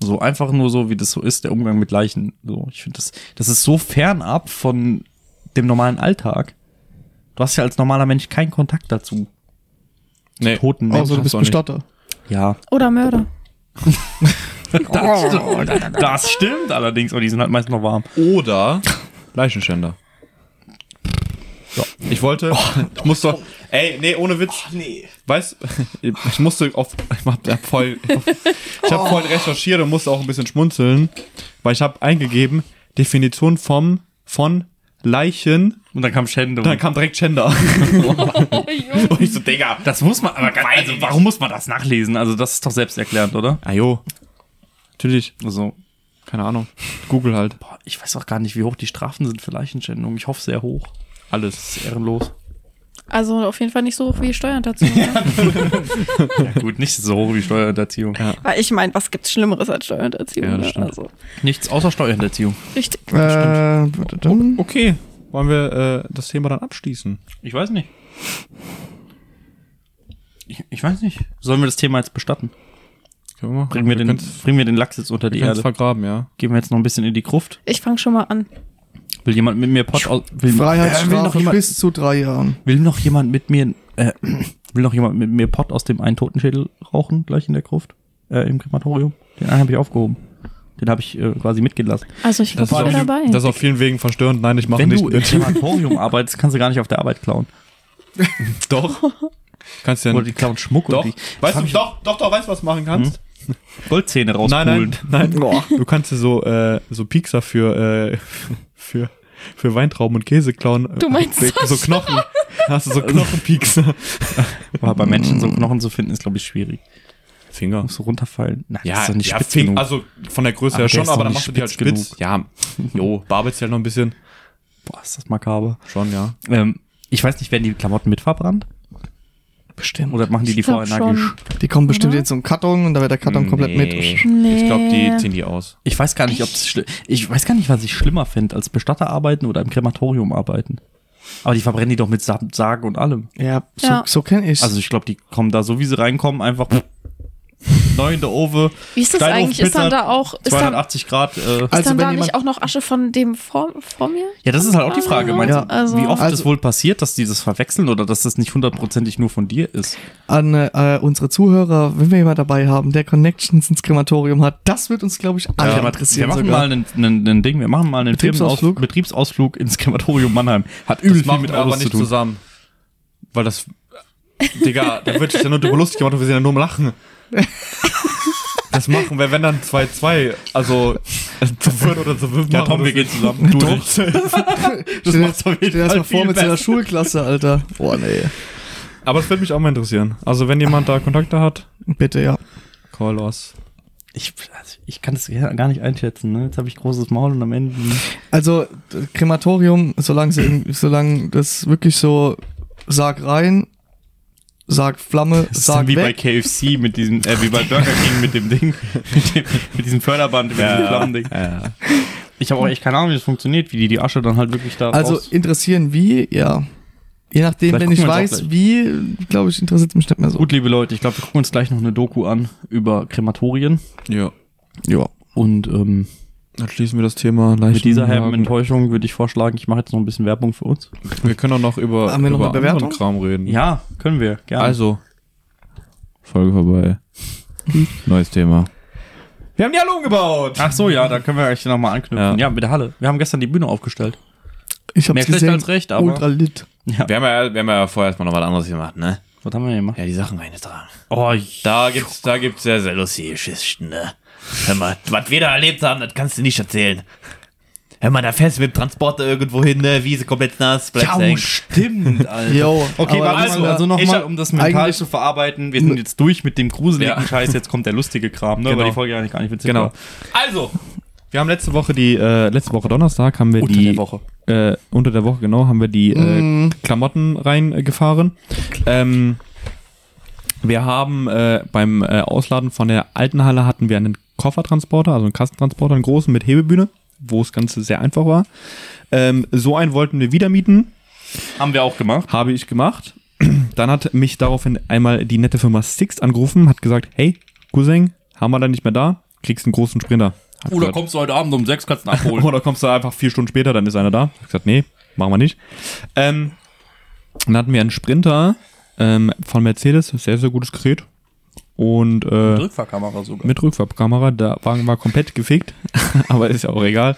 So einfach nur so, wie das so ist, der Umgang mit Leichen. So, ich finde das, das ist so fernab von dem normalen Alltag. Du hast ja als normaler Mensch keinen Kontakt dazu. nee. Toten Nee, Außer du hast bist auch nicht. Bestatter. Ja. Oder Mörder. Das stimmt allerdings, aber die sind halt meist noch warm. Oder Leichenständer. Ich wollte, Oh, ich musste, ey, nee, ohne Witz. Weißt, ich musste auf, ich hab da voll, ich hab Oh. voll recherchiert und musste auch ein bisschen schmunzeln, weil ich habe eingegeben, Definition vom, von Leichen, Und dann kam Schändung. dann kam direkt Gender. und ich so, Digga. Das muss man, aber ganz, also warum muss man das nachlesen? Also das ist doch selbsterklärend, oder? Ajo. Ah, Natürlich, Also, keine Ahnung. Google halt. boah, ich weiß auch gar nicht, wie hoch die Strafen sind für Leichenschändung. Ich hoffe sehr hoch. Alles. Ist ehrenlos. Also auf jeden Fall nicht so hoch wie Steuerhinterziehung. ne? Ja gut, nicht so hoch wie Steuerhinterziehung. Weil ich meine, was gibt's Schlimmeres als Steuerhinterziehung? Ja, ne? das stimmt. Also, Nichts außer Steuerhinterziehung. richtig. Äh, dann, Oh, Okay, wollen wir äh, das Thema dann abschließen? Ich weiß nicht. Ich, ich weiß nicht. Sollen wir das Thema jetzt bestatten? Können wir machen. Bringen wir, den, können's- bringen wir den Lachs jetzt unter die wir können's Erde? vergraben, ja. Gehen wir jetzt noch ein bisschen in die Gruft? Ich fange schon mal an. Will jemand mit mir Pott aus... Will, will noch Freiheitsstrafe jemand, bis zu drei Jahren. will noch jemand mit mir... Äh, will noch jemand mit mir Pott aus dem einen Totenschädel rauchen, gleich in der Gruft? Äh, Im Krematorium? Den einen habe ich aufgehoben. Den habe ich äh, quasi mitgehen lassen. Also ich glaube, ist ich auf bin vielen- dabei. das ist auf vielen Wegen verstörend. Nein, ich mache Wenn nicht du im mit. Krematorium arbeitest, kannst du gar nicht auf der Arbeit klauen. Doch. Kannst du ja Oder die klauen Schmuck doch. und die Weißt du, doch, doch, doch, weißt du, was du machen kannst? Goldzähne Nein, rausholen. nein, nein. Du kannst dir so, äh, so Piekser für, äh, für, für Weintrauben und Käse klauen. Äh, Du meinst so, so Knochen. Hast du so Knochenpiekser. Aber bei Menschen so Knochen zu finden, ist, glaube ich, schwierig. Finger. Musst du runterfallen. Na, Ja, ja spitz Fing, genug. also von der Größe Aber her der ist schon, doch aber dann nicht machst du die halt spitz spitz. Ja, jo, bearbeitest halt noch ein bisschen. Boah, ist das makaber. Schon, ja. Ähm, ich weiß nicht, werden die Klamotten mit verbrannt? Bestimmt. Oder machen die die Ich glaub vorher nagisch? schon. Die kommen bestimmt Oder? jetzt so ein Karton und da wird der Karton komplett Nee. mit. Nee. Ich glaube, die ziehen die aus. Ich weiß gar nicht, ob es schli- Ich weiß gar nicht, was ich schlimmer fände, als Bestatter arbeiten oder im Krematorium arbeiten. Aber die verbrennen die doch mit Sa- Sagen und allem. Ja, so, Ja. so kenne ich Also ich glaube, die kommen da so, wie sie reinkommen, einfach neu in der Owe. Wie ist das Steinhof eigentlich? Ist dann Bitter, da auch, ist dann, ist 280 Grad. Äh, Also dann wenn da nicht jemand- auch noch Asche von dem vor, vor mir? Ja, das ist halt auch die Frage. Also, Meinst du, also- wie oft Also- es wohl passiert, dass die das verwechseln oder dass das nicht hundertprozentig nur von dir ist? an äh, unsere Zuhörer, wenn wir jemanden dabei haben, der Connections ins Krematorium hat. Das wird uns, glaube ich, alle Ja, wir interessieren. machen sogar. mal einen, einen, einen Ding, wir machen mal einen Betriebsausflug? Firmenaus- Betriebsausflug ins Krematorium Mannheim. Hat übel viel mit wir aber Autos zu nicht tun. zusammen. Weil das. Digga, da wird sich ja nur drüber lustig gemacht und wir sind ja nur am Lachen. Das machen wir, wenn dann 2-2. Also zu viert oder zu fünf. Ja, machen Tom, wir das gehen zusammen. Du nicht. Stell dir- macht's auf jeden stell dir das Fall mal vor viel mit seiner Schulklasse, Alter. Boah, nee. nicht. Aber das würde mich auch mal interessieren. Also, wenn jemand da Kontakte hat, Bitte, ja. call us. Ich, also ich kann das gar nicht einschätzen. Ne? Jetzt habe ich großes Maul und am Ende. Also, d- Krematorium, solange, sie, irgendwie- solange das wirklich so, sag rein, sag Flamme, Das ist sag dann wie bei weg. KFC mit diesem, äh, wie bei Burger King mit dem Ding, mit, dem, mit diesem Förderband, mit diesem Flammending. Ich habe auch echt keine Ahnung, wie das funktioniert, wie die die Asche dann halt wirklich da Also, raus- interessieren wie, ja. Je nachdem, Vielleicht wenn ich gucken wir uns auch weiß, wie, glaube ich, interessiert mich nicht mehr so. Gut, liebe Leute, ich glaube, wir gucken uns gleich noch eine Doku an über Krematorien. Ja. Ja. Und ähm, Dann schließen wir das Thema leicht. mit dieser herben Enttäuschung würde ich vorschlagen, ich mache jetzt noch ein bisschen Werbung für uns. Wir können auch noch über, Haben wir noch über eine Bewertung? anderen Kram reden. Ja, können wir, gerne. Also, Folge vorbei. Neues Thema. Wir haben die Halle umgebaut. Ach so, ja, da können wir eigentlich nochmal anknüpfen. Ja. Ja. mit der Halle. Wir haben gestern die Bühne aufgestellt. Ich Mehr hab's schlecht gesehen. als recht, aber- Ultra lit. Wir haben ja, wir haben ja vorher erstmal noch was anderes gemacht, ne? Was haben wir denn gemacht? Ja, die Sachen reingetragen. Oh, Da gibt's, da gibt's sehr, sehr lustige Geschichten, ne? Hör mal, was wir da erlebt haben, das kannst du nicht erzählen. Hör mal, da fährst du mit dem Transporter irgendwo hin, ne? Wiese komplett nass, bleibst hängen. oh, stimmt, Alter. Jo, Okay, aber warte, das- also, also ich nochmal, hab um das mental eigentlich- zu verarbeiten, wir sind jetzt durch mit dem gruseligen Ja. Scheiß, jetzt kommt der lustige Kram, ne? Genau. Weil die Folge eigentlich gar nicht witzig Genau. war. Also, wir haben letzte Woche die, äh, letzte Woche Donnerstag haben wir Unter die, der Woche. Mhm. Äh, unter der Woche, genau, haben wir die äh, Klamotten reingefahren. Ähm, wir haben äh, beim äh, Ausladen von der alten Halle hatten wir einen Koffertransporter, also einen Kassentransporter, einen großen mit Hebebühne, wo das Ganze sehr einfach war. Ähm, so einen wollten wir wieder mieten, Haben wir auch gemacht. habe ich gemacht. Dann hat mich daraufhin einmal die nette Firma Sixt angerufen, hat gesagt, hey, Cousin, haben wir da nicht mehr da, kriegst einen großen Sprinter. Hab Oder gesagt, kommst du heute Abend um sechs, kannst du ihn abholen. Oder kommst du einfach vier Stunden später, dann ist einer da. Ich hab gesagt, nee, machen wir nicht. Ähm, dann hatten wir einen Sprinter ähm, von Mercedes, sehr, sehr gutes Gerät. Und äh, Rückfahrkamera sogar. mit Rückfahrkamera. Der Wagen war komplett gefickt, aber ist ja auch egal.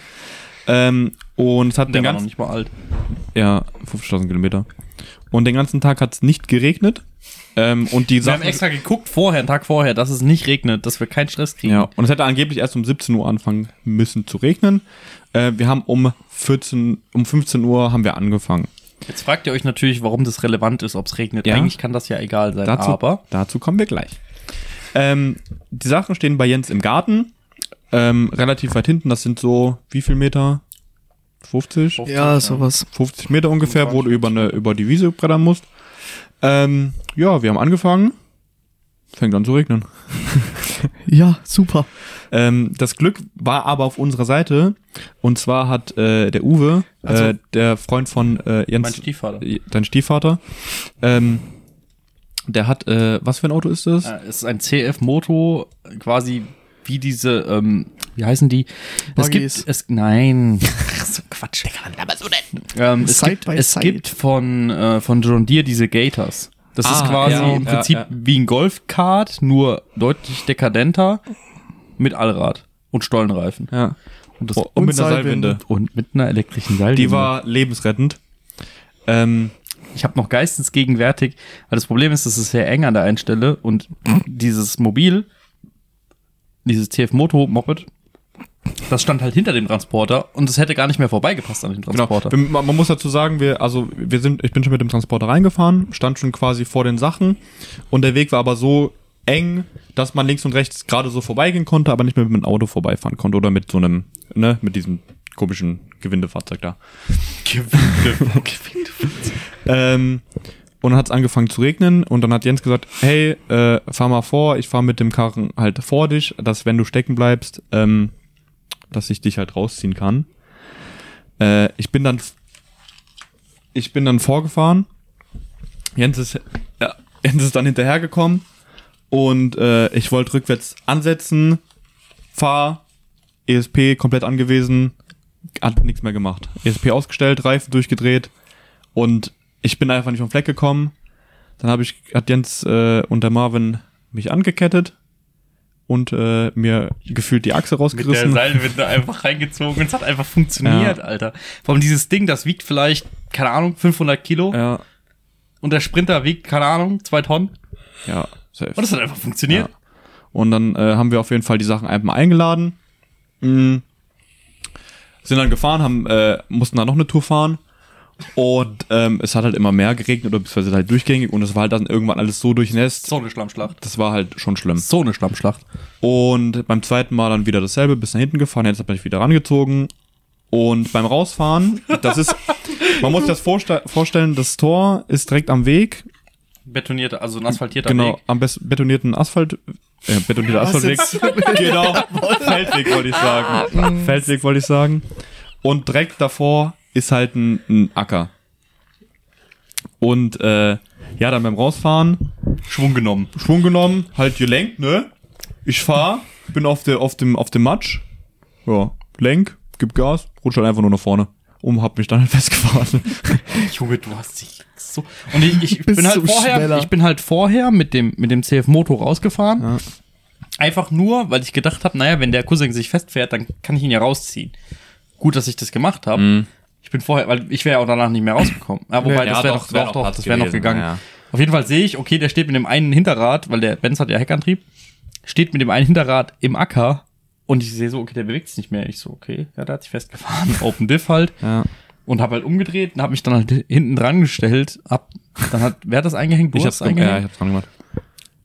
Ähm, und es hat den Der war noch ganzen nicht mal alt. ja 50.000 Kilometer. Und den ganzen Tag hat es nicht geregnet. Ähm, und die Wir haben Sachen, extra geguckt vorher, einen Tag vorher, dass es nicht regnet, dass wir keinen Stress kriegen. ja, und es hätte angeblich erst um 17 Uhr anfangen müssen zu regnen. Äh, wir haben um 14, um 15 Uhr haben wir angefangen. Jetzt fragt ihr euch natürlich, warum das relevant ist, ob es regnet. Ja. Eigentlich kann das ja egal sein, Dazu, aber dazu kommen wir gleich. Ähm, die Sachen stehen bei Jens im Garten, ähm, relativ weit hinten. Das sind so, wie viel Meter? 50? Ja, sowas. 50 Meter ungefähr, wo du über, eine, über die Wiese brettern musst. Ähm, ja, wir haben angefangen. Fängt an zu regnen. Ja, super. Ähm, das Glück war aber auf unserer Seite. Und zwar hat äh, der Uwe, äh, der Freund von äh, Jens, mein Stiefvater. dein Stiefvater, ähm, der hat, äh, was für ein Auto ist das? Äh, Es ist ein CF-Moto, quasi wie diese, ähm, wie heißen die? Es Buggies. gibt, es, nein, so Quatsch. Ähm, es Side gibt, by es side. gibt von, äh, von John Deere diese Gators. Das ist Ah, quasi ja, im ja, Prinzip ja. wie ein Golfkart, nur deutlich dekadenter, mit Allrad und Stollenreifen. Ja. Und, das, Oh, und mit einer Seilwinde. Seilwinde. und mit einer elektrischen Seilwinde. Die war lebensrettend. Ähm, Ich habe noch geistesgegenwärtig, weil das Problem ist, es ist sehr eng an der einen Stelle und dieses Mobil, dieses TF Moto Moped, das stand halt hinter dem Transporter und es hätte gar nicht mehr vorbeigepasst an den Genau. Transporter. Wir, man, man muss dazu sagen, wir, also wir sind, ich bin schon mit dem Transporter reingefahren, stand schon quasi vor den Sachen und der Weg war aber so eng, dass man links und rechts gerade so vorbeigehen konnte, aber nicht mehr mit einem Auto vorbeifahren konnte oder mit so einem, ne, mit diesem komischen Gewindefahrzeug da. Gewinde. ähm, und dann hat es angefangen zu regnen und dann hat Jens gesagt, hey, äh, fahr mal vor, ich fahr mit dem Karren halt vor dich, dass wenn du stecken bleibst, ähm, dass ich dich halt rausziehen kann äh, ich bin dann ich bin dann vorgefahren. Jens ist, ja, Jens ist dann hinterhergekommen und äh, ich wollte rückwärts ansetzen, fahr, ESP komplett angewiesen, hat nichts mehr gemacht. ESP ausgestellt, Reifen durchgedreht und ich bin einfach nicht vom Fleck gekommen. Dann habe ich, hat Jens äh, und der Marvin mich angekettet und äh, mir gefühlt die Mit Achse der rausgerissen. Seilwinde einfach reingezogen und es hat einfach funktioniert, Ja. Alter. Vor allem dieses Ding, das wiegt vielleicht, keine Ahnung, 500 Kilo ja, und der Sprinter wiegt, keine Ahnung, zwei Tonnen ja, safe. und es hat einfach funktioniert. Ja. Und dann äh, haben wir auf jeden Fall die Sachen einfach mal eingeladen. Mm. Sind dann gefahren, haben, äh, mussten dann noch eine Tour fahren. Und ähm, es hat halt immer mehr geregnet oder beziehungsweise halt durchgängig und es war halt dann irgendwann alles so durchnässt. So eine Schlammschlacht. Das war halt schon schlimm. So eine Schlammschlacht. Und beim zweiten Mal dann wieder dasselbe, bis nach hinten gefahren, jetzt hat man mich wieder rangezogen. Und beim Rausfahren, das ist, man muss sich das vorste vorstellen, das Tor ist direkt am Weg Betonierte, also ein asphaltierter Genau, Weg. am besten betonierten Asphalt. Äh, betonierter Asphaltweg. genau. Feldweg wollte ich sagen. Feldweg wollte ich sagen. Und direkt davor ist halt ein, ein Acker. Und äh, ja, dann beim Rausfahren Schwung genommen. Schwung genommen, halt gelenkt, ne? Ich fahr, bin auf, der, auf, dem, auf dem Matsch. Ja, lenk, gib Gas, rutsch halt einfach nur nach vorne. Und hab mich dann halt festgefahren. Junge, du hast dich so. Und ich, ich, Bist bin, halt so schneller. vorher, ich bin halt vorher mit dem, mit dem CF Moto rausgefahren. Einfach nur, weil ich gedacht habe, naja, wenn der Cousin sich festfährt, dann kann ich ihn ja rausziehen. Gut, dass ich das gemacht habe. Ich bin vorher, weil ich wäre ja auch danach nicht mehr rausgekommen. Ah, wobei, Mhm. Ja, das wäre doch, noch, wär doch, noch doch, Platz das wäre noch gewesen, gegangen. ja. Auf jeden Fall sehe ich, okay, der steht mit dem einen Hinterrad, weil der Benz hat ja Heckantrieb, steht mit dem einen Hinterrad im Acker und ich sehe so, okay, der bewegt sich nicht mehr. Ich so, okay, ja, der hat sich festgefahren. Open Diff halt Ja. und hab halt umgedreht und hab mich dann halt hinten dran gestellt. Hab, dann hat, wer hat das eingehängt? Du hast ge- ja, ich hab's dran gemacht.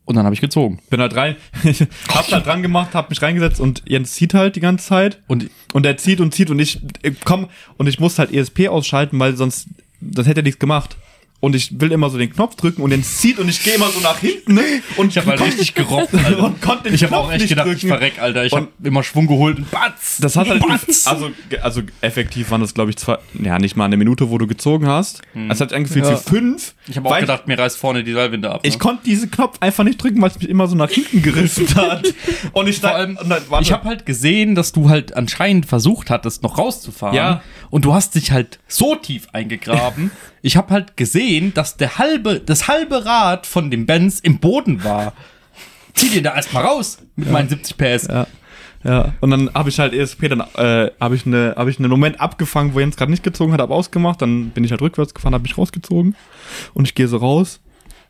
und dann hab ich gezogen. Bin halt rein, hab da dran gemacht, hab mich reingesetzt und Jens zieht halt die ganze Zeit. Und Und äh, er zieht E und zieht und ich, ich komm und ich muss halt ESP ausschalten, weil sonst, das hätte er nichts gemacht. Und ich will immer so den Knopf drücken und den zieht und ich gehe immer so nach hinten ne? und ich hab halt richtig gerockt, Alter. und konnte den Ich habe Knopf auch echt nicht gedacht, drücken. ich verreck, Alter. Ich Und- habe immer Schwung geholt und batz. Das hat halt, Batz. also, ge- also effektiv waren das, glaube ich, zwei, ja, nicht mal eine Minute, wo du gezogen hast. Es hat sich angefühlt wie fünf. Hm. ich habe auch weil gedacht, mir reißt vorne die Seilwinde ab. ne? Ich konnte diesen Knopf einfach nicht drücken, weil es mich immer so nach hinten gerissen hat. Und ich Vor allem, und dann, warte, ich habe halt gesehen, dass du halt anscheinend versucht hattest, noch rauszufahren. Ja. Und du hast dich halt so tief eingegraben. ich habe halt gesehen, dass der halbe, das halbe Rad von dem Benz im Boden war. Zieh dir da erstmal raus mit meinen 70 PS. Ja. Und dann habe ich halt erst später, äh, habe ich eine, habe ich einen Moment abgefangen, wo Jens gerade nicht gezogen hat, habe ausgemacht, dann bin ich halt rückwärts gefahren, habe mich rausgezogen und ich gehe so raus.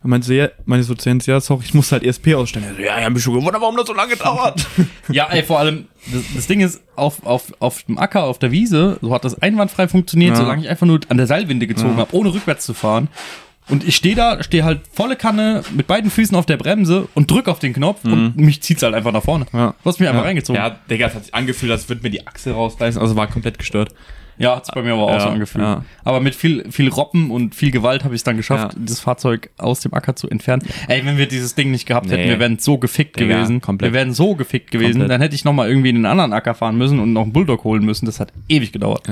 Und meinte so, ja, meine so zu Jens, ja, sorry, ich muss halt ESP ausstellen. Er so, ja, ja, hab mich schon gewundert, warum das so lange dauert. Ja, ey, vor allem, das, das Ding ist, auf, auf, auf dem Acker, auf der Wiese, so hat das einwandfrei funktioniert, solange ich einfach nur an der Seilwinde gezogen habe, ohne rückwärts zu fahren. Und ich stehe da, stehe halt volle Kanne mit beiden Füßen auf der Bremse und drück auf den Knopf und mich zieht's halt einfach nach vorne. Mhm. Ja. Du hast mich einfach reingezogen. Ja, Digga, es hat sich angefühlt, als würde mir die Achse rausreißen, also war komplett gestört. Ja, hat's bei mir aber auch Ja, so angefühlt. ja. Aber mit viel, viel Robben und viel Gewalt habe ich es dann geschafft, Ja. das Fahrzeug aus dem Acker zu entfernen. Ey, wenn wir dieses Ding nicht gehabt hätten, Nee. wir wären so gefickt Digga, gewesen. komplett. Wir wären so gefickt gewesen. Komplett. Dann hätte ich nochmal irgendwie in einen anderen Acker fahren müssen und noch einen Bulldog holen müssen. Das hat ewig gedauert.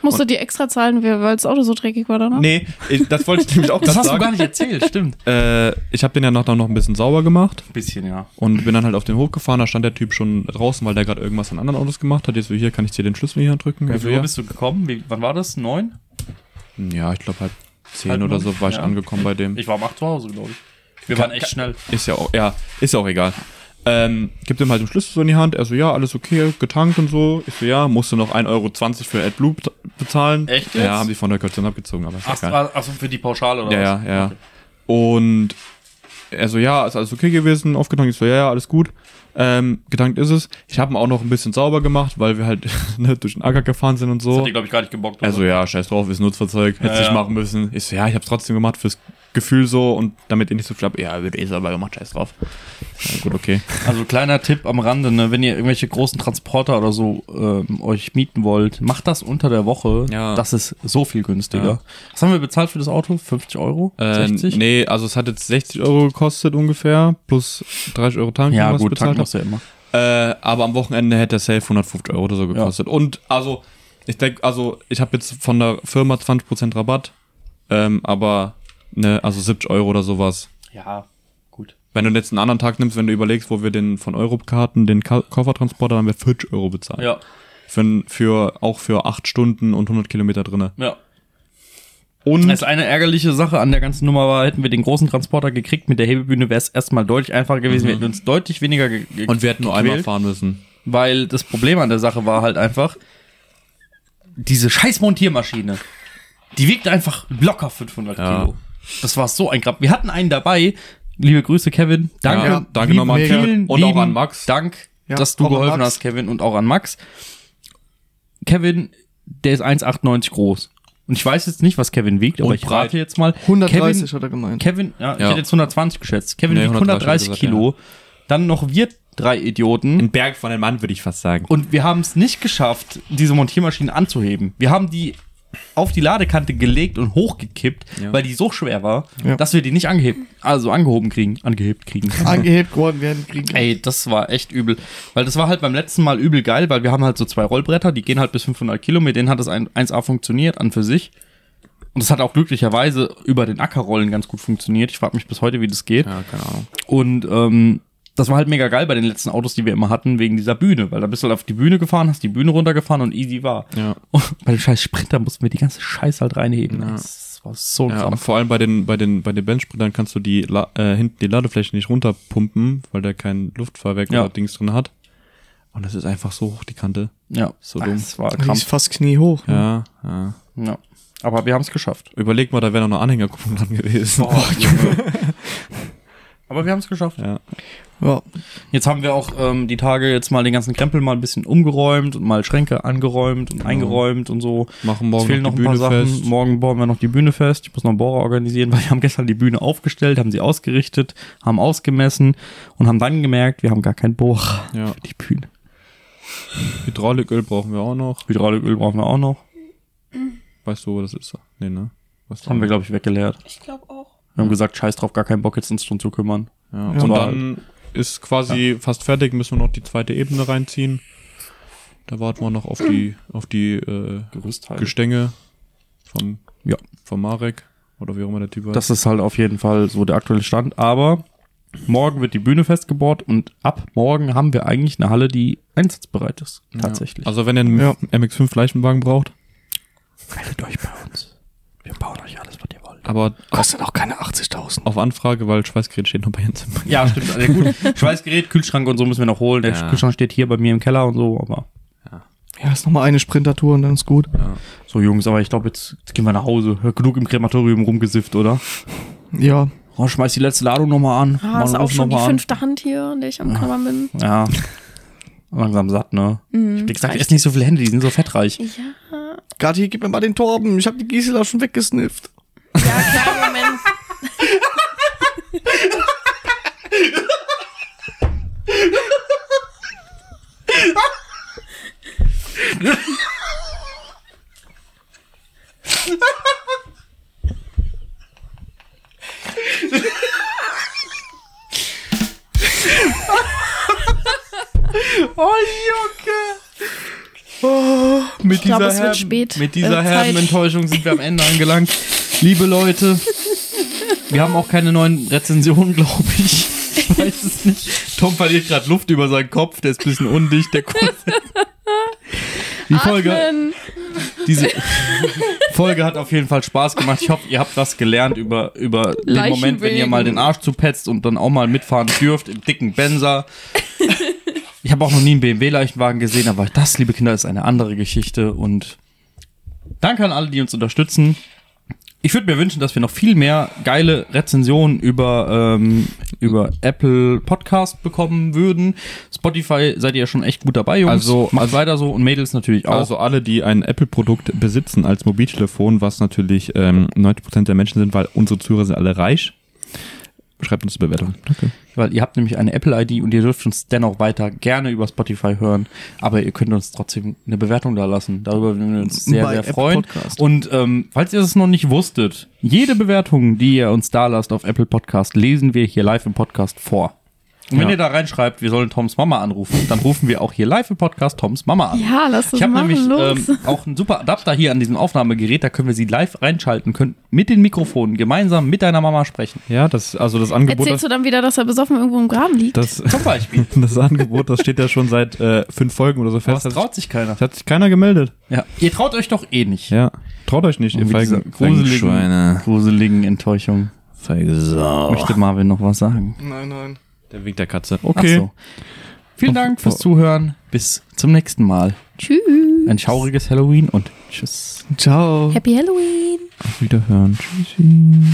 Musste die extra zahlen, weil das Auto so dreckig war danach? Nee, ich, das wollte ich nämlich auch Das grad hast du sagen. gar nicht erzählt, stimmt. Äh, ich habe den ja noch, noch ein bisschen sauber gemacht. Ein bisschen, ja. Und bin dann halt auf den Hof gefahren, da stand der Typ schon draußen, weil der gerade irgendwas an anderen Autos gemacht hat. Jetzt so, hier kann ich dir den Schlüssel in die Hand drücken. Wie Also, viel Uhr ja. bist du gekommen? Wie, wann war das? Neun? ja, ich glaube halt zehn Halb oder neun? so war ich Ja. angekommen bei dem. Ich war um acht zu Hause, glaube ich. Wir Kann- waren echt schnell. Ist ja auch, ja, ist ja auch egal. Ähm, gibt ihm halt den Schlüssel so in die Hand, er so, ja, alles okay, getankt und so. Ich so, ja, musste noch 1,20 Euro für AdBlue bet- bezahlen. Echt jetzt? Ja, haben die von der Kaution abgezogen, aber ist Ach, egal. war- ach so, für die Pauschale oder Ja, was? ja, ja. Und er so, ja, ist alles okay gewesen, aufgetankt. Ich so, ja, ja, alles gut. Ähm, getankt ist es. Ich habe ihn auch noch ein bisschen sauber gemacht, weil wir halt ne, durch den Acker gefahren sind und Das so. hat die, glaube ich, gar nicht gebockt. oder? Also ja, scheiß drauf, ist ein Nutzfahrzeug, hätte Ja, ich ja. machen müssen. Ich so, ja, ich hab's trotzdem gemacht fürs Gefühl so und damit ihr nicht so viel habt. Ja, wird eh sauber gemacht, scheiß drauf. Ja, gut, okay. Also kleiner Tipp am Rande, ne, wenn ihr irgendwelche großen Transporter oder so ähm, euch mieten wollt, macht das unter der Woche. Ja. Das ist so viel günstiger. Ja. Was haben wir bezahlt für das Auto? 50 Euro? Äh, 60? Nee, also es hat jetzt 60 Euro gekostet ungefähr, plus 30 Euro Tank, Ja was ich gut, tanken hab. musst du ja immer. Äh, aber am Wochenende hätte er safe 150 Euro oder so gekostet. Und also, ich denke, also ich habe jetzt von der Firma 20% Rabatt, ähm, aber ne, also 70 Euro oder sowas. Ja, gut. Wenn du jetzt einen anderen Tag nimmst, wenn du überlegst, wo wir den von Eurokarten, den Ka Koffertransporter, dann wir 40 Euro bezahlt. Ja, Für, für, auch für 8 Stunden und 100 Kilometer drinne. ja. Und Das ist eine ärgerliche Sache an der ganzen Nummer war, hätten wir den großen Transporter gekriegt mit der Hebebühne, wäre es erstmal deutlich einfacher gewesen. Wir hätten uns deutlich weniger ge ge- und wir hätten nur einmal gequält. fahren müssen. weil das Problem an der Sache war halt einfach, diese scheiß Montiermaschine, die wiegt einfach locker 500 Ja. Kilo. Das war so ein Grab. Wir hatten einen dabei. Liebe Grüße, Kevin. Danke. Ja, danke nochmal an vielen Kevin und auch lieben an Max. Dank, Ja, dass du auch an geholfen Max. hast, Kevin, und auch an Max. Kevin, der ist 1,98 groß. Und ich weiß jetzt nicht, was Kevin wiegt, aber Und ich breit. rate jetzt mal. 130 Kevin, hat er gemeint. Kevin, ja, ich Ja. hätte jetzt 120 geschätzt. Kevin Nee, wiegt 130 130 hätte ich gesagt, Kilo. Dann noch wir drei Idioten. Ein Berg von einem Mann, würde ich fast sagen. Und wir haben es nicht geschafft, diese Montiermaschine anzuheben. Wir haben die auf die Ladekante gelegt und hochgekippt, weil die so schwer war, Ja. dass wir die nicht angeheben, also angehoben kriegen, angehebt kriegen. Angehebt worden werden, kriegen. Ey, das war echt übel. Weil das war halt beim letzten Mal übel geil, weil wir haben halt so zwei Rollbretter, die gehen halt bis 500 Kilo, mit denen hat es ein- 1A funktioniert, an für sich. Und das hat auch glücklicherweise über den Ackerrollen ganz gut funktioniert. Ich frage mich bis heute, wie das geht. Ja, keine Ahnung. Und ähm, das war halt mega geil bei den letzten Autos, die wir immer hatten, wegen dieser Bühne. Weil da bist du halt auf die Bühne gefahren, hast die Bühne runtergefahren und easy war. Ja. Und bei dem scheiß Sprinter mussten wir die ganze Scheiße halt reinheben. Das war so ein Ja, Krampf. vor allem bei den, bei den, bei den Benchsprintern kannst du die, La- äh, hinten die Ladefläche nicht runterpumpen, weil der kein Luftfahrwerk Ja. oder Dings drin hat. Und das ist einfach so hoch, die Kante. Ja, So Ach, dumm. Das war Die ist krampf. fast kniehoch. Mhm. ne? Ja, ja. Ja. Aber wir haben es geschafft. Überleg mal, da wäre noch eine Anhängerkupplung dran Oh, gewesen. Aber wir haben es geschafft. Ja. ja. Jetzt haben wir auch ähm, die Tage jetzt mal den ganzen Krempel mal ein bisschen umgeräumt und mal Schränke angeräumt und eingeräumt und so. Machen Es morgen fehlen noch ein paar Sachen. Morgen bauen wir noch die Bühne fest. Ich muss noch einen Bohrer organisieren, weil wir haben gestern die Bühne aufgestellt, haben sie ausgerichtet, haben ausgemessen und haben dann gemerkt, wir haben gar keinen Bohrer Ja. für die Bühne. Hydrauliköl brauchen wir auch noch. Hydrauliköl brauchen wir auch noch. Weißt du, wo das ist? Nee, ne? Was haben wir, glaube ich, weggeleert. Ich glaube auch. Wir haben gesagt, scheiß drauf, gar keinen Bock jetzt uns drum zu kümmern. Ja, und Aber dann ist quasi fast fertig, müssen wir noch die zweite Ebene reinziehen. Da warten wir noch auf die, auf die äh, Gerüstteil. Gestänge vom, Ja. vom Marek oder wie auch immer der Typ war. Das ist halt auf jeden Fall so der aktuelle Stand. Aber morgen wird die Bühne festgebohrt und ab morgen haben wir eigentlich eine Halle, die einsatzbereit ist. Tatsächlich. Ja. Also wenn ihr einen Ja. MX5 Leichenwagen braucht, meldet euch bei uns. Wir bauen euch alles, was ihr wollt. aber Kostet auch keine 80.000. auf Anfrage, weil Schweißgerät steht noch bei Jens. im- Ja, stimmt. Also gut, Schweißgerät, Kühlschrank und so müssen wir noch holen. Der Ja. Kühlschrank steht hier bei mir im Keller und so, aber Ja, ist nochmal eine Sprintertour und dann ist gut. so Jungs, aber ich glaube, jetzt, jetzt gehen wir nach Hause. Genug im Krematorium rumgesifft, oder? Ja, Oh, schmeiß die letzte Ladung nochmal an. Ah, ist Machen auch Ruf schon die noch mal an. Ah. fünfte Hand hier, an der ich am Knabbern bin. Ja. Langsam satt, ne? Ich hab dir gesagt, ich esse nicht so viele Hände, die sind so fettreich. Ja. Gatti, gib mir mal den Torben. Ich habe die Gisela schon weggesnifft. Ja, klar, Moment. Mit Ich glaube, es wird spät. Mit dieser Äh, herben Zeit. Enttäuschung sind wir am Ende angelangt. Liebe Leute, wir haben auch keine neuen Rezensionen, glaube ich. Ich weiß es nicht. Tom verliert gerade Luft über seinen Kopf, der ist ein bisschen undicht, der Kunde. Die Folge, Atmen. diese Folge hat auf jeden Fall Spaß gemacht. Ich hoffe, ihr habt was gelernt über, über den Leichen Moment, wenn ihr wegen. mal den Arsch zupetzt und dann auch mal mitfahren dürft im dicken Benzer. Ich habe auch noch nie einen BMW-Leichenwagen gesehen, aber das, liebe Kinder, ist eine andere Geschichte und danke an alle, die uns unterstützen. Ich würde mir wünschen, dass wir noch viel mehr geile Rezensionen über, ähm, über Apple Podcast bekommen würden. Spotify seid ihr schon echt gut dabei, Jungs. Also- Macht weiter so und Mädels natürlich auch. Also alle, die ein Apple-Produkt besitzen als Mobiltelefon, was natürlich ähm, 90% der Menschen sind, weil unsere Zuhörer sind alle reich, schreibt uns eine Bewertung. Weil ihr habt nämlich eine Apple-ID und ihr dürft uns dennoch weiter gerne über Spotify hören. Aber ihr könnt uns trotzdem eine Bewertung da lassen. Darüber würden wir uns sehr, Bei sehr Apple freuen. Podcast. Und ähm, falls ihr es noch nicht wusstet, jede Bewertung, die ihr uns da lasst auf Apple Podcast, lesen wir hier live im Podcast vor. Und wenn Ja. ihr da reinschreibt, wir sollen Toms Mama anrufen, dann rufen wir auch hier live im Podcast Toms Mama an. Ja, lass das Ich habe machen, nämlich los. ähm, auch einen super Adapter hier an diesem Aufnahmegerät, da können wir sie live reinschalten, können mit den Mikrofonen gemeinsam mit deiner Mama sprechen. Ja, das also das Angebot, Erzählst das, du dann wieder, dass er besoffen irgendwo im Graben liegt? das, Zum Beispiel. das Angebot, das steht ja schon seit äh, fünf Folgen oder so fest. Das Das traut sich keiner. hat sich keiner gemeldet. Ja. Ihr traut euch doch eh nicht. Ja, traut euch nicht, ihr Mit dieser feigen, feigen gruseligen, Schweine. gruseligen Enttäuschung. Feige Sau. Möchte Marvin noch was sagen? Nein, nein. Der Wink der Katze. Ach Okay. so. Vielen Dank fürs Zuhören. Bis zum nächsten Mal. Tschüss. Ein schauriges Halloween und tschüss. Ciao. Happy Halloween. Auf Wiederhören. Tschüssi.